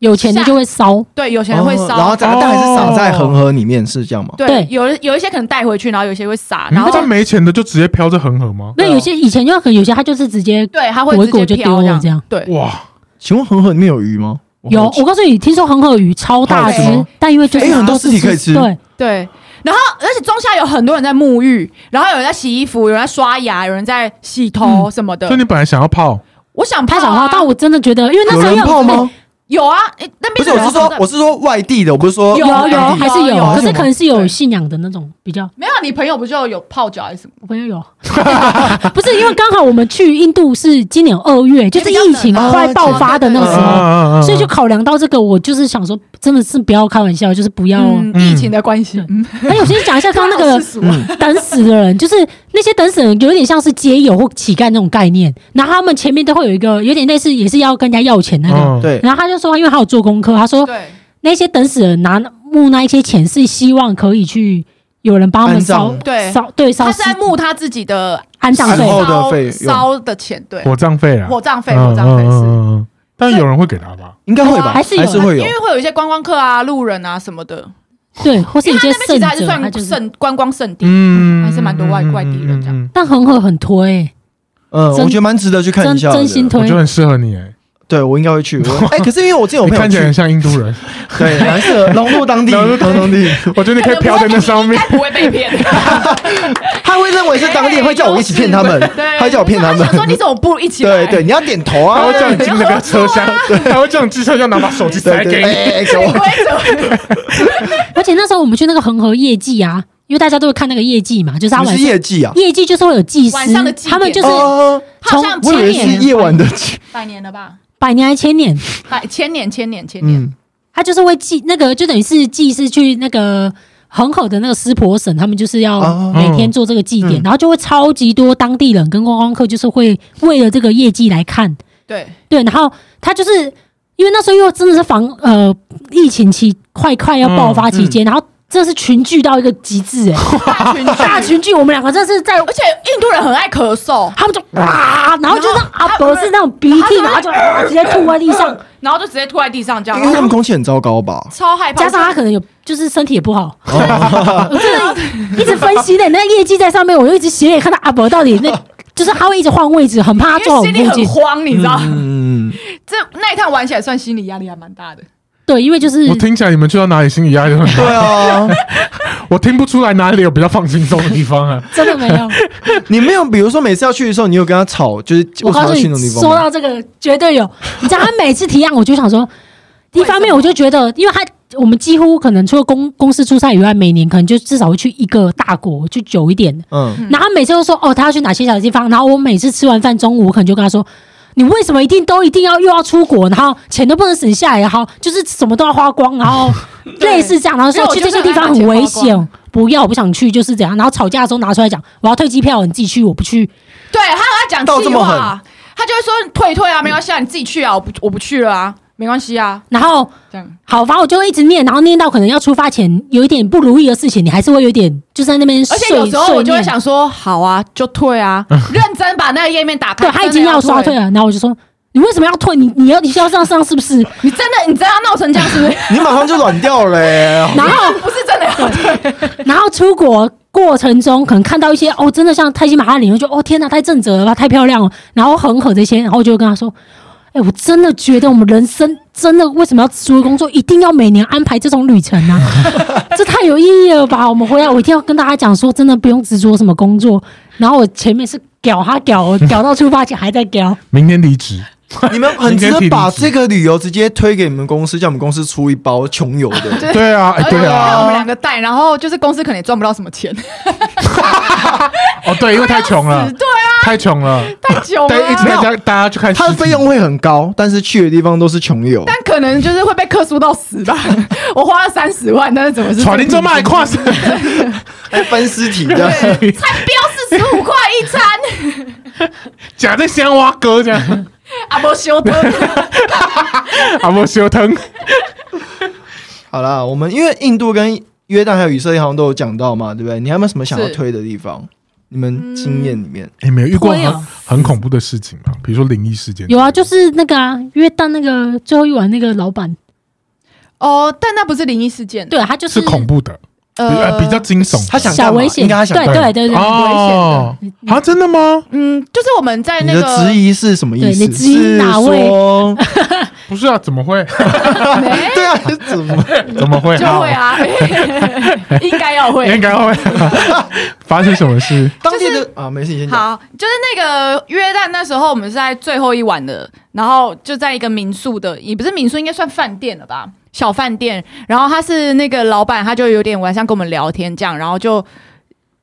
Speaker 4: 有钱的就会烧，
Speaker 3: 对有钱人会
Speaker 1: 哦
Speaker 3: 烧，哦
Speaker 1: 然后这个蛋还是撒在恒河里面，是这样吗？
Speaker 3: 对
Speaker 4: 对
Speaker 3: 有人有一些可能带回去，然后有些会撒，
Speaker 2: 嗯
Speaker 3: 然后
Speaker 2: 那没钱的就直接飘着恒河吗？
Speaker 4: 那有些以前就可能有些他就是直接
Speaker 3: 对，它会
Speaker 4: 裹一
Speaker 3: 直
Speaker 4: 裹
Speaker 3: 接
Speaker 4: 就
Speaker 3: 飘
Speaker 4: 丢了这。样。
Speaker 3: 对，
Speaker 2: 哇，
Speaker 1: 请问恒河里面有鱼吗？
Speaker 4: 有，
Speaker 3: 哦
Speaker 1: 好奇
Speaker 4: 我告诉你，听说恒河鱼超大
Speaker 1: 好
Speaker 4: 只
Speaker 1: 吃吗，
Speaker 4: 但因为就是
Speaker 1: 哎很多
Speaker 4: 它
Speaker 1: 尸体可以吃
Speaker 4: 对，
Speaker 3: 对。然后，而且中下有很多人在沐浴，然后有人在洗衣服，有人在刷牙，有人在洗头什么的。
Speaker 2: 所以你本来想要泡，
Speaker 3: 我想泡
Speaker 4: 太
Speaker 3: 啊
Speaker 4: 少了。但我真的觉得，因为那
Speaker 1: 有
Speaker 4: 时
Speaker 1: 人
Speaker 4: 候也有
Speaker 1: 泡吗？
Speaker 3: 有啊，诶那边
Speaker 1: 不是，我是说我是说外地的，我不是说
Speaker 3: 有有
Speaker 4: 有有还是
Speaker 3: 有
Speaker 4: 有，
Speaker 3: 有
Speaker 4: 可是可能是有
Speaker 3: 对
Speaker 4: 信仰的那种比较。
Speaker 3: 没有啊你朋友不就有泡脚还是什么？
Speaker 4: 我朋友有， 不是因为刚好我们去印度是今年二月，就是疫情
Speaker 1: 哦
Speaker 4: 快爆发的那个时
Speaker 1: 嗯
Speaker 4: 候，
Speaker 2: 啊
Speaker 4: 所以就考量到这个，我就是想说，真的是不要开玩笑，就是不要。
Speaker 3: 嗯，疫情的关系
Speaker 4: 对。嗯而且我先讲一下刚刚 那
Speaker 3: 好世
Speaker 4: 个
Speaker 3: 俗
Speaker 1: 嗯，
Speaker 4: 等死的人，就是那些等死的人，有点像是街友或乞丐那种概念，然后他们前面都会有一个有点类似，也是要跟人家要钱那种。
Speaker 2: 嗯，
Speaker 1: 对，
Speaker 4: 然后他就说，因为他有做功课，他说
Speaker 3: 对，
Speaker 4: 那些等死的人拿募那一些钱，是希望可以去有人帮他们
Speaker 1: 安
Speaker 4: 烧
Speaker 1: 葬
Speaker 3: 对
Speaker 4: 烧对烧
Speaker 3: 他
Speaker 4: 尸
Speaker 3: 是在募他自己的
Speaker 4: 安葬
Speaker 1: 安
Speaker 4: 费
Speaker 1: 后，
Speaker 3: 烧
Speaker 1: 的费用
Speaker 3: 烧的钱，对，
Speaker 2: 火葬费啊，
Speaker 3: 火葬费，
Speaker 2: 嗯
Speaker 3: 火葬费
Speaker 2: 嗯
Speaker 3: 是。
Speaker 2: 嗯嗯嗯但有人会给他吧？
Speaker 1: 应该会吧，
Speaker 4: 还是有
Speaker 1: 还是会有
Speaker 3: 因。为会有一些观光客啊、路人啊什么的，
Speaker 4: 对，或是
Speaker 3: 因
Speaker 4: 有
Speaker 3: 为他那边其
Speaker 4: 些圣
Speaker 3: 实还是
Speaker 4: 者，他
Speaker 3: 算
Speaker 4: 就是
Speaker 3: 圣观光圣地。
Speaker 2: 嗯
Speaker 3: 还是蛮多外外地人这样
Speaker 2: 样，嗯
Speaker 4: 但恒河很推、
Speaker 1: 嗯，
Speaker 4: 真
Speaker 1: 我觉得蛮值得去看
Speaker 4: 真
Speaker 1: 一下的。
Speaker 4: 真心
Speaker 2: 我
Speaker 4: 推
Speaker 2: 觉。得很适合你，哎
Speaker 1: 对我应该会去。我哎，可是因为我之前有
Speaker 2: 你
Speaker 1: 朋友
Speaker 2: 看起来很
Speaker 1: 去，
Speaker 2: 像印度人，
Speaker 1: 对，蛮适合融入当地，融入当地。
Speaker 2: 我觉得你可以飘在那上面
Speaker 3: 应。该不会被骗。
Speaker 1: 他会认为是当地人，会叫我一起骗他们，
Speaker 3: 对，
Speaker 1: 他会叫我骗他们
Speaker 3: 想。说你怎么不一起来？
Speaker 1: 对对，你要点头啊
Speaker 2: 他会。叫你
Speaker 3: 对
Speaker 2: 进那个车厢，他会叫你进车厢拿把手机
Speaker 1: 对
Speaker 2: 塞给
Speaker 1: 对，哎
Speaker 2: 你。
Speaker 1: 哎哎给我
Speaker 3: 不会走。
Speaker 4: 而且那时候我们去那个恒河夜祭啊，因为大家都会看那个夜祭嘛，就是他
Speaker 1: 你
Speaker 4: 晚
Speaker 1: 是
Speaker 4: 上
Speaker 1: 业绩啊？
Speaker 4: 夜祭就是会有祭司
Speaker 3: 晚上的祭，典
Speaker 4: 他们就是
Speaker 1: 哦，
Speaker 3: 他好
Speaker 4: 从
Speaker 3: 像
Speaker 1: 我以
Speaker 3: 前
Speaker 1: 为是
Speaker 3: 年
Speaker 1: 夜晚的，
Speaker 3: 百年了吧？
Speaker 4: 百年还千年，
Speaker 3: 百千年，千年，千年。
Speaker 1: 嗯，
Speaker 4: 他就是会祭那个，就等于是祭司去那个。恒河的那个湿婆神，他们就是要
Speaker 3: 嗯
Speaker 1: 哦
Speaker 4: 每天做这个祭典，
Speaker 1: 嗯
Speaker 4: 然后就会超级多当地人跟观光客，就是会为了这个业绩来看，
Speaker 3: 对，
Speaker 4: 对，然后他就是因因为那时候又真的是防呃疫情期快快要爆发期
Speaker 3: 嗯
Speaker 4: 间，然后这是群聚到一个极 致哎、
Speaker 3: 大群聚
Speaker 4: 大群聚，我们两个真的是在，
Speaker 3: 而且印度人很爱咳嗽，
Speaker 4: 他们就哇，然后就是
Speaker 3: 然后
Speaker 4: 阿
Speaker 3: 他
Speaker 4: 伯
Speaker 3: 们
Speaker 4: 是那种鼻涕，
Speaker 3: 然
Speaker 4: 然
Speaker 3: 后
Speaker 4: 后
Speaker 3: 他
Speaker 4: 就啊直接吐在地上，
Speaker 3: 然后就直接吐在地上这样，
Speaker 1: 因为他
Speaker 3: 然后
Speaker 1: 们空气很糟糕吧？
Speaker 3: 超害怕。
Speaker 4: 加上他可能有就是身体也不好，
Speaker 3: 哦
Speaker 4: 我真的一直分析的那业绩在上面，我就一直斜眼看到阿伯到底那，就是他会一直换位置，很怕他
Speaker 3: 因
Speaker 4: 坐我
Speaker 3: 为
Speaker 4: 们
Speaker 3: 心里很
Speaker 4: 附近。
Speaker 3: 慌，你知道，
Speaker 1: 嗯，
Speaker 3: 这那一趟玩起来算心理压力还蛮大的。
Speaker 4: 对，因为就是
Speaker 2: 我听起来你们去到哪里心理压力很大，
Speaker 1: 对啊，
Speaker 2: 我听不出来哪里有比较放轻松的地 方啊。
Speaker 4: 真的没有。
Speaker 1: 你没有，比如说每次要去的时候，你有跟他吵，就是
Speaker 4: 我
Speaker 1: 为什么
Speaker 4: 告诉
Speaker 1: 要
Speaker 4: 你
Speaker 1: 去那种地，方
Speaker 4: 说
Speaker 1: 吗？
Speaker 4: 到这个绝对有。你知道他每次提案，我就想说，一方面我就觉得，因为他我们几乎可能除了公公司出差以外，每年可能就至少会去一个大国，就久一点的。
Speaker 1: 嗯，
Speaker 4: 然后他每次都说哦，他要去哪些小地方，然后我每次吃完饭中午，我可能就跟他说。你为什么一定都一定要又要出国，然后钱都不能省下来，然后就是什么都要花光，然后类似这样，然后说
Speaker 3: 因为我
Speaker 4: 去
Speaker 3: 就是
Speaker 4: 这些地
Speaker 3: 很爱把
Speaker 4: 方很
Speaker 3: 钱
Speaker 4: 危
Speaker 3: 花光
Speaker 4: 险，不要我不想去，就是这样。然后吵架的时候拿出来讲，我要退机票，你自己去，我不去。
Speaker 3: 对他很爱讲
Speaker 1: 到
Speaker 3: 气
Speaker 1: 这么
Speaker 3: 话，他就会说退一退啊，没关系啊，你自己去啊，我不我不去了啊，没关系啊，
Speaker 4: 然后
Speaker 3: 这样。
Speaker 4: 好，反正我就会一直念，然后念到可能要出发前有一点不如意的事情，你还是会有点就在那边碎
Speaker 3: 而且有时候我就会，想说，好啊，就退啊，认真把那个页面打
Speaker 4: 碎
Speaker 3: 开。
Speaker 4: 念对他已
Speaker 3: 啊真
Speaker 4: 经
Speaker 3: 的
Speaker 4: 要刷退
Speaker 3: 退，
Speaker 4: 啊了，然后我就说你为什么要退？你你要你是要这样上是不 是？
Speaker 3: 你真的你真的要闹成这样 是不是？
Speaker 1: 你马上就软掉了欸、
Speaker 4: 然后
Speaker 3: 不是真的要退，
Speaker 4: 然后出国过程中可能看到一些哦，真的像泰姬玛哈陵，我就哦天哪，太正直了吧，太漂亮了，然后恒河这些，然后我就会跟他说。哎、我真的觉得我们人生真的为什么要除了工作，一定要每年安排这种旅程呢、 这太有意义了吧！我们回来，我一定要跟大家讲说，真的不用执着什么工作。然后我前面是屌他屌，我屌到出发前还在屌，
Speaker 2: 明天离职，
Speaker 1: 你们很值得把这个旅游直接推给你们公司，叫我们公司出一包穷游的。
Speaker 2: 对啊，哎
Speaker 3: 而且
Speaker 2: 对啊，
Speaker 3: 让我们两个带，然后就是公司可能也赚不到什么钱，
Speaker 2: 哦对，因为太穷了，
Speaker 3: 对啊，
Speaker 2: 太穷了，
Speaker 3: 太久了
Speaker 2: 但一直
Speaker 3: 啊。
Speaker 2: 大家大家去看，
Speaker 1: 它的费用，会很高，但是去的地方都是穷 游。
Speaker 3: 但可能就是会被克诉到死吧。 我花了三十万，但是怎么是？
Speaker 2: 传令就卖跨省，
Speaker 1: 还分哎尸体这样，
Speaker 3: 对，才标四十五块一餐，
Speaker 2: 假在香蛙哥这样，
Speaker 3: 啊，不修的。
Speaker 2: 阿莫修腾，
Speaker 1: 好啦，我们因为印度跟约旦还有以色列好像都有讲到嘛，对不对？你还有没有什么想要
Speaker 3: 是
Speaker 1: 推的地方？你们经验里面，
Speaker 2: 哎，没有遇过
Speaker 4: 会啊
Speaker 2: 很很恐怖的事情吗？比如说灵异事件，
Speaker 4: 有啊，就是那个啊，约旦那个最后一晚那个老板，
Speaker 3: 哦，但那不是灵异事件，
Speaker 4: 对啊他就是
Speaker 2: 恐怖的，比呃比较惊悚的，
Speaker 1: 他想
Speaker 4: 小
Speaker 1: 干嘛
Speaker 4: 危险，
Speaker 1: 应该他想
Speaker 4: 对
Speaker 1: 干嘛
Speaker 4: 对对对，
Speaker 2: 哦
Speaker 4: 危险
Speaker 2: 啊，真的吗？
Speaker 3: 嗯，就是我们在
Speaker 1: 你
Speaker 3: 那
Speaker 1: 的
Speaker 3: 个
Speaker 1: 质疑是什么意
Speaker 4: 对
Speaker 1: 思？
Speaker 4: 你质疑
Speaker 1: 是
Speaker 4: 哪位
Speaker 1: 说
Speaker 2: 不是啊，怎么 会？
Speaker 1: 对啊，是怎么？
Speaker 2: 怎么会？啊
Speaker 3: 就会啊， 应该要
Speaker 2: 好，应
Speaker 3: 会。
Speaker 2: 该会。 发生什么事？
Speaker 1: 当地的啊，没事，你先讲。
Speaker 3: 好，就是那个约旦那时候，我们是在最后一晚的，然后就在一个民宿的，也不是民宿，应该算饭店了吧，小饭店。然后他是那个老板，他就有点晚上跟我们聊天这样，然后就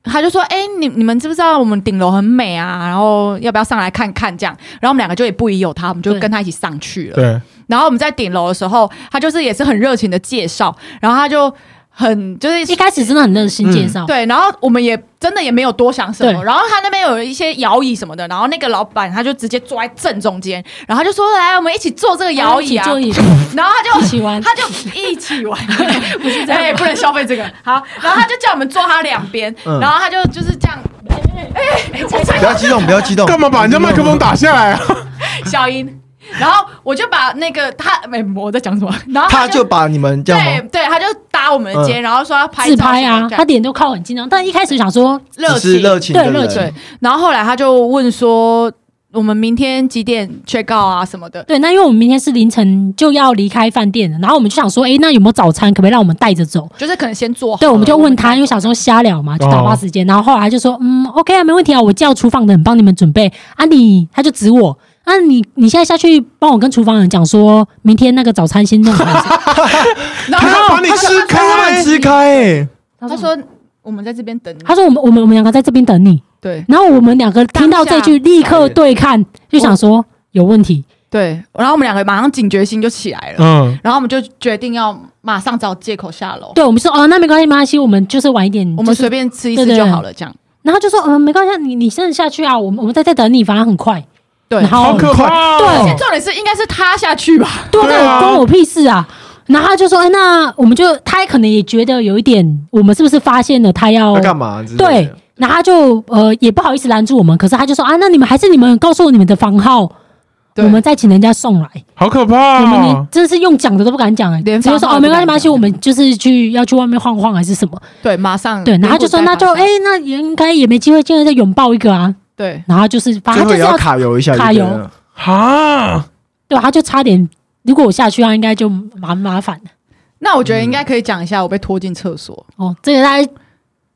Speaker 3: 他就说：“哎、你你们知不知道我们顶楼很美啊？然后要不要上来看看？”这样，然后我们两个就也不疑有他，我们就
Speaker 4: 对
Speaker 3: 跟他一起上去了。
Speaker 2: 对，
Speaker 3: 然后我们在顶楼的时候，他就是也是很热情的介绍，然后他就很就是
Speaker 4: 一开始真的很热心介绍，
Speaker 3: 对，然后我们也真的也没有多想什么。
Speaker 4: 对
Speaker 3: 然后他那边有一些摇椅什么的，然后那个老板他就直接坐在正中间，然后他就说：“来，我们一起坐这个摇椅啊。
Speaker 4: 就一起
Speaker 3: 然后他就
Speaker 4: 一起玩
Speaker 3: 他就一起玩，不是
Speaker 4: 这样吗
Speaker 3: 哎，不能消费这个。好，然后他就叫我们坐他两边，
Speaker 1: 嗯
Speaker 3: 然后他就就是这样，哎，我
Speaker 1: 不要激动，不要激动。
Speaker 2: 干嘛把人家麦克风打下来啊？
Speaker 3: 小英。然后我就把那个他，哎，我在讲什么？然后
Speaker 1: 他就把你们这样
Speaker 3: 对
Speaker 1: 吗？嗯
Speaker 3: 对，他就搭我们的肩，然后说要拍
Speaker 4: 自
Speaker 3: 照
Speaker 4: 拍
Speaker 3: 什
Speaker 4: 啊
Speaker 3: 么，的
Speaker 4: 他脸都靠很近啊，但一开始想说
Speaker 1: 只
Speaker 3: 热
Speaker 1: 是
Speaker 3: 情
Speaker 1: 热情的
Speaker 4: 对热
Speaker 1: 人
Speaker 4: 情
Speaker 3: 对，然后后来他就问说，我们明天几点 check out 啊什么的。
Speaker 4: 对，那因为我们明天是凌晨就要离开饭店了，然后我们就想说，哎，那有没有早餐？可不可以让我们带着走？
Speaker 3: 就是可能先做好，
Speaker 4: 对，我们就问他，因为小时候瞎聊嘛，就打发时间。然后后来他就说，嗯，OK
Speaker 3: 哦
Speaker 4: 啊，没问题啊，我叫厨房的人帮你们准备啊你。他就指我，啊你你现在下去帮我跟厨房人讲说，明天那个早餐先 弄好。
Speaker 3: 然
Speaker 2: 他
Speaker 3: 后
Speaker 2: 要把你吃
Speaker 1: 看他
Speaker 2: 开
Speaker 1: 们，吃开、欸，
Speaker 3: 他说我们在这边等你。
Speaker 4: 他说我们我们我们两个在这边等你。
Speaker 3: 对
Speaker 4: 然后我们两个听到这句，立刻对看，就想说有问题。
Speaker 3: 对，然后我们两个马上警觉心就起来了，
Speaker 2: 嗯，
Speaker 3: 然后我们就决定要马上找借口下楼，
Speaker 4: 对，我们说哦，那没关系，没关系，我们就是晚一点，
Speaker 3: 我们
Speaker 4: 就是
Speaker 3: 随便吃一
Speaker 4: 对
Speaker 3: 吃
Speaker 4: 对
Speaker 3: 就
Speaker 4: 对
Speaker 3: 好了，这样。
Speaker 4: 呃然后就说，嗯，没关系，你你先下去啊，我们我们在这等你，反正很快。
Speaker 3: 对
Speaker 4: 然
Speaker 2: 好
Speaker 4: 后
Speaker 2: 可怕哦，
Speaker 4: 对
Speaker 3: 而且重点是应该是他下去吧？
Speaker 4: 对
Speaker 2: 对啊
Speaker 4: 啊，关我屁事啊！然后他就说，哎那我们就他可能也觉得有一点，我们是不是发现了他要
Speaker 1: 要干嘛之类的？
Speaker 4: 对，然后他就呃也不好意思拦住我们，可是他就说啊，那你们还是你们告诉我你们的房号，
Speaker 3: 对
Speaker 4: 我们再请人家送来。
Speaker 2: 好可怕
Speaker 4: 我们连
Speaker 2: 哦，
Speaker 4: 真是用讲的都不敢讲哎、
Speaker 3: 连
Speaker 4: 只有说
Speaker 3: 房号
Speaker 4: 哦
Speaker 3: 都
Speaker 4: 没
Speaker 3: 不
Speaker 4: 关
Speaker 3: 敢
Speaker 4: 系没关系，
Speaker 3: 讲
Speaker 4: 我们就是去要去外面晃晃还是什么？
Speaker 3: 对，马上
Speaker 4: 对，然后他就说那就哎、
Speaker 3: 哎，
Speaker 4: 那也应该也没机会，现在再拥抱一个啊。
Speaker 3: 对，
Speaker 4: 然后就是反
Speaker 1: 最后也
Speaker 4: 正他就是
Speaker 1: 要
Speaker 4: 要
Speaker 1: 卡油一下就
Speaker 4: 卡
Speaker 1: 对
Speaker 4: 油
Speaker 1: 了，
Speaker 2: 哈，
Speaker 4: 对，啊他就差点，如果我下去，他应该就蛮麻烦的。
Speaker 3: 那我觉得
Speaker 1: 嗯
Speaker 3: 应该可以讲一下我被拖进厕所，
Speaker 4: 哦，这个大概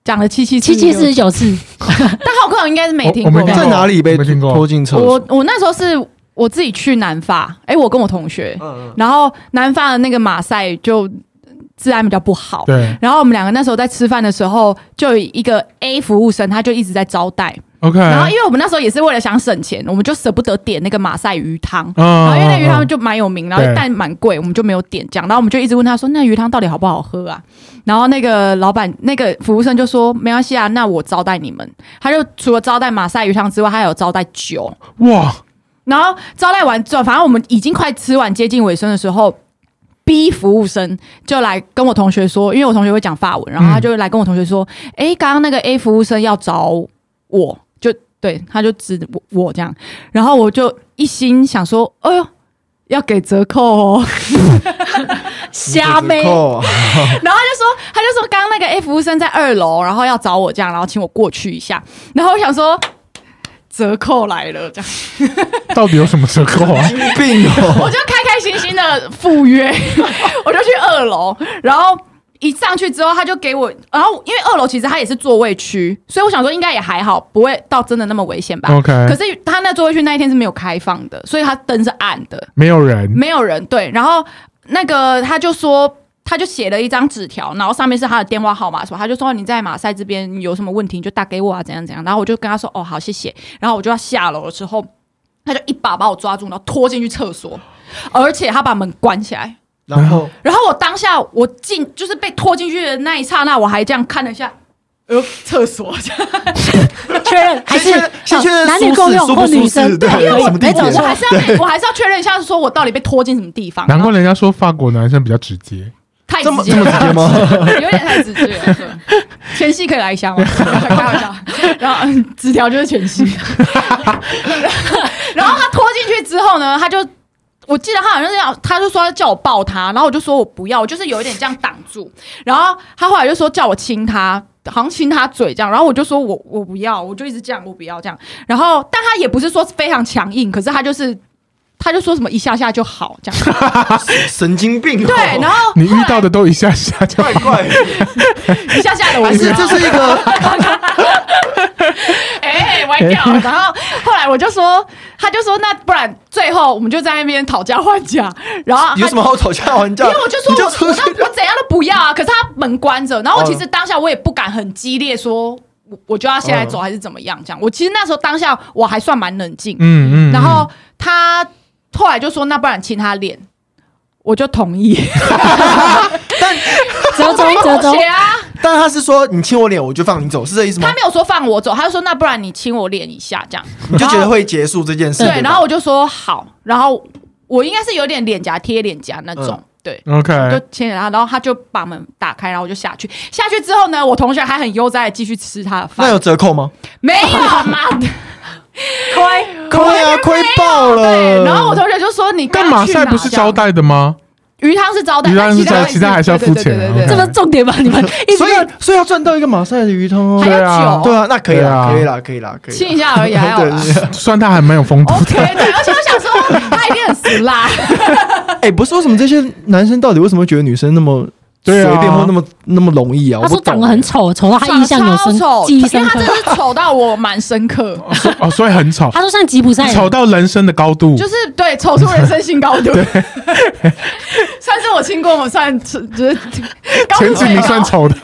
Speaker 3: 讲了七七
Speaker 4: 七七四十
Speaker 3: 六，
Speaker 4: 九次，
Speaker 3: 但浩克应该是没听
Speaker 2: 我我
Speaker 3: 过
Speaker 2: 没
Speaker 3: 吧
Speaker 2: 听过
Speaker 1: 在哪里被
Speaker 2: 没听过
Speaker 1: 拖进厕所？
Speaker 3: 我我那时候是我自己去南法，哎，我跟我同学，
Speaker 1: 嗯
Speaker 3: 然后南法的那个马赛就治安比较不好，
Speaker 2: 对
Speaker 3: 然后我们两个那时候在吃饭的时候，就有一个 A 服务生，他就一直在招待。
Speaker 1: 嗯
Speaker 2: ，OK，
Speaker 3: 然后因为我们那时候也是为了想省钱，我们就舍不得点那个马赛鱼汤。然后
Speaker 2: 啊
Speaker 3: 因为那鱼汤
Speaker 2: 就
Speaker 3: 就蛮有名，然后
Speaker 2: 对
Speaker 3: 但蛮贵，我们就没有点这样。然后我们就一直问他说：“那鱼汤到底好不好喝啊？”然后那个老板、那个服务生就说：“没关系啊，那我招待你们。”他就除了招待马赛鱼汤之外，他还有招待酒。
Speaker 2: 哇，
Speaker 3: 然后招待完之后，反正我们已经快吃完接近尾声的时候，B 服务生就来跟我同学说，因为我同学会讲法文，
Speaker 1: 嗯
Speaker 3: 然后他就来跟我同学说：“诶，刚刚那个 A 服务生要找我，就对，他就指我我这样。”然后我就一心想说：“哎呦。”要给折扣 哦，
Speaker 4: 瞎妹
Speaker 1: 折扣啊
Speaker 3: 然后他就说，他就说刚刚那个 A 服务生在二楼，然后要找我这样，然后请我过去一下。然后我想说，折扣来了，这样
Speaker 2: 到底有什么折扣 啊？
Speaker 1: 有 病
Speaker 3: 我
Speaker 1: 哦！
Speaker 3: 就开开心心的赴约， 我就去二楼，然后一上去之后，他就给我，然后因为二楼其实它也是座位区，所以我想说应该也还好，不会到真的那么危险吧。
Speaker 2: 嗯 OK
Speaker 3: 可是他那座位区那一天是没有开放的，所以他灯是暗的，
Speaker 2: 没有人，
Speaker 3: 没有人对。然后那个他就说。他就写了一张纸条，然后上面是他的电话号码什么，他就说哦你在马赛这边有什么问题你就打给我啊，怎样怎样。然后我就跟他说哦好谢谢，然后我就要下楼的时候，他就一把把我抓住，然后拖进去厕所，而且他把门关起来。
Speaker 1: 然后
Speaker 3: 然后我当下我进就是被拖进去的那一刹那，我还这样看了一下，
Speaker 1: 哎
Speaker 3: 呃厕所这样
Speaker 4: 确认还
Speaker 1: 先
Speaker 4: 是哦
Speaker 1: 确认先确认
Speaker 4: 男女
Speaker 1: 舒
Speaker 4: 共
Speaker 1: 适
Speaker 4: 用
Speaker 1: 舒
Speaker 4: 或
Speaker 1: 不
Speaker 4: 女
Speaker 1: 舒适，
Speaker 4: 生，
Speaker 1: 对，
Speaker 4: 因为
Speaker 1: 什
Speaker 4: 我
Speaker 1: 么地
Speaker 4: 没
Speaker 1: 点
Speaker 4: 找？
Speaker 3: 我哎还，
Speaker 4: 错
Speaker 3: 是要我还是要确认一下，说我到底被拖进什么地方。
Speaker 2: 难怪人家说法国男生比较直接，
Speaker 3: 太
Speaker 1: 这么
Speaker 3: 直接
Speaker 1: 这么直接
Speaker 3: 了，
Speaker 1: 吗？
Speaker 3: 有点太直接了。对前戏可以来一下吗？ 开玩笑，然后嗯纸条就是前戏。 然后他拖进去之后呢，他就我记得他好像是要，他就说要叫我抱他，然后我就说我不要，我就是有一点这样挡住。然后他后来就说叫我亲他。好像亲他嘴这样，然后我就说我我不要，我就一直这样，我不要这样。然后，但他也不是说非常强硬，可是他就是，他就说什么一下下就好这 样。
Speaker 1: 神经病哦！
Speaker 3: 对，然后
Speaker 2: 你
Speaker 3: 后
Speaker 2: 遇
Speaker 3: 来
Speaker 2: 到的都一下下 就
Speaker 1: 怪怪的，
Speaker 3: 一下下的我
Speaker 1: 还
Speaker 3: 知
Speaker 1: 是这
Speaker 3: 道
Speaker 1: 是一个
Speaker 3: 哎、歪掉了。然后后来我就说，他就说那不然最后我们就在那边讨价还价，然后
Speaker 1: 有
Speaker 3: 他
Speaker 1: 什。么好吵架玩
Speaker 3: 因
Speaker 1: 架？
Speaker 3: 为我就
Speaker 1: 你
Speaker 3: 说我，
Speaker 1: 就
Speaker 3: 我
Speaker 1: 出去
Speaker 3: 我怎样都不要啊！可是他门关着，然后我
Speaker 1: 哦
Speaker 3: 其实当下我也不敢很激烈说，我我就要现在走还是怎么样这样。我其实那时候当下我还算蛮冷静，
Speaker 2: 嗯嗯，
Speaker 3: 然后他后来就说，那不然亲他脸，我就同意，
Speaker 4: 折 中折
Speaker 3: 妥
Speaker 4: 中
Speaker 3: 协，啊。
Speaker 1: 但他是说你亲我脸，我就放你走，是这意思吗
Speaker 3: 他？没有说放我走，他就说那不然你亲我脸一下这样。
Speaker 1: 你就觉
Speaker 3: 然
Speaker 1: 得
Speaker 3: 后
Speaker 1: 会结束这件事？
Speaker 3: 哦对，
Speaker 1: 吧
Speaker 3: 然后我就说好，然后我应该是有点脸颊贴脸颊那种，
Speaker 1: 嗯
Speaker 3: 对，
Speaker 2: OK，
Speaker 3: 就牵着他，然后他就把门打开，然后我就下去。下去之后呢，我同学还很悠哉的继续吃他的
Speaker 1: 那
Speaker 3: 饭
Speaker 1: 有，折扣吗？
Speaker 3: 没有啊妈 的，亏
Speaker 1: 亏啊，亏爆了！
Speaker 3: 对，然后我同学就说你刚
Speaker 2: 但
Speaker 3: 刚
Speaker 2: 马
Speaker 3: 去
Speaker 2: 赛
Speaker 3: 哪
Speaker 2: 不是
Speaker 3: 这样
Speaker 2: 招待的吗？
Speaker 3: 鱼汤是招待，
Speaker 2: 呃鱼汤是
Speaker 3: 但
Speaker 2: 招
Speaker 3: 他
Speaker 2: 其他还是要付钱
Speaker 3: 对对对对对
Speaker 4: 这不是重点吧？你们一直
Speaker 1: 嗯所以
Speaker 4: 没有
Speaker 1: 所以要赚到一个马赛的鱼汤哦
Speaker 3: 还。有
Speaker 2: 对啊
Speaker 3: 酒，
Speaker 1: 对啊，那可以
Speaker 2: 对啊
Speaker 1: 啦，可以啦，可以啦，可以啦。
Speaker 3: 亲一下而已，还好啦。
Speaker 1: 对，
Speaker 2: 算他还蛮有风度
Speaker 3: OK，
Speaker 2: 的，
Speaker 3: 对，而且我想说，他一定很死啦。
Speaker 1: 哎，不是为什么这些男生到底为什么觉得女生那么
Speaker 2: 对
Speaker 1: 随
Speaker 2: 啊
Speaker 1: 便或那么那么容易啊？
Speaker 4: 他
Speaker 1: 我
Speaker 4: 说
Speaker 1: 不懂
Speaker 4: 长得很丑，丑到 他印象有
Speaker 3: 超
Speaker 4: 深，
Speaker 3: 丑，
Speaker 4: 记
Speaker 3: 因
Speaker 4: 忆
Speaker 3: 为
Speaker 4: 深
Speaker 3: 他
Speaker 4: 刻
Speaker 3: 真。的是丑到我蛮深刻，
Speaker 2: 哦所以 哦，所以很丑，
Speaker 4: 他说像吉普赛人，
Speaker 2: 丑到人生的高度，
Speaker 3: 就是对丑出人生新高度， 算是我亲过，我算是就是高
Speaker 2: 前
Speaker 3: 度
Speaker 2: 几名算丑的，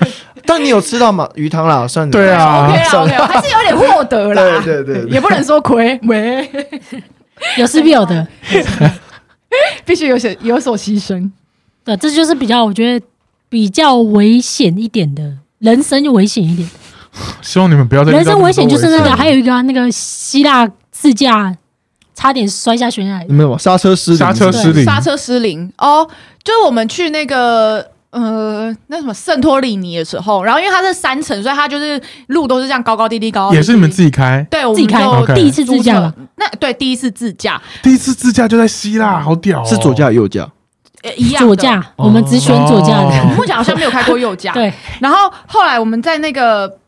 Speaker 1: 但你有吃到马鱼汤啦，算
Speaker 2: 对啊
Speaker 3: OK 啦 OK 啦， 还是有点获得
Speaker 1: 对
Speaker 3: 啦，
Speaker 1: 对对对
Speaker 3: 也不能说亏，喂，
Speaker 4: 有失必有得。
Speaker 3: 必须有些有所牺牲。
Speaker 4: 对，这就是比较我觉得比较危险一点的，人生就危险一点。
Speaker 2: 希望你们不要再遇到
Speaker 4: 人生
Speaker 2: 这么多
Speaker 4: 危险就是那
Speaker 2: 危
Speaker 4: 个，
Speaker 2: 险
Speaker 4: 还有一个啊那个希腊自驾差点摔下悬崖里
Speaker 1: 你。们有吗刹车失灵
Speaker 2: 刹车失灵，
Speaker 3: 刹车失灵哦，就是我们去那个。呃，那什么圣托里尼的时候，然后因为它是三层，所以它就是路都是这样高高低低，高高低低
Speaker 2: 也是你们自己开，
Speaker 3: 对，我
Speaker 4: 自己
Speaker 3: 们
Speaker 4: 开
Speaker 3: 就
Speaker 2: OK
Speaker 4: 第一次自驾吧
Speaker 3: 租车，那对第一次自驾、
Speaker 2: 第一次自驾就在希腊，好屌哦！
Speaker 1: 是左驾还是右驾？
Speaker 3: 呃、一样的
Speaker 4: 左，驾，我们只选左驾的。
Speaker 2: 哦
Speaker 3: 目前好像没有开过右 驾。
Speaker 4: 对，
Speaker 3: 然后后来我们在那个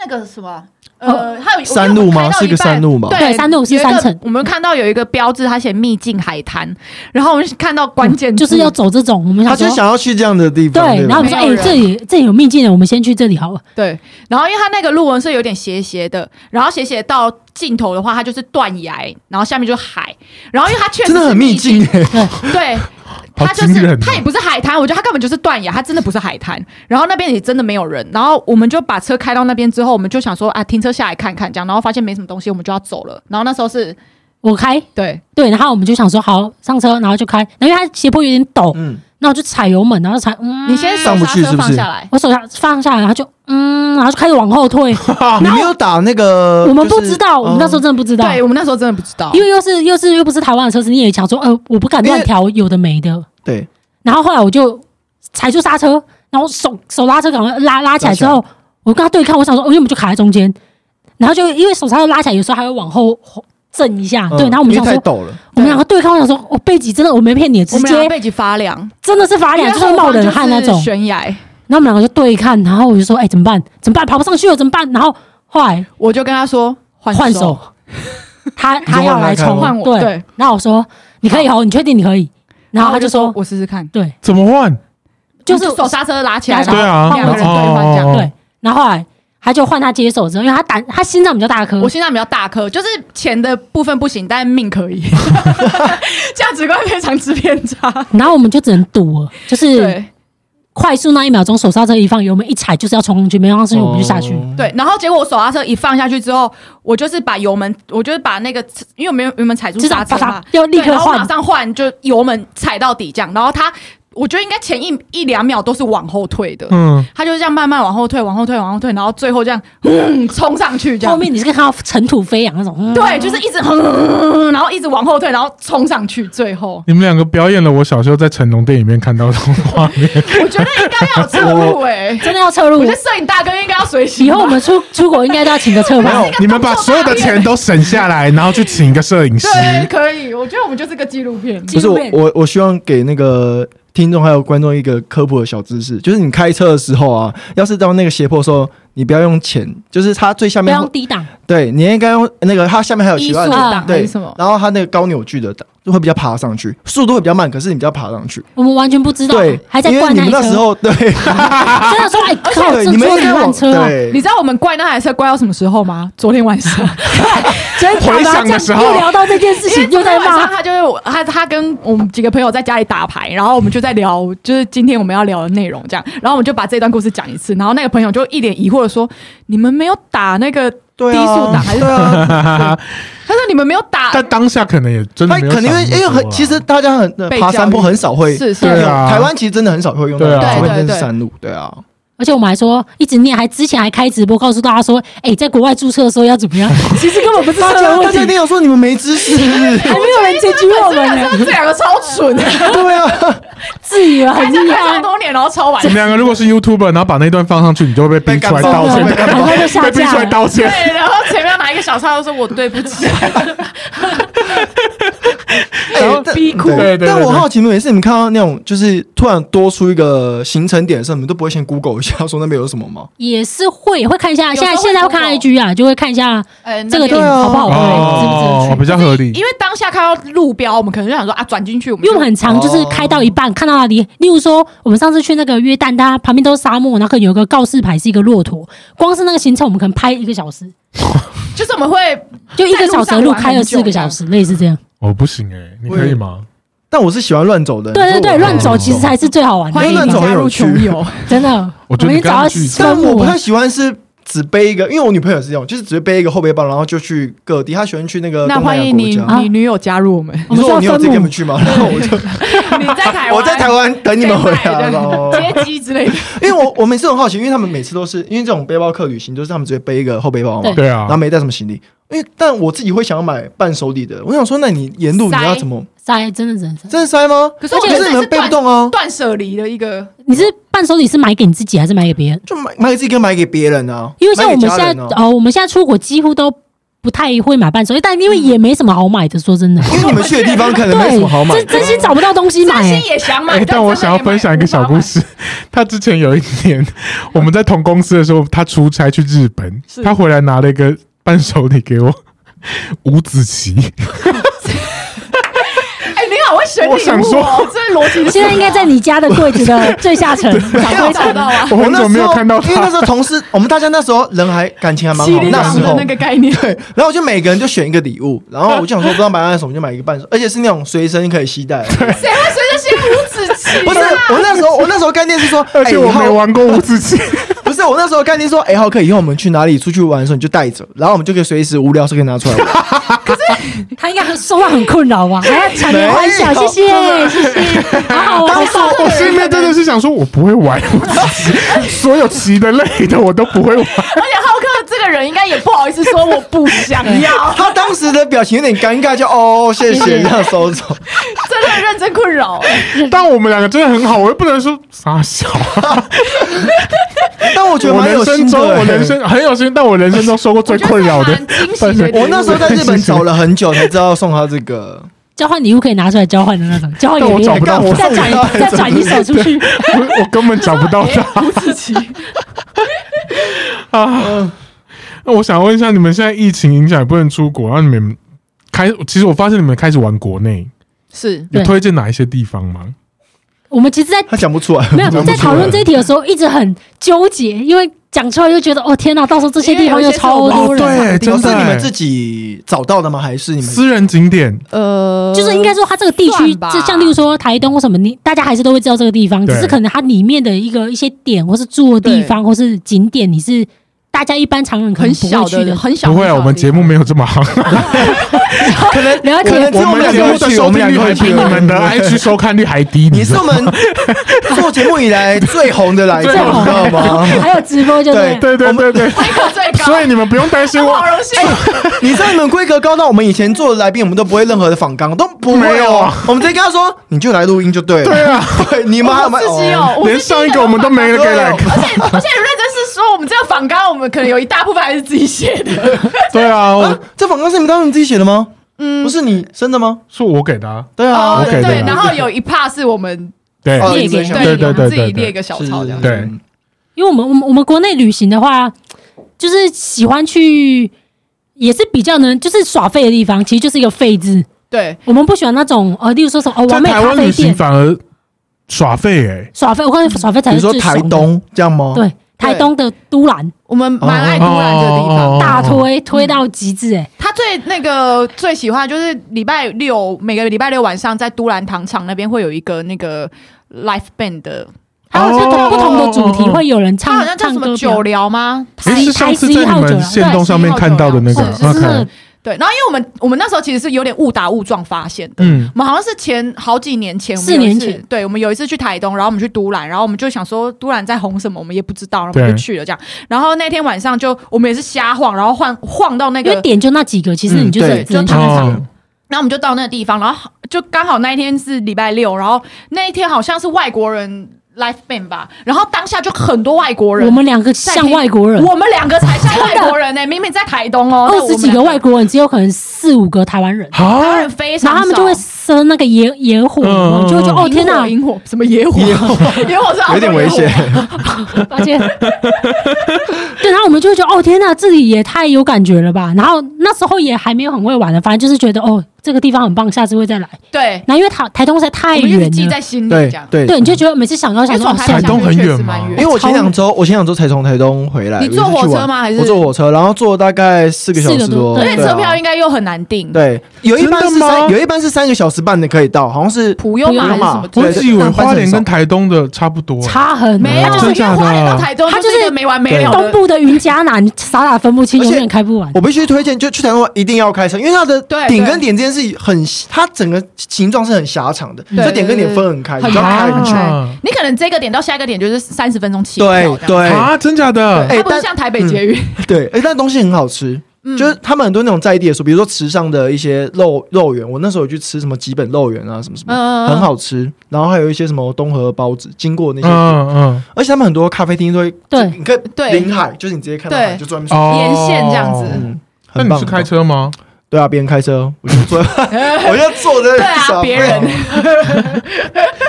Speaker 3: 那个什么。呃，还有
Speaker 1: 哦山路吗
Speaker 3: 我记得我们开到
Speaker 1: 是一个
Speaker 3: 半
Speaker 1: 山路吗
Speaker 3: 对，
Speaker 4: 对山路是
Speaker 3: 有一个
Speaker 4: 山城
Speaker 3: 我们看到有一个标志，它写“秘境海滩”，然后我们看到关键字
Speaker 4: 嗯就是要走这种，我们
Speaker 1: 他
Speaker 4: 想
Speaker 1: 就
Speaker 4: 说。
Speaker 1: 想要去这样的地方，吧
Speaker 4: 对，
Speaker 1: 嗯
Speaker 4: 然后我们说，
Speaker 3: 没有
Speaker 4: 哎，
Speaker 3: 人
Speaker 4: 这里这里有秘境的，我们先去这里好了。
Speaker 3: 对，然后因为它那个路纹是有点斜斜的，然后斜斜到尽头的话，它就是断崖，然后下面就是海，然后因为它确实
Speaker 1: 真的
Speaker 3: 是
Speaker 1: 很秘境欸
Speaker 3: 境，
Speaker 1: 耶，
Speaker 3: 对，
Speaker 2: 好
Speaker 3: 它就
Speaker 2: 惊人
Speaker 3: 是
Speaker 2: 哦，
Speaker 3: 它也不是海滩，我觉得它根本就是断崖，它真的不是海滩。然后那边也真的没有人，然后我们就把车开到那边之后，我们就想说啊，停车下来看看这样，然后发现没什么东西，我们就要走了。然后那时候是
Speaker 4: 我开，
Speaker 3: 对，
Speaker 4: 对，然后我们就想说，好，上车，然后就开。然后因为它斜坡有点陡，
Speaker 1: 嗯，
Speaker 4: 那我就踩油门，然后踩，嗯，
Speaker 3: 你先手
Speaker 1: 上不
Speaker 3: 刹
Speaker 1: 去
Speaker 3: 车
Speaker 1: 是不
Speaker 3: 放
Speaker 1: 是
Speaker 3: 下来，
Speaker 4: 我手下放下来，然后就，嗯，然后就开始往后退。
Speaker 1: 你没有打那个，
Speaker 4: 我们不
Speaker 1: 就是
Speaker 4: 知道，我们那时候
Speaker 1: 哦
Speaker 4: 真的不知道，
Speaker 3: 对我们那时候真的不知道，
Speaker 4: 因为又是又是又不是台湾的车子，你也想说，呃，我不敢乱调有的没的。
Speaker 1: 对，
Speaker 4: 然后后来我就踩住刹车，然后手手拉车赶快拉拉起来之后，我跟他对看，我想说，哦，因为我们就卡在中间，然后就因为手刹车拉起来，有时候还会往后震一下，
Speaker 1: 嗯
Speaker 4: 对，然后我们
Speaker 1: 因为
Speaker 4: 想
Speaker 1: 太
Speaker 4: 说，
Speaker 1: 陡了，
Speaker 4: 我们两个对看，我想说，我、哦、背脊真的我没骗你，
Speaker 3: 我
Speaker 4: 直
Speaker 3: 们俩
Speaker 4: 接
Speaker 3: 背脊发凉，
Speaker 4: 真的是发
Speaker 3: 因
Speaker 4: 凉，
Speaker 3: 为
Speaker 4: 就是冒冷汗那
Speaker 3: 啊后方就
Speaker 4: 种
Speaker 3: 是。悬崖。
Speaker 4: 然后我们两个就对看，然后我就说，哎、怎么办？怎么办？爬不上去了，怎么办？然后后来
Speaker 3: 我就跟他说换
Speaker 4: 换
Speaker 3: 手
Speaker 4: 手，他他
Speaker 1: 你就
Speaker 4: 要
Speaker 1: 换他
Speaker 4: 来
Speaker 1: 看
Speaker 4: 冲，
Speaker 1: 吗
Speaker 3: 换我
Speaker 4: 对。
Speaker 3: 对
Speaker 4: 然后我说你可以哦，你确定你可以？然后他就说
Speaker 3: 我试试看，
Speaker 4: 对，
Speaker 2: 怎么换？
Speaker 3: 就
Speaker 4: 就
Speaker 3: 是是手刹车拉起来，
Speaker 4: 拉起
Speaker 2: 对
Speaker 4: 来
Speaker 3: 然后
Speaker 2: 啊，
Speaker 3: 两个人对换这样
Speaker 2: 哦
Speaker 4: 对。然后后来他就换他接手之后，因为他胆他心脏比较大颗
Speaker 3: 我，心脏比较大颗，就是钱的部分不行，但命可以， 价值观非常之偏差。
Speaker 4: 然后我们就只能赌了，就是
Speaker 3: 对
Speaker 4: 快速那一秒钟手刹车一放油门一踩就是要冲上去，没放上去我们就下去。
Speaker 1: 哦
Speaker 3: 对，然后结果我手刹车一放下去之后，我就是把油门，我就是把那个，因为我没有原本踩住
Speaker 4: 就是
Speaker 3: 刹车
Speaker 4: 啪
Speaker 3: 嘛
Speaker 4: 啪，要立刻
Speaker 3: 对然后我
Speaker 4: 换
Speaker 3: 马上换，就油门踩到底这样。然后他，我觉得应该前一一两秒都是往后退的，
Speaker 2: 嗯，
Speaker 3: 他就是这样慢慢往后退，往后退，往后退，然后最后这样，嗯，冲上去这样。
Speaker 4: 后面你是看到尘土飞扬那种，嗯
Speaker 3: 对，就是一直哼，然后一直往后退，然后冲上去，最后
Speaker 2: 你们两个表演了我小时候在成龙电影里面看到的画面，
Speaker 3: 我觉得应该要有侧路哎、
Speaker 4: 真的要侧
Speaker 3: 我
Speaker 4: 路
Speaker 3: 觉得。摄影大哥应该要随行吧。
Speaker 4: 以后我们出出国应该都要请个侧
Speaker 2: 没
Speaker 4: 拍
Speaker 2: 有，，你们把所有的钱都省下来，然后去请一个摄影师。
Speaker 3: 对可以，我觉得我们就是个纪录 片。
Speaker 1: 不是我
Speaker 4: 纪录片
Speaker 1: 我我希望给那个听众还有观众一个科普的小知识，就是你开车的时候啊，要是到那个斜坡的时候，你不要用钱，就是它最下
Speaker 4: 不
Speaker 1: 面
Speaker 4: 要用低档，
Speaker 1: 对你应该用那个它下面还有其
Speaker 3: 低
Speaker 1: 他
Speaker 3: 速
Speaker 1: 的。
Speaker 3: 档还
Speaker 1: 对
Speaker 3: 是什么，？
Speaker 1: 然后它那个高扭矩的就会比较爬上去，速度会比较慢，可是你比较爬上去。
Speaker 4: 我们完全不
Speaker 3: 啊
Speaker 4: 知道
Speaker 1: 对，，
Speaker 4: 还在
Speaker 1: 因为
Speaker 4: 灌
Speaker 1: 你
Speaker 4: 那
Speaker 1: 们
Speaker 4: 一
Speaker 1: 那时
Speaker 4: 车。
Speaker 1: 候对，
Speaker 4: 真的说，哎靠，
Speaker 1: 对，
Speaker 4: 这
Speaker 1: 你们
Speaker 4: 桌
Speaker 1: 应
Speaker 4: 子
Speaker 1: 该往
Speaker 4: 烂车啊！
Speaker 1: 对，
Speaker 3: 你知道我们怪那台车怪到什么时候吗？昨天晚上，
Speaker 4: 昨天
Speaker 2: 回想的时候
Speaker 4: 又聊到这件事
Speaker 3: 因为
Speaker 4: 情，
Speaker 3: 昨
Speaker 4: 又
Speaker 3: 天
Speaker 4: 在
Speaker 3: 晚上
Speaker 4: 骂。
Speaker 3: 他就是我他他跟我们几个朋友在家里打牌，然后我们就在聊，就是今天我们要聊的内容这样，然后我们就把这段故事讲一次，然后那个朋友就一脸疑惑的说：“你们没有打那个
Speaker 1: 对
Speaker 3: 低速
Speaker 1: 啊
Speaker 3: 档还是
Speaker 1: 对 啊，
Speaker 3: 他说你们没有打，哎
Speaker 2: 但当下可能也真的
Speaker 1: 他
Speaker 2: 没有
Speaker 1: 肯定
Speaker 2: 想
Speaker 1: 会，
Speaker 2: 那么
Speaker 1: 哎因
Speaker 2: 多啊，
Speaker 1: 为很其实大家很呃
Speaker 3: 被
Speaker 1: 爬
Speaker 3: 教
Speaker 1: 山坡
Speaker 3: 育
Speaker 1: 很少会，
Speaker 3: 是是
Speaker 2: 对啊
Speaker 1: 台湾其实真的很少会用到，
Speaker 2: 对啊
Speaker 1: 除非
Speaker 3: 对
Speaker 1: 真的
Speaker 3: 对
Speaker 1: 是山路，对啊，
Speaker 4: 而且我们还说一直念，还之前还开直播告诉大家说，哎、在国外注册的时候要怎么样？ 其实根本不是啊
Speaker 1: 大
Speaker 4: 车
Speaker 1: 家
Speaker 4: 的
Speaker 1: 大
Speaker 4: 问
Speaker 1: 家一
Speaker 4: 题，
Speaker 1: 定有说你们没知 识，是不是
Speaker 4: 还哎没有人解决我们呢，
Speaker 3: 这两个超蠢的，
Speaker 1: 对啊，
Speaker 4: 自以为
Speaker 3: 开
Speaker 4: 很
Speaker 3: 车
Speaker 4: 厉
Speaker 3: 开超
Speaker 4: 害，
Speaker 3: 多年，然后超晚
Speaker 2: 你。们两个如果是 YouTuber，然后把那段放上去，你就会被逼出来 道歉，
Speaker 1: 被
Speaker 4: 赶快就 下
Speaker 2: 被逼
Speaker 4: 架
Speaker 2: 出来
Speaker 4: 了。
Speaker 2: 道歉。
Speaker 3: 对，然后前面拿一个小叉，说我对不起。
Speaker 4: 哎
Speaker 1: 然后
Speaker 3: 逼哭
Speaker 2: 对对对
Speaker 1: 但
Speaker 2: 对
Speaker 1: 我好奇，每次你们看到那种就是突然多出一个行程点的时候，你们都不会先 Google 一下说那边有什么吗？
Speaker 4: 也是会会看一下，
Speaker 3: 有时
Speaker 4: 现
Speaker 3: 候
Speaker 4: 在现在会看
Speaker 3: 会
Speaker 4: IG 啊，就会看一下
Speaker 3: 呃，
Speaker 4: 这个
Speaker 3: 那
Speaker 4: 点
Speaker 3: 边
Speaker 1: 对啊
Speaker 4: 好不好玩，值不值得去？
Speaker 2: 哦比较合理
Speaker 3: 因。为当下看到路标，我们可能就想说啊，转进去我们
Speaker 4: 因为
Speaker 3: 就
Speaker 4: 我们很常就是开到一半看到那里，例如说我们上次去那个约旦，它旁边都是沙漠，然后可能有一个告示牌是一个骆驼，光是那个行程我们可能拍一个小时，
Speaker 3: 就是我们会
Speaker 4: 就一个小时的
Speaker 3: 在
Speaker 4: 路
Speaker 3: 路上玩很久
Speaker 4: 开了四个小时，类似这样。
Speaker 2: 我不行哎，你可以吗？
Speaker 1: 但我是喜欢乱走的，
Speaker 4: 对对
Speaker 1: 所以
Speaker 4: 对，
Speaker 1: 我嗯
Speaker 4: 乱
Speaker 1: 我
Speaker 4: 走其实才是最好玩的
Speaker 3: 欢
Speaker 4: 地
Speaker 3: 迎
Speaker 1: 那
Speaker 4: 方
Speaker 1: 乱种
Speaker 3: 你加
Speaker 1: 很
Speaker 3: 入
Speaker 1: 有
Speaker 3: 穷
Speaker 1: 趣
Speaker 3: 游。
Speaker 4: 真的，
Speaker 2: 我觉得
Speaker 4: 们
Speaker 2: 你
Speaker 4: 已经
Speaker 2: 刚
Speaker 4: 找到
Speaker 2: 刚去
Speaker 1: 但
Speaker 4: 分
Speaker 1: 我
Speaker 4: 母
Speaker 1: 不
Speaker 4: 了
Speaker 1: 太。喜欢是只背一个，因为我女朋友也是这种，就是只会背一个后背包，然后就去各地。她喜欢去 那个
Speaker 3: 那
Speaker 1: 东南
Speaker 3: 欢
Speaker 1: 亚
Speaker 3: 迎
Speaker 1: 国
Speaker 3: 你
Speaker 1: 家。
Speaker 3: 你女友加入我 们。
Speaker 4: 我
Speaker 1: 你
Speaker 4: 们
Speaker 1: 说我
Speaker 4: 需要
Speaker 1: 女友自己跟
Speaker 4: 分
Speaker 1: 你
Speaker 4: 母
Speaker 1: 们，去吗？然后我就
Speaker 3: 你在台湾，
Speaker 1: 我在台湾等你们回来哦
Speaker 3: 对
Speaker 1: 喽。
Speaker 3: 接机之类的。
Speaker 1: 因为我我每次很好奇，因为他们每次都是因为这种背包客旅行，就是他们直接背一个后背包嘛
Speaker 4: 对，
Speaker 2: 对
Speaker 1: 然
Speaker 2: 啊
Speaker 1: 后，没带什么行李。因为但我自己会想要买伴手礼的，我想说，那你沿路你
Speaker 3: 塞
Speaker 1: 要怎么
Speaker 4: 塞真的真的，
Speaker 1: 真的塞吗？
Speaker 3: 可是我觉得
Speaker 1: 是你
Speaker 3: 这
Speaker 1: 们
Speaker 3: 是
Speaker 1: 背不
Speaker 3: 断
Speaker 1: 动啊，
Speaker 3: 断舍离的一个，
Speaker 4: 你是伴手礼是买给你自己还是买给别人？
Speaker 1: 就买买给自己跟买给别人啊，
Speaker 4: 因为像我们现
Speaker 1: 买给家
Speaker 4: 在
Speaker 1: 人啊
Speaker 4: 哦，我们现在出国几乎都不太会买伴手礼，但因为也没什么好买的，说真的，
Speaker 1: 因为你们去的地方可能没什么好买
Speaker 4: 呃对，真真心找不到东西买
Speaker 3: 真心
Speaker 4: 欸。
Speaker 3: 也想买
Speaker 2: 哎、，但我想要分享一个小故，事。 他之前有一年， 我们在同公司的时候，他出差去日本，
Speaker 3: 是
Speaker 2: 他回来拿了一个伴手礼给我，五子棋。
Speaker 3: 哎，你好会选礼物哦，
Speaker 2: 我想说
Speaker 3: 这逻辑
Speaker 4: 现在应该在你家的柜子的最下 层找
Speaker 3: 没有
Speaker 4: 柜
Speaker 3: 找
Speaker 4: 子。
Speaker 3: 到啊，
Speaker 2: 我很久没有看到
Speaker 1: 哦我那时候因为那
Speaker 2: 他
Speaker 1: 时，候同事，我们大家那时候人还感情还 蛮
Speaker 3: 七
Speaker 1: 好，
Speaker 3: 里
Speaker 1: 那
Speaker 3: 港
Speaker 1: 时
Speaker 3: 的
Speaker 1: 候
Speaker 3: 那个概念，
Speaker 1: 对，然后我就每个人就选一个礼物，然后我就想说不知道买那什么，我就买一个伴手，而且是那种随身可以携带的。
Speaker 3: 谁会随着写五子棋？
Speaker 1: 不是我那时候，我那时候概念是说，
Speaker 2: 而
Speaker 1: 哎
Speaker 2: 且我
Speaker 1: 以后
Speaker 2: 没玩过五子棋。
Speaker 1: 不是我那时候概念说，哎、浩克，以后我们去哪里出去玩的时候你就带着，然后我们就可以随时无聊时候可以拿出来玩。
Speaker 4: 他应该很受到很困扰 吧？哎还要强颜欢笑，
Speaker 1: 没有
Speaker 4: 谢谢谢谢，好好玩，
Speaker 1: 当
Speaker 4: 好
Speaker 1: 时
Speaker 4: 棒。
Speaker 2: 我心里面真的是想说，我不会玩五子棋，所有棋的类的我都不会玩。
Speaker 3: 而且浩克这个人应该也不好意思说我不想要，
Speaker 1: 他当时的表情有点尴尬，就哦谢谢，这样收走。
Speaker 3: 真的认真困扰。
Speaker 2: 但我们两个真的很好，我又不能说傻小。
Speaker 1: 但我觉得
Speaker 2: 我
Speaker 1: 蛮有
Speaker 2: 人生
Speaker 1: 心
Speaker 2: 中，
Speaker 1: 的、
Speaker 2: 我人生很有心，但我人生中收过最困扰的
Speaker 3: 我觉得这蛮惊喜
Speaker 2: 伴手
Speaker 3: 的
Speaker 2: 礼。
Speaker 1: 我那时候在日本走了很久才知道送他这个，
Speaker 4: 交换礼物可以拿出来交换的那种，交换给
Speaker 2: 但我
Speaker 4: 别
Speaker 2: 找
Speaker 4: 人
Speaker 2: 不，到
Speaker 1: 我
Speaker 4: 再
Speaker 1: 送不到
Speaker 4: 转再转一手出 去。
Speaker 2: 我我根本找不 到他
Speaker 3: 五子棋，
Speaker 2: 啊。那我想问一下，你们现在疫情影响也不能出国，然后你们开，其实我发现你们开始玩国内，
Speaker 3: 是
Speaker 2: 有
Speaker 4: 对
Speaker 2: 推荐哪一些地方吗？
Speaker 4: 我们其实，在
Speaker 1: 他讲不出来。
Speaker 4: 没有
Speaker 2: 讲不
Speaker 4: 在
Speaker 2: 出
Speaker 4: 讨论
Speaker 2: 来
Speaker 4: 这一题的时候，一直很纠结，因为讲出来就觉得哦天哪，到时候这些地方又超多
Speaker 2: 因为有些是我
Speaker 4: 人，啊
Speaker 2: 们哎真的
Speaker 1: 是哦你
Speaker 2: 哎
Speaker 1: 们自己找到的吗？还是你们？
Speaker 2: 私人景点，
Speaker 3: 呃，
Speaker 4: 就是应该说它这个地区，
Speaker 3: 算吧
Speaker 4: 就像例如说台东或什么，你大家还是都会知道这个地方，
Speaker 2: 对
Speaker 4: 只是可能它里面的一个一些点或是住的地方或是景点，你是大家一般常人可能
Speaker 3: 很
Speaker 4: 不
Speaker 3: 小
Speaker 4: 会去
Speaker 3: 的，
Speaker 4: 的。
Speaker 3: 很小。
Speaker 2: 不会啊，我们节目没有这么好，
Speaker 1: 可能
Speaker 4: 了解
Speaker 1: 可 能只有
Speaker 2: 我
Speaker 1: 我们
Speaker 2: 们
Speaker 1: 两
Speaker 2: 节
Speaker 1: 个
Speaker 2: 目
Speaker 1: 会
Speaker 2: 的
Speaker 1: 去，我
Speaker 2: 收
Speaker 1: 们
Speaker 2: 听
Speaker 1: 两
Speaker 2: 率
Speaker 1: 个
Speaker 2: 还
Speaker 1: 会
Speaker 2: 比
Speaker 1: 去
Speaker 2: 你们的 IG 收看率还低，
Speaker 1: 你
Speaker 2: 知
Speaker 1: 是
Speaker 2: 道
Speaker 1: 我
Speaker 2: 吗
Speaker 1: 们做节目以来最红的来宾，
Speaker 2: 最
Speaker 1: 你
Speaker 2: 红
Speaker 1: 知道吗？
Speaker 4: 还有直播就
Speaker 1: 对
Speaker 2: 对对对对，
Speaker 3: 规格最 高，
Speaker 2: 所以你们不用担心
Speaker 3: 我
Speaker 2: 我
Speaker 3: 好。荣幸。
Speaker 1: 你知道你们规格高到我们以前做的来宾，我们都不会任何的仿纲，都不会哦
Speaker 2: 没有啊
Speaker 1: 我们直接跟他说，你就来录音就对了。对啊，对， 你们还有
Speaker 3: 好
Speaker 1: 买
Speaker 3: 刺激哦，
Speaker 2: 连上一个我们都没人给来看，
Speaker 3: 而且而且认真是说，我们这个仿纲，我们可能有一大部分还是自己写的。
Speaker 2: 对啊，
Speaker 1: 哦
Speaker 2: 我
Speaker 1: 啊这仿纲是你们当时你自己写的吗？
Speaker 3: 嗯
Speaker 1: 不是你生的吗？
Speaker 2: 是我给的啊，
Speaker 1: 对啊，
Speaker 2: 哦
Speaker 1: 对
Speaker 2: OK 的
Speaker 3: 对，
Speaker 2: 啦
Speaker 3: 然后有一 part 是我们
Speaker 2: 对
Speaker 1: 哦
Speaker 4: 列
Speaker 1: 你
Speaker 4: 给
Speaker 1: 们
Speaker 4: 你
Speaker 1: 想
Speaker 2: 对
Speaker 3: 对
Speaker 2: 对
Speaker 3: 我
Speaker 2: 对
Speaker 3: 们自己
Speaker 2: 对
Speaker 3: 列个小
Speaker 1: 是
Speaker 3: 抄这样。
Speaker 2: 对
Speaker 1: 嗯
Speaker 4: 因为我们我们我们国内旅行的话，就是喜欢去，也是比较能就是耍废的地方，其实就是一个废字。
Speaker 3: 对，
Speaker 4: 我们不喜欢那种呃，例如说什么哦，
Speaker 2: 在
Speaker 4: 完美
Speaker 2: 台
Speaker 4: 咖
Speaker 2: 湾旅
Speaker 4: 啡
Speaker 2: 行
Speaker 4: 店
Speaker 2: 反而耍废哎，
Speaker 4: 耍废，我告诉你，耍废才
Speaker 1: 比如
Speaker 4: 是
Speaker 1: 说
Speaker 4: 最爽
Speaker 1: 台
Speaker 4: 的。
Speaker 1: 东这样吗？
Speaker 4: 对，台东的都兰
Speaker 3: 我们蛮爱突然这个地
Speaker 2: 哦哦哦哦
Speaker 3: 方。
Speaker 2: 哦
Speaker 4: 大推推到极致，哎，
Speaker 3: 他最那个最喜欢就是礼拜六，每个礼拜六晚上在都兰糖厂那边会有一个那个 l i f e band 的，
Speaker 4: 还有不同不同的主题会有人
Speaker 3: 哦他
Speaker 4: 唱
Speaker 3: 好像叫
Speaker 4: 唱
Speaker 3: 什
Speaker 4: 歌
Speaker 3: 么
Speaker 4: 表
Speaker 3: 酒聊吗？
Speaker 2: 诶
Speaker 4: 台
Speaker 2: 是上次在
Speaker 4: 台
Speaker 2: 你
Speaker 4: 11号啊酒
Speaker 2: 们
Speaker 4: 廊
Speaker 2: 线动上面看到的那个啊
Speaker 3: 对11号酒
Speaker 4: 廊
Speaker 2: ，OK，
Speaker 3: 对，然后因为我们我们那时候其实是有点误打误撞发现的。
Speaker 2: 嗯，
Speaker 3: 我们好像是前好几年前，我们
Speaker 4: 四年
Speaker 3: 有一次
Speaker 4: 前，
Speaker 3: 对，我们有一次去台东，然后我们去都兰，然后我们就想说都兰在红什么，我们也不知道，然后我们就
Speaker 2: 对
Speaker 3: 去了这样。然后那天晚上就我们也是瞎晃，然后晃晃到那
Speaker 4: 因
Speaker 3: 个
Speaker 4: 为点就那几个，其实
Speaker 2: 嗯
Speaker 4: 你就
Speaker 1: 对
Speaker 4: 是只能
Speaker 3: 就
Speaker 4: 唱那场。
Speaker 2: 哦，
Speaker 3: 然后我们就到那个地方，然后就刚好那一天是礼拜六，然后那一天好像是外国人 live band 吧，然后当下就很多外国人，
Speaker 4: 我们两个像外国人，
Speaker 3: 我们两个才像外国人呢、明明在台东哦，
Speaker 4: 二十几个外
Speaker 3: 国
Speaker 4: 国人，只有可能四五个台湾人，
Speaker 3: 当
Speaker 2: 啊
Speaker 3: 然，非常少，
Speaker 4: 然后他们就会生那个野野火，
Speaker 2: 嗯嗯嗯
Speaker 4: 就会觉得哦天哪，
Speaker 3: 萤火什么野火，
Speaker 1: 野
Speaker 3: 野火是澳洲
Speaker 1: 有点危
Speaker 3: 野火
Speaker 1: 险。
Speaker 4: 发现， 对，然后我们就会觉得哦天哪，这里也太有感觉了吧。然后那时候也还没有很会玩的，反正就是觉得哦这个地方很棒，下次会再来。
Speaker 3: 对，
Speaker 4: 然后因为台台东实在太
Speaker 3: 我们一
Speaker 4: 远
Speaker 3: 直记
Speaker 4: 了，
Speaker 3: 在心里
Speaker 1: 对
Speaker 3: 这样。
Speaker 1: 对
Speaker 4: 对，你就觉得每次想到想
Speaker 3: 因为
Speaker 4: 说
Speaker 3: 从
Speaker 4: 哦
Speaker 3: 台
Speaker 4: 下
Speaker 3: 湾
Speaker 4: 次
Speaker 2: 台东
Speaker 3: 想
Speaker 2: 很
Speaker 3: 去确
Speaker 2: 远
Speaker 3: 实
Speaker 2: 吗
Speaker 3: 蛮
Speaker 1: 因为
Speaker 3: 远，
Speaker 1: 我前两周，我前两周才从台东回来，
Speaker 3: 你
Speaker 1: 我就
Speaker 3: 坐
Speaker 1: 去
Speaker 3: 火
Speaker 1: 玩
Speaker 3: 车吗还是
Speaker 1: 我坐火车，然后坐大概四个小时
Speaker 4: 四个
Speaker 1: 多，
Speaker 4: 多对
Speaker 1: 对
Speaker 3: 而且
Speaker 1: 啊
Speaker 3: 车票应该又很难订。
Speaker 1: 对，有一班是
Speaker 2: 真的吗
Speaker 1: 三，有一班是三个小时半的可以到，好像是
Speaker 3: 普悠
Speaker 4: 普悠
Speaker 3: 玛还是
Speaker 1: 玛
Speaker 3: 什么之
Speaker 2: 我
Speaker 3: 类
Speaker 2: 一
Speaker 3: 的？
Speaker 1: 对
Speaker 2: 直以为
Speaker 1: 但
Speaker 2: 花莲
Speaker 1: 但是很
Speaker 2: 跟
Speaker 1: 少
Speaker 2: 台东的差不多，
Speaker 4: 差很
Speaker 3: 没有，
Speaker 4: 远
Speaker 3: 就是因为花莲到
Speaker 2: 真假的
Speaker 3: 台东，
Speaker 4: 它
Speaker 3: 就是
Speaker 4: 就是
Speaker 3: 一个没完没
Speaker 1: 对
Speaker 3: 了
Speaker 4: 东
Speaker 3: 的。
Speaker 4: 部的云嘉南，傻傻分不清，
Speaker 1: 而且
Speaker 4: 永远开不完。
Speaker 1: 我必须推荐，就去台湾一定要开车，因为它的
Speaker 3: 对
Speaker 1: 点
Speaker 3: 对
Speaker 1: 跟点之间是很，它整个形状是很狭长的，
Speaker 3: 对
Speaker 1: 所以点跟点分很开，
Speaker 3: 对
Speaker 1: 你就要开很久。
Speaker 2: 啊
Speaker 3: 你可能这个点到下一个点就是三十分钟起跳这
Speaker 1: 对
Speaker 3: 样，
Speaker 1: 对
Speaker 2: 啊，真假的？
Speaker 1: 哎
Speaker 3: 它不是
Speaker 1: 但
Speaker 3: 像台北捷运，
Speaker 1: 对，哎，但东西很好吃，
Speaker 3: 嗯
Speaker 1: 就是他们很多那种在地的书，比如说池上的一些肉肉圆，我那时候有去吃什么几本肉圆啊，什么什么，
Speaker 3: 嗯
Speaker 1: 很，好吃。然后还有一些什么东河包子，经过那些，
Speaker 2: 嗯嗯，
Speaker 1: 而且他们很多咖啡厅都会，
Speaker 4: 对
Speaker 1: 你可以
Speaker 3: 对
Speaker 1: 临海，就是你直接看到
Speaker 3: 对
Speaker 1: 海就专门。
Speaker 2: 哦
Speaker 3: 沿线这样子
Speaker 1: 嗯，
Speaker 2: 那
Speaker 1: 很
Speaker 2: 你
Speaker 1: 棒
Speaker 2: 是开？车吗？
Speaker 1: 对啊，别人开车，我就坐， 我就坐在
Speaker 3: 对啊
Speaker 1: 沙发
Speaker 3: 别人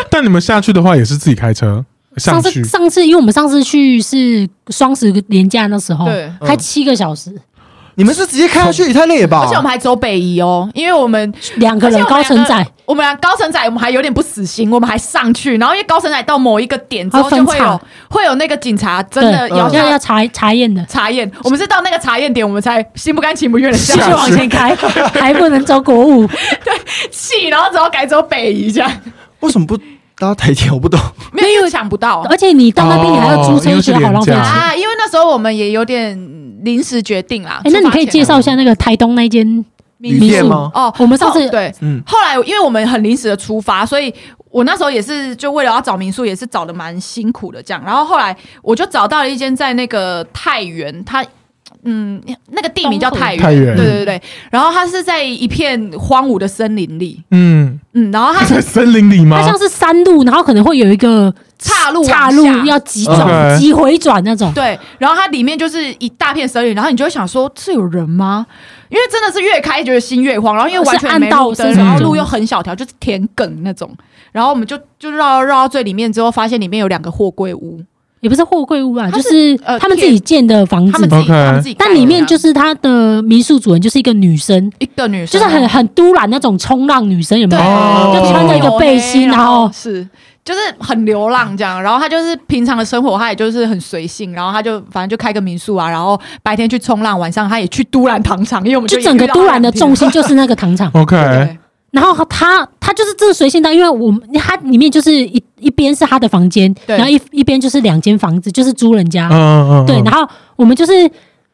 Speaker 2: 但你们下去的话也是自己开车上
Speaker 4: 上
Speaker 2: 去
Speaker 4: 次上次，因为我们上次去是双十连假那时候，
Speaker 3: 对嗯
Speaker 4: 开七个小时，
Speaker 1: 你们是直接开下去也太累了吧？
Speaker 3: 而且我们还走北移哦，因为我们
Speaker 4: 两个
Speaker 3: 而且
Speaker 4: 人
Speaker 3: 我们
Speaker 4: 高
Speaker 3: 两个
Speaker 4: 承载，
Speaker 3: 我们俩高层仔，我们还有点不死心，我们还上去，然后因为高层仔到某一个点之后
Speaker 4: 它
Speaker 3: 就
Speaker 4: 分
Speaker 3: 会
Speaker 4: 叉
Speaker 3: 有会有那个警察真的
Speaker 4: 对，呃
Speaker 3: 摇
Speaker 4: 要
Speaker 3: 下
Speaker 4: 要查查验的，
Speaker 3: 查验，我们是到那个查验点，我们才心不甘情不愿的
Speaker 4: 继
Speaker 3: 下
Speaker 4: 续往前开，还不能走国五，
Speaker 3: 气，然后只好改走北移这样，
Speaker 1: 为什么不搭台铁？我不懂。
Speaker 3: 没有因为想不到
Speaker 4: 而且你到那边你还要租
Speaker 2: 哦哦因
Speaker 4: 车，
Speaker 2: 为是
Speaker 4: 觉得好浪费
Speaker 2: 廉价
Speaker 4: 钱。
Speaker 3: 啊，因为那时候我们也有点临时决定啦。
Speaker 4: 哎，那你可
Speaker 3: 出
Speaker 4: 以
Speaker 3: 发前啊
Speaker 4: 介绍一下那个台东那间
Speaker 1: 旅
Speaker 4: 民
Speaker 1: 店
Speaker 4: 宿
Speaker 1: 吗
Speaker 3: 哦，
Speaker 4: 我们上次
Speaker 3: 哦对，
Speaker 1: 嗯，
Speaker 3: 后来因为我们很临时的出发，所以我那时候也是就为了要找民宿，也是找的蛮辛苦的这样。然后后来我就找到了一间在那个太原，它嗯那个地名叫太原，
Speaker 2: 太原
Speaker 3: 对对对。然后它是在一片荒芜的森林里，
Speaker 2: 嗯，
Speaker 3: 嗯，然后它
Speaker 2: 在
Speaker 3: 是
Speaker 2: 森林里吗
Speaker 4: 它？像是山路，然后可能会有一个
Speaker 3: 岔路往
Speaker 4: 岔
Speaker 3: 下
Speaker 4: 路要急转、
Speaker 2: OK
Speaker 4: 急回转那种。
Speaker 3: 对，然后它里面就是一大片森林，然后你就会想说，这有人吗？因为真的是越开觉得心越慌，然后因为完全没
Speaker 4: 是暗
Speaker 3: 路
Speaker 4: 道
Speaker 3: 灯，
Speaker 4: 是
Speaker 2: 什么
Speaker 3: 然后路又很小条，就是田埂那种，然后我们就就绕绕到最里面之后，发现里面有两个货柜屋，
Speaker 4: 也不是货柜屋啊，
Speaker 3: 它
Speaker 4: 就是是
Speaker 3: 呃
Speaker 4: 他们自己建的房
Speaker 3: 他们
Speaker 4: 子
Speaker 3: 自。己
Speaker 2: OK
Speaker 3: 他们自己盖的啊，
Speaker 4: 但里面就是是他的民宿主人就是一个女生，
Speaker 3: 一个女
Speaker 4: 就
Speaker 3: 生，啊
Speaker 4: 是很很都懒那种冲浪女生，有没
Speaker 3: 对，
Speaker 4: 有？
Speaker 2: 哦。
Speaker 4: 就穿着一个背心
Speaker 3: 然
Speaker 4: 然后
Speaker 3: 是。就是很流浪这样，然后她就是平常的生活，她也就是很随性，然后她就反正就开个民宿啊，然后白天去冲浪，晚上她也去都兰糖厂，因为我们
Speaker 4: 就
Speaker 3: 也
Speaker 4: 整个
Speaker 3: 遇到
Speaker 4: 都
Speaker 3: 她
Speaker 4: 兰的
Speaker 3: 两天
Speaker 4: 重心就是那个糖厂
Speaker 2: OK，
Speaker 3: 对
Speaker 4: 然后他他就是这个随性到，因为我们他里面就是一一边是他的房间，
Speaker 3: 对
Speaker 4: 然后一一边就是两间房子，就是租人家
Speaker 2: 嗯。嗯嗯，
Speaker 4: 对，然后我们就是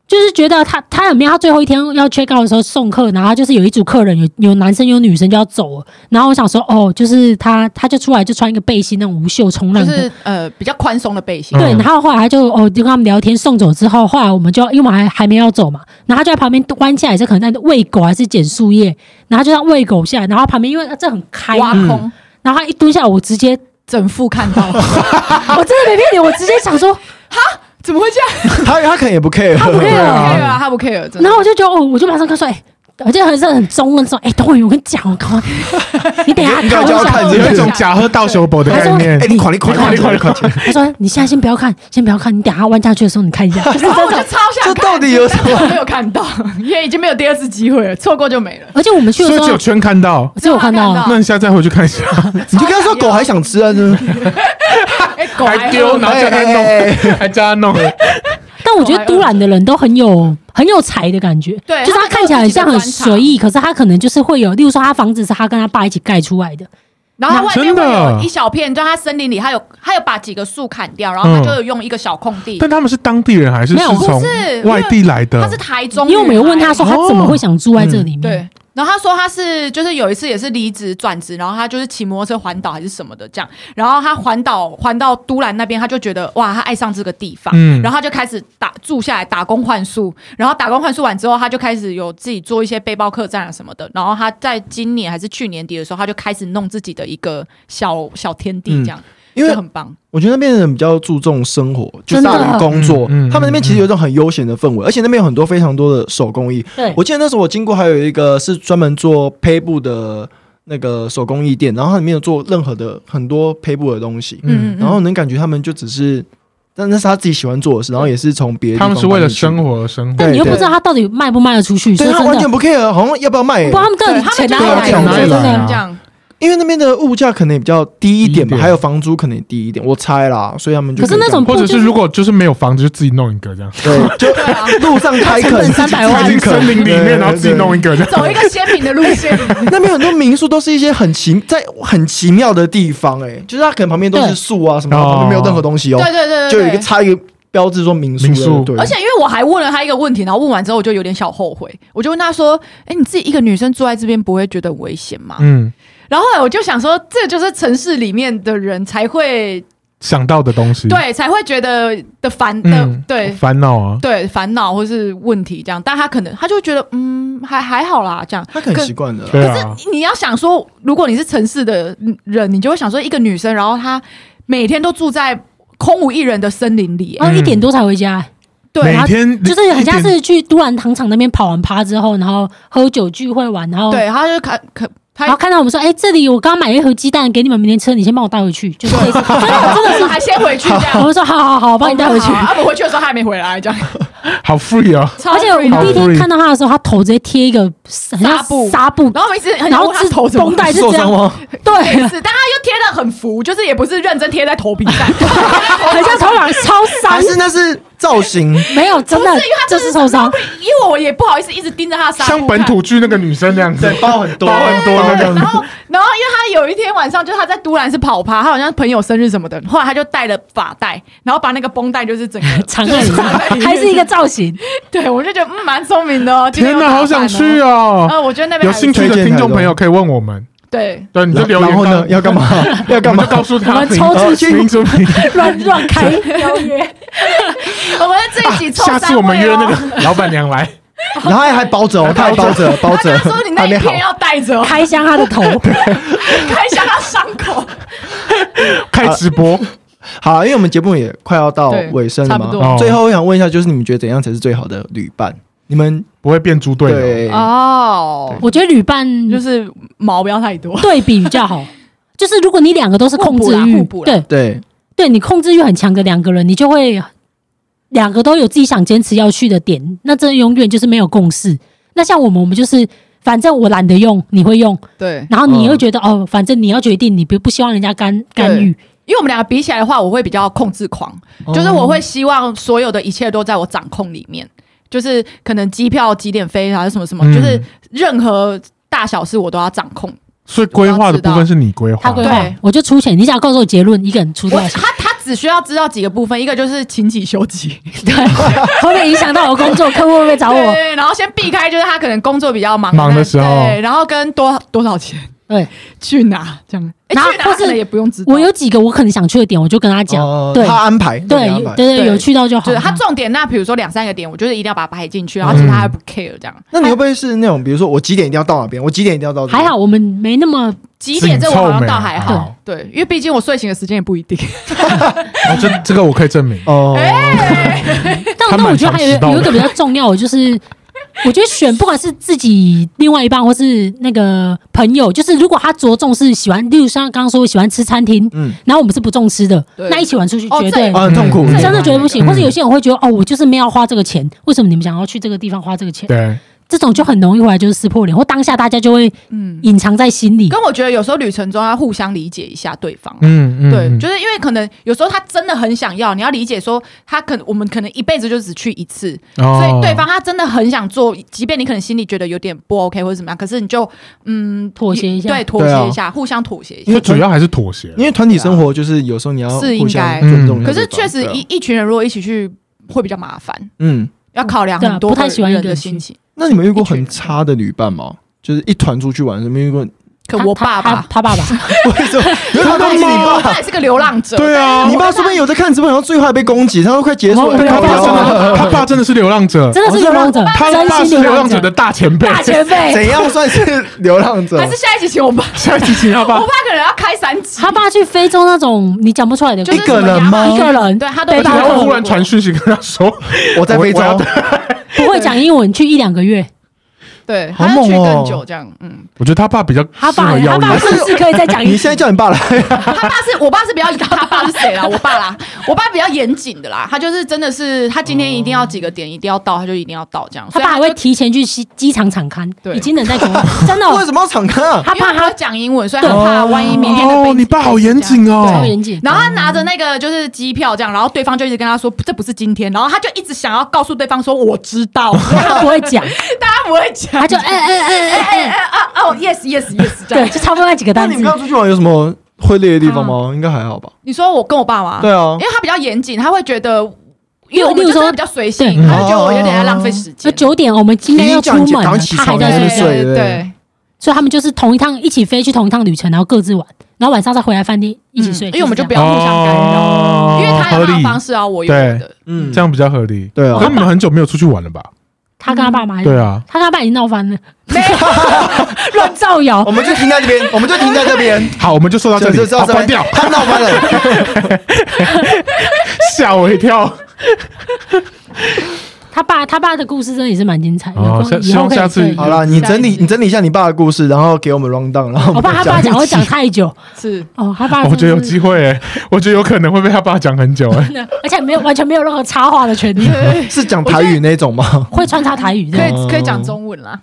Speaker 4: 就是觉得他他很妙，他最后一天要 check out 的时候送客，然后他就是有一组客人有有男生有女生就要走了，然后我想说哦，就是他他就出来就穿一个背心那种无袖冲浪
Speaker 3: 就
Speaker 4: 的。
Speaker 3: 是呃比较宽松的背心，
Speaker 2: 嗯
Speaker 4: 对，然后后来他就哦，就跟他们聊天，送走之后，后来我们就因为我们还还没要走嘛，然后他就在旁边弯下来，是可能在喂狗还是捡树叶，然后就让喂狗下来，然后旁边因为这很开
Speaker 3: 挖
Speaker 4: 嘛，
Speaker 3: 空、
Speaker 4: 然后他一蹲下来，我直 接，
Speaker 3: 整副看到，
Speaker 4: 我真的没骗你，我直接想说，
Speaker 3: 怎么会这样？
Speaker 1: 他他可能也不 care，
Speaker 4: 他不 care
Speaker 3: 不
Speaker 4: 啊
Speaker 3: care 啊，他不 care，真的
Speaker 4: 然后我就觉得哦，我就马上跟他说，哎、我就很是很中问说，哎、等会我跟你讲，我刚刚，你等一下
Speaker 1: 你赶快叫
Speaker 4: 我
Speaker 1: 他看
Speaker 4: 想
Speaker 1: 这个
Speaker 2: 有一种假喝到手博的概念
Speaker 1: 哎，。你垮你垮
Speaker 4: 你
Speaker 1: 你垮你垮！
Speaker 4: 他说你现在先不要看， 先不要看，你等一下弯下去的时候你看一下，就是
Speaker 3: 然后
Speaker 4: 这
Speaker 3: 我就
Speaker 4: 种。
Speaker 3: 超想看，
Speaker 1: 这到底有什么
Speaker 3: 但我没有看到， 因为已经没有第二次机会了，错过 就没了。
Speaker 4: 而且我们去 的
Speaker 2: 所以
Speaker 4: 时
Speaker 2: 只有
Speaker 4: 候，
Speaker 2: 圈看到，
Speaker 4: 我只有看到啊，
Speaker 2: 那你下次再回去看一下，
Speaker 1: 你就跟他说狗还想吃啊，真的
Speaker 3: 哎，狗
Speaker 2: 还丢，
Speaker 3: 饿
Speaker 2: 然后叫他
Speaker 1: 哎哎
Speaker 2: 弄，还叫他弄。
Speaker 4: 但我觉得都兰的人都很有很有才的感觉，
Speaker 3: 对
Speaker 4: 就是
Speaker 3: 他
Speaker 4: 他
Speaker 3: 们
Speaker 4: 看起来很像很
Speaker 3: 都有自己的专长
Speaker 4: 随意，可是他可能就是会有，例如说他房子是他跟他爸一起盖出来的，
Speaker 3: 然后它外
Speaker 2: 真
Speaker 3: 面会
Speaker 4: 啊
Speaker 2: 的
Speaker 3: 有一小片，就它森林里，它有它有把几个树砍掉，然后它
Speaker 4: 嗯
Speaker 3: 就有用一个小空地。
Speaker 2: 但他们是当地人还是
Speaker 4: 没有
Speaker 2: 是从
Speaker 3: 不是
Speaker 2: 外地来的
Speaker 3: 它？是台中，
Speaker 4: 因为我们有问他说他怎么会想住在这
Speaker 2: 哦
Speaker 1: 嗯
Speaker 4: 里面，
Speaker 3: 对，然后他说他是就是有一次也是离职转职，然后他就是骑摩托车环岛还是什么的这样，然后他环岛环到都兰那边，他就觉得哇，他爱上这个地方，
Speaker 2: 嗯
Speaker 3: 然后他就开始打住下来打工换宿，然后打工换宿完之后，他就开始有自己做一些背包客栈啊什么的，然后他在今年还是去年底的时候，他就开始弄自己的一个小小天地这样，
Speaker 1: 嗯因
Speaker 3: 就
Speaker 1: 为
Speaker 3: 很棒，
Speaker 1: 我觉得那边的人比较注重生活，就
Speaker 4: 真的
Speaker 1: 大于工作
Speaker 2: 嗯嗯。
Speaker 1: 他们那边其实有一种很悠闲的氛围，而且那边有很多非常多的手工艺。
Speaker 4: 对
Speaker 1: 我记得那时候我经过，还有一个是专门做胚布的那个手工艺店，然后它里面有做任何的很多胚布的东西，
Speaker 2: 嗯
Speaker 3: 嗯，
Speaker 1: 然后能感觉他们就只是，但那是他自己喜欢做的事，然后也是从别的地
Speaker 2: 他
Speaker 1: 方
Speaker 2: 们是为了
Speaker 1: 搬进去
Speaker 2: 生，活而生活
Speaker 1: 对。
Speaker 4: 但你又不知道他到底卖不卖得出去，说
Speaker 1: 对
Speaker 4: 真
Speaker 1: 他完全
Speaker 4: 的，
Speaker 1: 不 care，好像要不要卖、
Speaker 4: 不知道他们到
Speaker 3: 对
Speaker 4: 底
Speaker 3: 他们
Speaker 4: 钱
Speaker 3: 就
Speaker 4: 哪
Speaker 3: 是
Speaker 4: 里
Speaker 1: 对
Speaker 4: 来的，
Speaker 1: 啊
Speaker 4: 说
Speaker 1: 钱
Speaker 4: 真
Speaker 2: 哪里来
Speaker 4: 的
Speaker 2: 啊。
Speaker 3: 这样。
Speaker 1: 因为那边的物价可能也比较低一点
Speaker 2: 低一
Speaker 1: 吧，
Speaker 2: 点
Speaker 1: 还有房租可能也低一点，我猜啦，所以他们就
Speaker 4: 可是
Speaker 1: 以这
Speaker 4: 那
Speaker 1: 样
Speaker 4: 种
Speaker 2: 或者是如果就是没有房子，就自己弄一个这样，
Speaker 1: 对，就
Speaker 3: 对啊，
Speaker 1: 路上开垦，
Speaker 4: 成本300万
Speaker 2: 住进森林里面，然后自己弄
Speaker 1: 一。
Speaker 2: 一个这样。
Speaker 3: 走一个鲜明的路线，
Speaker 1: 那边很多民宿都是一些很奇在很奇妙的地方，哎，就是它可能旁边都是树啊什么，
Speaker 2: 对
Speaker 1: 旁边 没有任何东西哦
Speaker 3: 对，对对对，
Speaker 1: 就有一个
Speaker 3: 对
Speaker 1: 插一个标志说民宿
Speaker 2: 民宿
Speaker 1: 的，对，
Speaker 3: 而且因为我还问了他一个问题，然后问完之后我就有点小后悔，我就问他说：“哎、你自己一个女生住在这边不会觉得很危险吗？”
Speaker 2: 嗯，
Speaker 3: 然后后来我就想说，这就是城市里面的人才会。
Speaker 2: 想到的东西，
Speaker 3: 对，才会觉得的烦的
Speaker 2: 嗯，，
Speaker 3: 对
Speaker 2: 烦恼啊，
Speaker 3: 对烦恼或是问题这样，但他可能他就觉得嗯还还好啦这样。
Speaker 1: 他很
Speaker 3: 可
Speaker 1: 习惯的啦。
Speaker 2: 对啊，
Speaker 3: 你要想说，如果你是城市的人，你就会想说，一个女生，然后她每天都住在空无一人的森林里、欸
Speaker 4: 哦然后一
Speaker 1: 嗯
Speaker 4: 点多才回家、欸
Speaker 3: 对，
Speaker 2: 每
Speaker 3: 然后
Speaker 2: 天
Speaker 4: 就是很像
Speaker 2: 一点
Speaker 4: 是去都兰糖厂那边跑完趴之后，然后喝酒聚会完，然后
Speaker 3: 对，她就看可她
Speaker 4: 然后看到我们说，哎、这里我刚买了一盒鸡蛋给你们，明天吃，你先帮我带回去，就是类似真的真的是，
Speaker 3: 还先回去这
Speaker 4: 我
Speaker 3: 样，哦
Speaker 4: 们说好好好，我帮你带回去。
Speaker 3: 他们回去的时候她还没回来，这样。
Speaker 2: 好 free 啊，
Speaker 3: 超
Speaker 4: 而且我们
Speaker 2: 好
Speaker 4: 第一
Speaker 2: free
Speaker 4: 天看到他的时候，他头直接贴一个很像
Speaker 3: 纱布
Speaker 4: 纱布，
Speaker 3: 然后我们一直很
Speaker 4: 然
Speaker 3: 想
Speaker 4: 后
Speaker 3: 问她头
Speaker 4: 是
Speaker 3: 怎么
Speaker 4: 绷带是
Speaker 1: 受
Speaker 4: 这
Speaker 1: 伤
Speaker 4: 样，
Speaker 1: 吗？
Speaker 4: 对，
Speaker 3: 是，但她又贴的很浮，就是也不是认真贴在头皮上，
Speaker 4: 很像头狼超伤
Speaker 1: 还，是那是造型？
Speaker 4: 没有 真的
Speaker 3: 不是因为他，
Speaker 4: 这
Speaker 3: 真
Speaker 4: 是
Speaker 3: 的
Speaker 4: 受伤。
Speaker 3: 因为我也不好意思一直盯着她的纱布
Speaker 2: 像本
Speaker 3: 看
Speaker 2: 土剧那个女生那样子，
Speaker 1: 包很多
Speaker 2: 包很多那
Speaker 3: 然
Speaker 2: 个，
Speaker 3: 后，然后，因为他有一天晚上，就是他在都兰是跑趴，他好像朋友生日什么的，后来他就带了发带，然后把那个绷带就是整 个
Speaker 4: 藏在里
Speaker 3: 就是藏在里
Speaker 4: 面，
Speaker 3: 面
Speaker 4: 还是一个造型。
Speaker 3: 对我就觉得嗯蛮聪明的哦。今
Speaker 2: 天
Speaker 3: 天有打
Speaker 2: 哪，
Speaker 3: 扮
Speaker 2: 好想
Speaker 3: 哦
Speaker 2: 去！哦！
Speaker 3: 呃，我觉得那边
Speaker 2: 有
Speaker 3: 还
Speaker 2: 兴趣
Speaker 1: 推
Speaker 2: 的
Speaker 1: 荐
Speaker 2: 听
Speaker 1: 台
Speaker 2: 众
Speaker 1: 东
Speaker 2: 朋友可以问我们，
Speaker 3: 对，
Speaker 2: 对，你就留言，
Speaker 1: 然后呢？要干嘛？ 要
Speaker 2: 我
Speaker 1: 干嘛
Speaker 2: 们就？告诉他，哦
Speaker 4: 我们抽
Speaker 1: 出去
Speaker 2: 民族民族
Speaker 4: 乱乱开邀约，
Speaker 3: 我们这一集抽
Speaker 2: 啊下次我们
Speaker 3: 三
Speaker 2: 约
Speaker 3: 位
Speaker 2: 那。
Speaker 3: 哦
Speaker 2: 个老板娘来，
Speaker 1: 啊然后还还包着哦，他还包着包
Speaker 3: 他
Speaker 1: 着，
Speaker 3: 说你那
Speaker 1: 还
Speaker 3: 一
Speaker 1: 没好
Speaker 3: 片。要带着哦，
Speaker 4: 开箱他的头，
Speaker 3: 看一下他伤口。
Speaker 2: 开直播，
Speaker 1: 好，因为我们节目也快要到
Speaker 3: 对
Speaker 1: 尾声了
Speaker 3: 差不
Speaker 2: 哦
Speaker 1: 嘛。
Speaker 3: 多
Speaker 1: 最后我想问一下，就是你们觉得怎样才是最好的旅伴？你们
Speaker 2: 不会变猪队友。
Speaker 1: 对
Speaker 3: 哦，
Speaker 4: 我觉得旅伴就
Speaker 3: 就是是毛不要太多。
Speaker 4: 对比比较好。就是如果你两个都是控
Speaker 3: 互补
Speaker 4: 制欲
Speaker 3: 啦互补，啦
Speaker 4: 对
Speaker 1: 对
Speaker 4: 对，你控制欲很强的两个人，你就会两个都有自己想坚持要去的点，那这永远就是没有共识。那像我们，我们就是反正我懒得用，你会用，
Speaker 3: 对，
Speaker 4: 然后
Speaker 1: 嗯
Speaker 4: 你又觉得、哦，反正你要决定，你不不希望人家干干预，
Speaker 3: 因为我们两个比起来的话，我会比较控制狂，就是我会希望所有的一切都在我掌控里面，就是可能机票几点飞啊还是什么什么，
Speaker 2: 嗯
Speaker 3: 就是任何大小事我都要掌控。
Speaker 2: 所以规划的部分是你规
Speaker 4: 他
Speaker 2: 划，
Speaker 4: 规划
Speaker 3: 对，
Speaker 4: 我就出钱，你想要告诉我结论，一个人出多
Speaker 3: 我
Speaker 4: 少钱，
Speaker 3: 他他只需要知道几个部分，一个就是请几休几，
Speaker 4: 对，会不会影响到我工作？客户会不会 找我？
Speaker 3: 对，然后先避开就是他可能工作比较忙
Speaker 2: 忙的时候
Speaker 3: 对，然后跟多多少钱
Speaker 4: 对，
Speaker 3: 去哪这样，诶
Speaker 4: 然后
Speaker 3: 哎去哪
Speaker 4: 或是
Speaker 3: 可能也不用知道，
Speaker 4: 我有几个我可能想去的点，我就跟他讲，
Speaker 1: 哦
Speaker 4: 对
Speaker 1: 他安排，
Speaker 4: 对
Speaker 1: 安排
Speaker 4: 对。对，
Speaker 3: 对
Speaker 4: 有去到就好嗯
Speaker 3: 就是
Speaker 4: 了。
Speaker 3: 他重点那比如说两三个点，我就是一定要把它排进去，然后其他还不 care 这样，
Speaker 1: 那你会不会是那种，比如说我几点一定要到哪边，我几点一定要到？
Speaker 4: 还好，我们没那么
Speaker 3: 几点这我好像倒还
Speaker 2: 紧凑
Speaker 3: 好
Speaker 2: 没，
Speaker 3: 对，因为毕竟我睡醒的时间也不一定。
Speaker 2: 哦，这这个我可以证明。
Speaker 1: 哦，
Speaker 3: 哎
Speaker 2: 他
Speaker 4: 但但我
Speaker 2: 蛮
Speaker 4: 觉得
Speaker 2: 常
Speaker 4: 还
Speaker 2: 迟到
Speaker 4: 有有一
Speaker 2: 的
Speaker 4: 个比较重要的就是，我觉得选不管是自己另外一半或是那个朋友，就是如果他着重是喜欢，例如像刚刚说我喜欢吃餐厅，
Speaker 1: 嗯，
Speaker 4: 然后我们是不重吃的，
Speaker 3: 对
Speaker 4: 那一起玩出去
Speaker 3: 哦
Speaker 4: 绝
Speaker 3: 这
Speaker 4: 对
Speaker 3: 也。
Speaker 1: 啊，很痛苦
Speaker 2: 嗯，
Speaker 4: 真的觉得不行，
Speaker 2: 嗯
Speaker 4: 或者有些人会觉得哦，我就是没有要花这个钱，为什么你们想要去这个地方花这个钱？
Speaker 2: 对，
Speaker 4: 这种就很容易回来就是撕破脸，或当下大家就会
Speaker 3: 嗯，
Speaker 4: 隐藏在心 里。
Speaker 3: 跟我觉得有时候旅程中要互相理解一下对方。
Speaker 2: 嗯嗯，
Speaker 3: 对，
Speaker 2: 嗯
Speaker 3: 就是因为可能有时候他真的很想要，你要理解说他可我们可能一辈子就只去一次，
Speaker 2: 哦
Speaker 3: 所以对方他真的很想做，即便你可能心里觉得有点不 OK 或者怎么样，可是你就嗯
Speaker 4: 妥协一下
Speaker 3: 对，妥协一下，互相妥协一
Speaker 2: 因
Speaker 3: 下
Speaker 2: 为。主要还是妥协，
Speaker 1: 嗯因为团体生活就是有时候你要
Speaker 3: 是
Speaker 1: 互相
Speaker 3: 应该嗯
Speaker 1: 尊
Speaker 4: 嗯
Speaker 1: 重一下对方，
Speaker 3: 可是确实
Speaker 1: 对啊
Speaker 3: 一一群人如果一起去会比较麻烦，
Speaker 1: 嗯，
Speaker 3: 要考量
Speaker 4: 对啊
Speaker 3: 很多
Speaker 4: 不太喜欢一
Speaker 3: 人的
Speaker 4: 个人去
Speaker 3: 心情。
Speaker 1: 那你们遇过
Speaker 3: 一群
Speaker 1: 很
Speaker 3: 人
Speaker 1: 差的旅伴吗？就是一团出去玩，有没有遇过？
Speaker 3: 可
Speaker 4: 他
Speaker 3: 我
Speaker 4: 他
Speaker 3: 爸
Speaker 4: 他
Speaker 3: 爸，
Speaker 4: 他爸爸，
Speaker 1: 为什么？ 因 为他都
Speaker 3: 也
Speaker 1: 是
Speaker 3: 是
Speaker 1: 你
Speaker 3: 我
Speaker 1: 爸
Speaker 3: 爸，也是个流浪者，
Speaker 2: 对啊
Speaker 1: 你，爸说不定有在看直播，然后最后还被攻击，他都快结束了，
Speaker 4: 我
Speaker 2: 他
Speaker 1: 靠
Speaker 2: 爸
Speaker 1: 腰
Speaker 2: 真
Speaker 1: 啊
Speaker 2: 的，他爸真的是流浪者，
Speaker 4: 真的是流浪者，
Speaker 2: 哦他爸
Speaker 4: 真
Speaker 2: 是
Speaker 4: 心
Speaker 2: 流浪
Speaker 4: 浪
Speaker 2: 者的大前辈，
Speaker 4: 大前辈，
Speaker 1: 怎样算是流浪者
Speaker 3: 还？是下一集请我 爸，
Speaker 2: 啊下一集请他
Speaker 3: 我
Speaker 2: 爸
Speaker 3: 爸可能要开三集。
Speaker 4: 他爸去非洲那种你讲不出来的
Speaker 3: 就
Speaker 4: 故
Speaker 3: 是
Speaker 4: 事，
Speaker 1: 一个人吗
Speaker 4: 一个人
Speaker 3: 对他都
Speaker 4: 背
Speaker 2: 而且
Speaker 4: 包
Speaker 2: 他
Speaker 4: 客
Speaker 2: 会忽然传讯息跟他说，
Speaker 1: 我在非洲
Speaker 2: 我我，要
Speaker 4: 不会讲英文，去一两个月，
Speaker 3: 对，
Speaker 1: 好
Speaker 3: 他要去
Speaker 1: 猛哦
Speaker 3: 更久这样。嗯，
Speaker 2: 我觉得他爸比较
Speaker 4: 他
Speaker 2: 适
Speaker 4: 爸
Speaker 2: 合邀
Speaker 4: 他爸
Speaker 2: 约，
Speaker 4: 是不是可以再 讲
Speaker 1: 你
Speaker 4: 一
Speaker 1: 现在
Speaker 4: 次？
Speaker 1: 叫你爸来，
Speaker 3: 他爸是我爸是比较，他爸是谁啦？我爸啦，我爸比较严谨的啦，他就是真的是他今天一定要几个点一定要到，他就一定要到这样。
Speaker 4: 他
Speaker 3: 所以
Speaker 4: 爸还
Speaker 3: 就
Speaker 4: 会提前去机机场场刊，
Speaker 3: 对
Speaker 4: 已经人在国外，真的
Speaker 1: 为
Speaker 4: 哦
Speaker 1: 什么要敞开啊？
Speaker 4: 他
Speaker 3: 因为
Speaker 4: 怕
Speaker 3: 他
Speaker 4: 他
Speaker 3: 会讲英文，所以他怕万一明天的被
Speaker 2: 哦，你爸好严。谨
Speaker 4: 超
Speaker 2: 哦，
Speaker 4: 严谨。
Speaker 3: 然后他拿着那个就是机票这样，然后对方就一直跟他说这不是今天，然后他就一直想要告诉对方说我知道，
Speaker 4: 他不会讲，
Speaker 3: 他不会讲，
Speaker 4: 他就哎哎哎哎哎，
Speaker 3: 啊 哦 yes yes yes 这
Speaker 4: 对，
Speaker 3: 样。
Speaker 4: 就差不多那几个
Speaker 1: 那
Speaker 4: 单
Speaker 1: 你
Speaker 4: 字
Speaker 1: 们。刚出去玩有什么会累的地方吗？应该还好吧。
Speaker 3: 你说我跟我爸妈，
Speaker 1: 对啊
Speaker 3: 因，为他比较严谨，他会觉得，因为我
Speaker 4: 例
Speaker 3: 们
Speaker 4: 如
Speaker 3: 就
Speaker 4: 说
Speaker 3: 真的比较随性，
Speaker 4: 对
Speaker 3: 他就觉得我有点在浪费时
Speaker 4: 就
Speaker 3: 间。
Speaker 4: 九点，我们今天要出
Speaker 1: 已经
Speaker 4: 门
Speaker 1: 讲
Speaker 4: 了，
Speaker 1: 赶快起
Speaker 4: 他
Speaker 1: 床
Speaker 3: 嗯
Speaker 4: 还在
Speaker 1: 了是
Speaker 4: 那边
Speaker 1: 不是
Speaker 4: 睡，
Speaker 3: 对对对，
Speaker 4: 所以他们就是同一趟一起飞去同一趟旅程，然后各自玩。然后晚上再回来饭店一起睡，
Speaker 3: 因为我们就不
Speaker 4: 是
Speaker 3: 要互相干
Speaker 2: 哦
Speaker 3: 扰，因为他有他
Speaker 2: 合
Speaker 3: 的
Speaker 2: 理
Speaker 3: 方式啊，我有我的。
Speaker 1: 嗯
Speaker 2: 这样比较合理。
Speaker 1: 对
Speaker 2: 可是
Speaker 1: 啊，
Speaker 2: 你们很久没有出去玩了吧？
Speaker 4: 这样他跟他爸妈，
Speaker 2: 对，啊，
Speaker 4: 他跟他爸已经闹翻了，
Speaker 3: 没有，
Speaker 4: 乱造谣
Speaker 1: 我。们就停在这边，我们就停在这边，
Speaker 2: 好，我们就说到这
Speaker 1: 就
Speaker 2: 里，
Speaker 1: 就
Speaker 2: 好，
Speaker 1: 到这
Speaker 2: 关
Speaker 1: 边
Speaker 2: 掉，
Speaker 1: 他闹翻 了，
Speaker 2: 吓我一跳。
Speaker 4: 他爸他爸的故事真的也是蛮精彩的，
Speaker 2: 哦下
Speaker 4: 以后可
Speaker 2: 希望下
Speaker 4: 以
Speaker 2: 次
Speaker 4: 对
Speaker 1: 好啦，你整理你整理一下你爸的故事，然后给我们 round down，然后
Speaker 4: 我
Speaker 1: 们
Speaker 4: 怕他爸
Speaker 1: 再
Speaker 4: 讲
Speaker 1: 一
Speaker 4: 会
Speaker 1: 集
Speaker 4: 讲太久
Speaker 3: 是
Speaker 4: 哦，他爸
Speaker 2: 我觉得有
Speaker 4: 真的是
Speaker 2: 机会欸，我觉得有可能会被他爸讲很久哎。
Speaker 4: 真的，而且没有完全没有任何插话的权利，
Speaker 1: 是讲台语那种吗？
Speaker 4: 会穿插台语 这
Speaker 3: 可
Speaker 4: 样。
Speaker 2: 哦
Speaker 3: 以可以讲中文啦，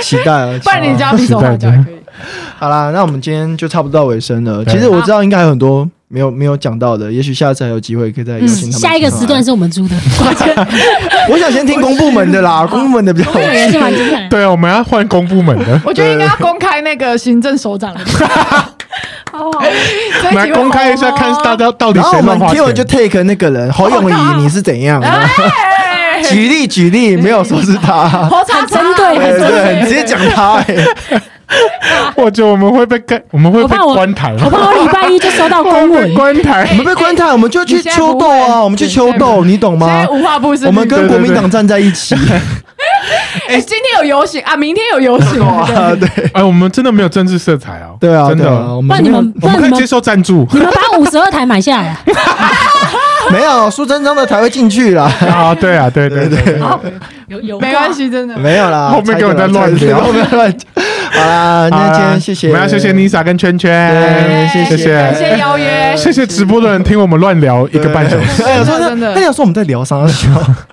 Speaker 1: 期待啊，期
Speaker 3: 不
Speaker 1: 待
Speaker 3: 然你叫比手画脚也可以。，
Speaker 1: 好啦，那我们今天就差不多到尾声了。
Speaker 2: 对
Speaker 1: 其实我知道应该还有很多没有没有讲到的，也许下次还有机会可以再邀请他们。
Speaker 4: 嗯下一个时段，是我们租的， 我觉得
Speaker 1: 我想先听公部门的啦，公部门的比较好
Speaker 4: 这个也是蛮精彩的，
Speaker 2: 对啊，我们要换公部门的
Speaker 3: 我觉得应该要公开那个行政首长的，
Speaker 4: 哦，
Speaker 3: 这
Speaker 2: 我
Speaker 3: 一
Speaker 2: 们
Speaker 3: 集
Speaker 2: 来
Speaker 3: 会
Speaker 2: 公开一
Speaker 3: 红
Speaker 2: 下，
Speaker 3: 哦
Speaker 2: 看大。家到底
Speaker 1: 然后
Speaker 2: 谁
Speaker 1: 我
Speaker 2: 乱
Speaker 1: 们
Speaker 2: 花
Speaker 1: 贴文就
Speaker 2: 钱。
Speaker 1: take 那个人侯永仪，你是怎样？啊
Speaker 3: 哎
Speaker 1: 举例举例，没有说是 他，
Speaker 3: 火哎叉叉
Speaker 4: 很针对
Speaker 1: 对
Speaker 4: 很针
Speaker 1: 对，
Speaker 4: 对
Speaker 1: 你直接讲他。哎
Speaker 2: 我觉得我们会被干，我们会
Speaker 4: 我
Speaker 2: 被
Speaker 4: 怕我
Speaker 2: 关台，啊
Speaker 4: 我怕我礼拜一就收到
Speaker 2: 我
Speaker 4: 公
Speaker 2: 们被
Speaker 4: 文，
Speaker 2: 关台
Speaker 1: 我。们被关台，我们就去秋斗
Speaker 3: 你现在不
Speaker 1: 啊，
Speaker 3: 会
Speaker 1: 我们去秋斗，你懂
Speaker 3: 现
Speaker 1: 吗
Speaker 3: 在？无话不
Speaker 1: 我
Speaker 3: 说。
Speaker 1: 们跟国民党站在一起，
Speaker 3: 哎，今天有游行啊，明天有游 行哦。
Speaker 1: 啊，对
Speaker 2: 哎，我们真的没有政治色彩哦。
Speaker 1: 对啊，
Speaker 2: 真
Speaker 1: 对
Speaker 2: 的，
Speaker 1: 啊，我
Speaker 2: 我
Speaker 1: 们
Speaker 4: 不然你们
Speaker 1: 没有
Speaker 4: 不然
Speaker 2: 们可
Speaker 4: 你
Speaker 2: 以接
Speaker 4: 们
Speaker 2: 受赞助。
Speaker 4: 你们把五十二台买下来啊，
Speaker 1: 没有苏贞昌的台会进去啦。
Speaker 2: 啊，对啊，对对对对，
Speaker 4: 有有
Speaker 3: 没关，系，真的。
Speaker 1: 没有啦，
Speaker 2: 后面给我再乱聊
Speaker 1: 猜的啦后 面乱讲。好啦，那今天谢谢，
Speaker 2: 我们要谢谢 Nisa 跟圈圈，
Speaker 1: 对谢
Speaker 2: 谢谢
Speaker 3: 感谢邀约，
Speaker 2: 谢谢直播的人听我们乱聊一个半小时。
Speaker 1: 对。哎，有时候
Speaker 3: 真的
Speaker 1: 他有时候我们在聊啥的时候，